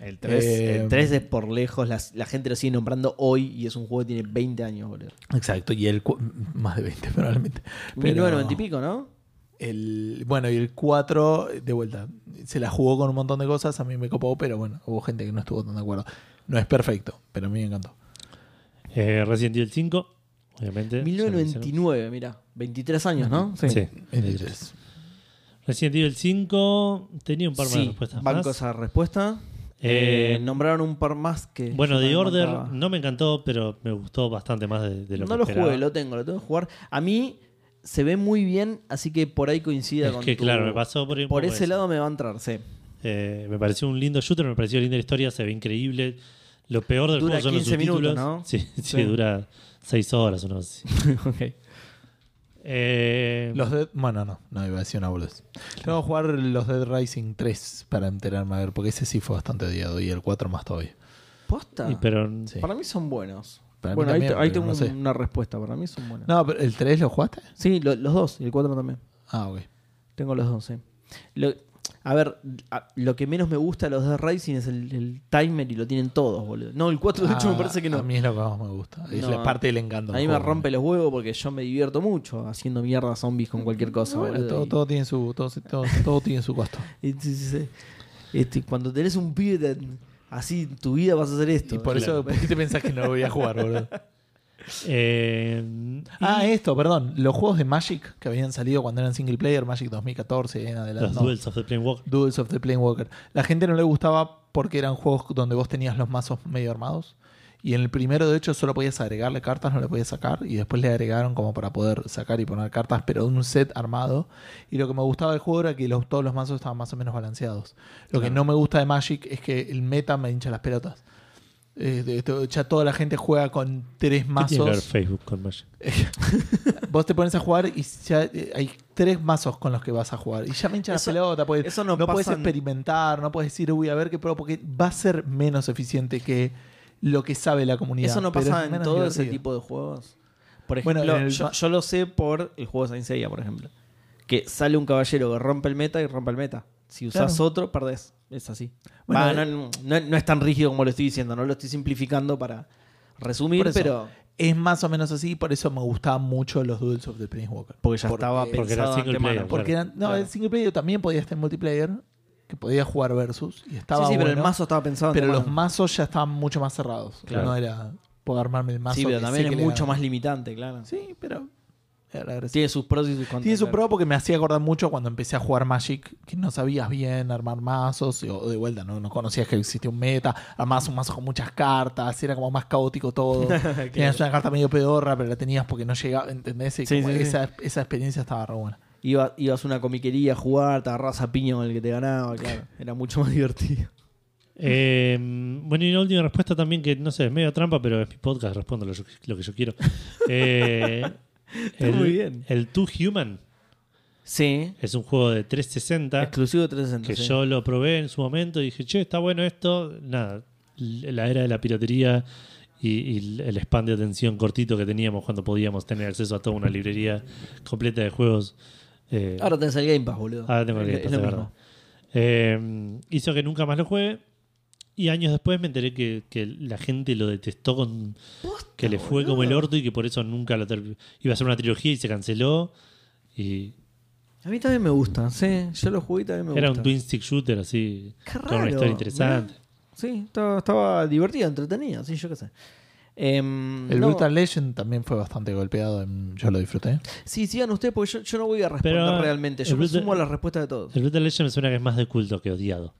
Speaker 1: El 3,
Speaker 3: Eh,
Speaker 1: el 3 es por lejos, las- la, gente lo sigue nombrando hoy y es un juego que tiene 20 años, boludo.
Speaker 3: Exacto, y el cu- más de 20 probablemente. Pero
Speaker 1: 1990 y pico, ¿no?
Speaker 3: el- bueno, y el 4 de vuelta se la jugó con un montón de cosas, a mí me copó, pero bueno, hubo gente que no estuvo tan de acuerdo. No es perfecto, pero a mí me encantó.
Speaker 2: Eh, Resident Evil 5, obviamente. ya lo mencionamos.
Speaker 1: 1999, mira, 23 años, ¿no?
Speaker 2: Sí.
Speaker 1: E
Speaker 3: 23.
Speaker 2: Resident Evil 5 tenía un par más de
Speaker 1: Sí,
Speaker 2: respuestas
Speaker 1: banco
Speaker 2: más.
Speaker 1: esa respuesta.
Speaker 2: Eh,
Speaker 1: Eh, nombraron un par más que.
Speaker 2: Bueno,
Speaker 1: yo
Speaker 2: The
Speaker 1: no
Speaker 2: Order
Speaker 1: encontraba.
Speaker 2: no me encantó, pero me gustó bastante más de, de lo
Speaker 1: No
Speaker 2: que
Speaker 1: lo
Speaker 2: esperaba.
Speaker 1: jugué, lo tengo, lo tengo que jugar. A mí se ve muy bien, así que por ahí coincida
Speaker 2: Es
Speaker 1: con.
Speaker 2: que
Speaker 1: tu-
Speaker 2: claro, me pasó por, un
Speaker 1: Por
Speaker 2: poco
Speaker 1: ese
Speaker 2: eso.
Speaker 1: lado me va a entrar, sí.
Speaker 2: Eh, me pareció un lindo shooter, me pareció linda la historia, se ve increíble. Lo peor del
Speaker 1: Dura
Speaker 2: juego son los
Speaker 1: 15
Speaker 2: subtítulos.
Speaker 1: minutos, ¿no?
Speaker 2: sí, sí,
Speaker 1: Sí.
Speaker 2: dura 6 horas o no sé. Eh,
Speaker 3: Los Dead- bueno, no, no iba a decir una boludez. Tengo que jugar los Dead Rising 3 para enterarme a ver, porque ese sí fue bastante odiado y el 4 más todavía.
Speaker 1: Posta.
Speaker 2: y- pero
Speaker 3: Sí.
Speaker 1: Para mí son buenos.
Speaker 3: Para mí
Speaker 1: bueno, ahí,
Speaker 3: también,
Speaker 1: te- ahí
Speaker 3: pero
Speaker 1: tengo
Speaker 3: no sé.
Speaker 1: una respuesta. Para mí son buenos.
Speaker 3: No, pero ¿el 3 lo jugaste?
Speaker 1: Sí, lo- los dos, y el 4 también.
Speaker 3: Ah, ok.
Speaker 1: Tengo los dos, sí. Lo- a ver, a- lo que menos me gusta de los de Racing es el, el timer y lo tienen todos, boludo. No, el 4 de hecho me
Speaker 3: Ah,
Speaker 1: parece que
Speaker 3: A
Speaker 1: no.
Speaker 3: mí es lo que más me gusta. Es
Speaker 1: No,
Speaker 3: la parte del encanto.
Speaker 1: A
Speaker 3: del
Speaker 1: mí me
Speaker 3: juego.
Speaker 1: rompe los huevos porque yo me divierto mucho haciendo mierda a zombies con cualquier cosa,
Speaker 3: Bueno,
Speaker 1: boludo.
Speaker 3: todo,
Speaker 1: Y-
Speaker 3: todo tiene su, todo, todo- todo tiene su costo.
Speaker 1: y- sí, sí, sí. Este, cuando tenés un pibe tan- así en tu vida vas a hacer esto.
Speaker 3: Y por
Speaker 2: Claro.
Speaker 3: eso, ¿por qué te pensás que no lo voy a jugar, boludo?
Speaker 2: Eh,
Speaker 3: Ah, esto, perdón. Los juegos de Magic que habían salido cuando eran single player, Magic 2014 y en adelante.
Speaker 2: los
Speaker 3: no.
Speaker 2: Duels of the Plane Walk.
Speaker 3: Duels of the Planewalker. La gente no le gustaba porque eran juegos donde vos tenías los mazos medio armados. Y en el primero, de hecho, solo podías agregarle cartas, no le podías sacar. Y después le agregaron como para poder sacar y poner cartas, pero de un set armado. Y lo que me gustaba del juego era que los- todos los mazos estaban más o menos balanceados. Lo que no me gusta de Magic es que el meta me hincha las pelotas. Eh, de- de- ya toda la gente juega con tres
Speaker 2: ¿Qué tiene que ver
Speaker 3: mazos.
Speaker 2: Facebook con Magic?
Speaker 3: Vos te pones a jugar y ya eh, hay tres mazos con los que vas a jugar. Y ya me hincha la
Speaker 1: Eso-
Speaker 3: pelota. Porque
Speaker 1: eso
Speaker 3: no
Speaker 1: no
Speaker 3: puedes
Speaker 1: pasa en-
Speaker 3: experimentar, no puedes decir, uy, a ver qué pruebo, porque va a ser menos eficiente que lo que sabe la comunidad.
Speaker 1: Eso no
Speaker 3: pero
Speaker 1: pasa
Speaker 3: es
Speaker 1: en
Speaker 3: menos
Speaker 1: todo ese
Speaker 3: divertido.
Speaker 1: tipo de juegos. Por
Speaker 3: Bueno,
Speaker 1: ejemplo,
Speaker 3: en el
Speaker 1: yo,
Speaker 3: ma-
Speaker 1: yo lo sé por el juego de Saint Seiya, por ejemplo. Que sale un caballero que rompe el meta y rompe el meta. Si usás
Speaker 3: Claro.
Speaker 1: otro, perdés. Es así.
Speaker 3: Bueno, eh,
Speaker 1: Va, no, no- no es tan rígido como lo estoy diciendo, no lo estoy simplificando para resumir,
Speaker 3: Por eso,
Speaker 1: pero.
Speaker 3: Es más o menos así, por eso me gustaban mucho los Duels of the Prince Walker.
Speaker 1: Porque ya estaba
Speaker 2: porque era
Speaker 1: pensado de
Speaker 2: single
Speaker 1: antemano.
Speaker 2: player.
Speaker 3: Porque
Speaker 2: Claro,
Speaker 3: eran- no,
Speaker 1: claro.
Speaker 3: el single player también podía estar en multiplayer, que podía jugar versus. Y
Speaker 1: Sí,
Speaker 3: estaba
Speaker 1: sí, pero el
Speaker 3: bueno,
Speaker 1: mazo estaba pensado
Speaker 3: pero los
Speaker 1: antemano.
Speaker 3: mazos ya estaban mucho más cerrados.
Speaker 2: Claro.
Speaker 3: No era puedo armarme el mazo.
Speaker 1: Sí, pero
Speaker 3: que sé
Speaker 1: también
Speaker 3: que
Speaker 1: es
Speaker 3: le
Speaker 1: mucho
Speaker 3: gano.
Speaker 1: más limitante, claro.
Speaker 3: Sí, pero era gracioso.
Speaker 1: Tiene sus pros y sus contras.
Speaker 3: Tiene su
Speaker 1: claro.
Speaker 3: pro porque me hacía acordar mucho cuando empecé a jugar Magic, que no sabías bien armar mazos, o de vuelta, no, no conocías que existía un meta, armabas un mazo con muchas cartas, era como más caótico todo. Tenías una carta medio pedorra, pero la tenías porque no llegaba, ¿entendés? Y
Speaker 1: Sí,
Speaker 3: como
Speaker 1: sí, sí.
Speaker 3: esa, esa experiencia estaba re buena.
Speaker 1: Iba- ibas a una comiquería a jugar, te agarrabas a piña con el que te ganaba, claro. Era mucho más divertido.
Speaker 2: Eh, bueno, y una última respuesta también que no sé, es medio trampa, pero es mi podcast, respondo lo, yo- lo que yo quiero. Eh,
Speaker 1: Está muy bien.
Speaker 2: El Two Human
Speaker 1: Sí.
Speaker 2: es un juego de 360
Speaker 1: Exclusivo de 360.
Speaker 2: que
Speaker 1: sí.
Speaker 2: yo lo probé en su momento y dije, che, está bueno esto. Nada, l- la era de la piratería y, y el span de atención cortito que teníamos cuando podíamos tener acceso a toda una librería completa de juegos. eh,
Speaker 1: Ahora tenés el Game Pass, boludo.
Speaker 2: Ahora tengo el
Speaker 1: Es-
Speaker 2: Game
Speaker 1: es
Speaker 2: Pass,
Speaker 1: lo
Speaker 2: de
Speaker 1: mismo.
Speaker 2: verdad. Eh, hizo que nunca más lo juegue. Y años después me enteré que, que la gente lo detestó con. que le fue como el
Speaker 1: Ah, boludo.
Speaker 2: orto y que por eso nunca lo ter- Iba a ser una trilogía y se canceló. Y
Speaker 1: A mí también me gusta, sí. Yo lo jugué y también me
Speaker 2: era
Speaker 1: gusta.
Speaker 2: un twin stick shooter así.
Speaker 1: Qué
Speaker 2: con una
Speaker 1: raro,
Speaker 2: historia interesante.
Speaker 1: mirá. Sí, estaba, estaba divertido, entretenido, sí, yo qué sé. Em,
Speaker 3: El
Speaker 1: no,
Speaker 3: Brutal Legend también fue bastante golpeado, em, yo lo disfruté.
Speaker 1: Sí, sigan ustedes porque yo, yo no voy a responder
Speaker 2: Pero,
Speaker 1: realmente. Yo
Speaker 2: el
Speaker 1: me
Speaker 2: Brutal-
Speaker 1: sumo a las respuestas de todos.
Speaker 2: El Brutal Legend me suena que es más de culto que odiado.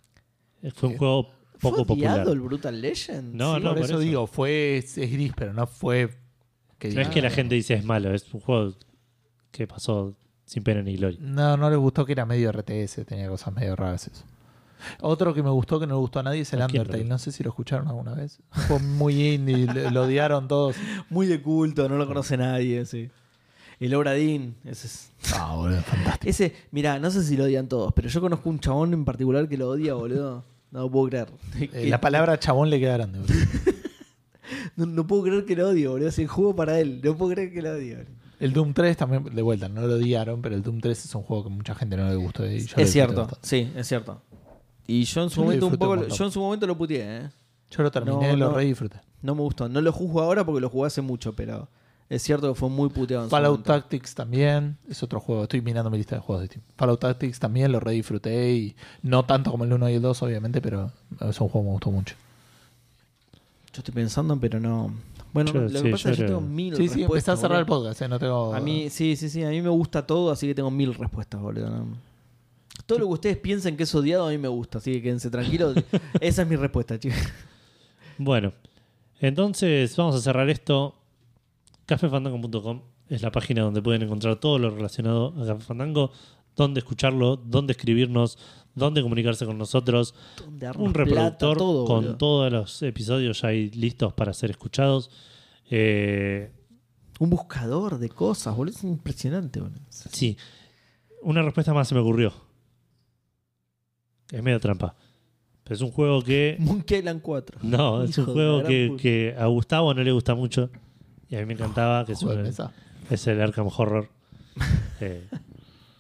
Speaker 2: Eh, Fue un juego poco
Speaker 1: ¿Fue odiado
Speaker 2: popular.
Speaker 1: el Brutal Legend?
Speaker 2: No,
Speaker 1: Sí.
Speaker 2: no,
Speaker 3: por,
Speaker 2: por
Speaker 3: eso,
Speaker 2: eso.
Speaker 3: digo, fue, es es gris, pero no fue... que
Speaker 2: No es
Speaker 3: diga- "Ah,
Speaker 1: Ah.
Speaker 2: que la gente dice es malo, es un juego que pasó sin pena ni gloria.
Speaker 3: No, no le gustó que era medio RTS, tenía cosas medio raras eso. Otro que me gustó que no le gustó a nadie es el
Speaker 2: ¿A quién
Speaker 3: Undertale.
Speaker 2: no le-
Speaker 3: No sé si lo escucharon alguna vez. Fue muy indie, lo, lo odiaron todos.
Speaker 1: Muy de culto, no lo conoce nadie, sí. El Obradín, ese es.
Speaker 3: Ah, boludo, fantástico.
Speaker 1: Ese, mirá, no sé si lo odian todos, pero yo conozco un chabón en particular que lo odia, boludo. No lo puedo creer.
Speaker 3: Eh, la palabra chabón le queda grande. boludo.
Speaker 1: No, no puedo creer que lo odie, boludo. Es el juego para él. No puedo creer que lo odie. boludo.
Speaker 3: El Doom 3 también, de vuelta, no lo odiaron, pero el Doom 3 es un juego que mucha gente no le gustó. y yo lo disfruté
Speaker 1: Es cierto,
Speaker 3: bastante.
Speaker 1: sí, es cierto. Y yo en su
Speaker 3: Yo lo
Speaker 1: momento un
Speaker 3: disfruté
Speaker 1: poco,
Speaker 3: un
Speaker 1: lo-
Speaker 3: montón.
Speaker 1: yo en su momento lo puteé, ¿eh?
Speaker 3: Yo lo terminé,
Speaker 1: No,
Speaker 3: lo
Speaker 1: no.
Speaker 3: re disfruté.
Speaker 1: No me gustó. No lo juzgo ahora porque lo jugué hace mucho, pero es cierto que fue muy puteado en su
Speaker 3: Fallout
Speaker 1: momento.
Speaker 3: Tactics también es otro juego. Estoy mirando mi lista de juegos de Steam. Fallout Tactics también lo re disfruté y no tanto como el 1 y el 2, obviamente, pero es un juego que me gustó mucho.
Speaker 1: Yo estoy pensando, pero no. Bueno,
Speaker 2: Yo-
Speaker 1: lo que
Speaker 2: sí,
Speaker 1: pasa es que
Speaker 2: yo
Speaker 1: yo tengo
Speaker 2: creo-
Speaker 1: mil
Speaker 3: Sí, sí, empecé
Speaker 1: respuestas,
Speaker 3: a cerrar el
Speaker 1: boludo.
Speaker 3: podcast, eh, no tengo.
Speaker 1: A mí, sí, sí, sí. A mí me gusta todo, así que tengo mil respuestas, boludo. no. Todo lo que ustedes piensen que es odiado, a mí me gusta, así que quédense tranquilos. Esa es mi respuesta, chicos.
Speaker 2: Bueno, entonces vamos a cerrar esto. Cafefandango.com es la página donde pueden encontrar todo lo relacionado a Café Fandango, dónde escucharlo, dónde escribirnos, dónde comunicarse con nosotros.
Speaker 1: Donde armas
Speaker 2: Un
Speaker 1: plata,
Speaker 2: reproductor
Speaker 1: todo,
Speaker 2: con
Speaker 1: boludo.
Speaker 2: todos los episodios ya ahí listos para ser escuchados. Eh,
Speaker 1: Un buscador de cosas, boludo. Es impresionante, boludo.
Speaker 2: sí, una respuesta más se me ocurrió. Es medio trampa. Pero es un juego que
Speaker 1: Monkey Island 4.
Speaker 2: No, es
Speaker 1: Hijo
Speaker 2: un
Speaker 1: de
Speaker 2: juego
Speaker 1: la
Speaker 2: que,
Speaker 1: gran puta.
Speaker 2: que a Gustavo no le gusta mucho. Y a mí me encantaba, que es,
Speaker 3: juego de
Speaker 2: un-
Speaker 3: mesa.
Speaker 2: es el Arkham Horror. eh,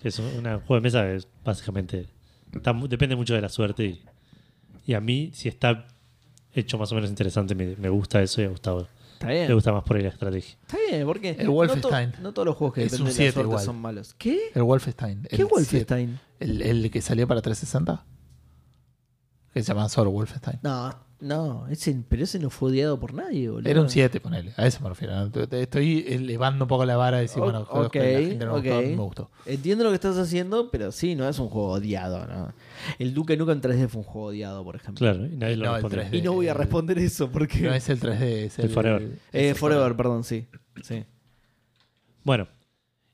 Speaker 2: que es un una- un juego de mesa que es básicamente está mu- depende mucho de la suerte. Y, y a mí, si está hecho más o menos interesante, me, me gusta eso y a Gustavo
Speaker 1: Está
Speaker 2: le
Speaker 1: bien.
Speaker 2: gusta más por ahí la estrategia.
Speaker 1: Está bien, porque.
Speaker 3: El
Speaker 1: no to-
Speaker 3: Wolfenstein.
Speaker 1: No, todos los juegos que
Speaker 3: Es un
Speaker 1: dependen de la
Speaker 3: siete
Speaker 1: suerte
Speaker 3: igual.
Speaker 1: son malos. ¿Qué?
Speaker 3: El Wolfenstein.
Speaker 1: ¿Qué
Speaker 3: el
Speaker 1: Wolfenstein?
Speaker 3: siete- El, el que salió para 360. que se llama solo Wolfenstein.
Speaker 1: No, no, ese, pero ese no fue odiado por nadie, boludo.
Speaker 3: Era un 7, ponele. A eso me refiero. ¿no? Te- te- Estoy elevando un poco la vara y decir,
Speaker 1: O-
Speaker 3: bueno, juegos que la gente no
Speaker 1: ok,
Speaker 3: me gustó,
Speaker 1: ok.
Speaker 3: me gustó.
Speaker 1: Entiendo lo que estás haciendo, pero sí, no es un juego odiado, ¿no? El Duke Nukem 3D fue un juego odiado, por ejemplo.
Speaker 2: Claro, y nadie lo
Speaker 3: No, el
Speaker 2: respondió.
Speaker 3: 3D.
Speaker 1: Y no voy a responder eso porque...
Speaker 3: No es el 3D, es el,
Speaker 2: El Forever.
Speaker 3: es
Speaker 1: Eh,
Speaker 3: el
Speaker 1: Forever, perdón, sí. sí.
Speaker 2: Bueno,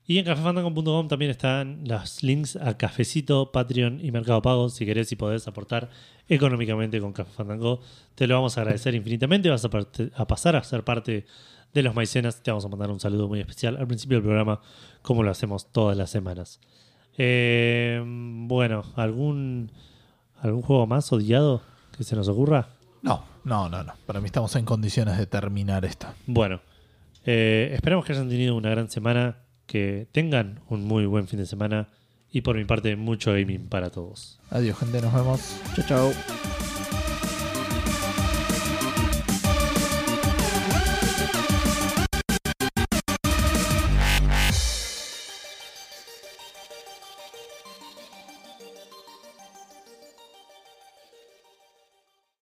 Speaker 2: y en cafefandango.com también están los links a Cafecito, Patreon y Mercado Pago. Si querés y podés aportar económicamente con Café Fandango, te lo vamos a agradecer infinitamente. Vas a, parte- a pasar a ser parte de los maicenas. Te vamos a mandar un saludo muy especial al principio del programa, como lo hacemos todas las semanas. Eh, bueno, ¿algún, ¿algún juego más odiado que se nos ocurra?
Speaker 3: No, no, no, no. Para mí estamos en condiciones de terminar esto.
Speaker 2: Bueno, eh, esperamos que hayan tenido una gran semana, que tengan un muy buen fin de semana y por mi parte mucho gaming para todos.
Speaker 3: Adiós, gente, nos vemos.
Speaker 1: Chao, chao.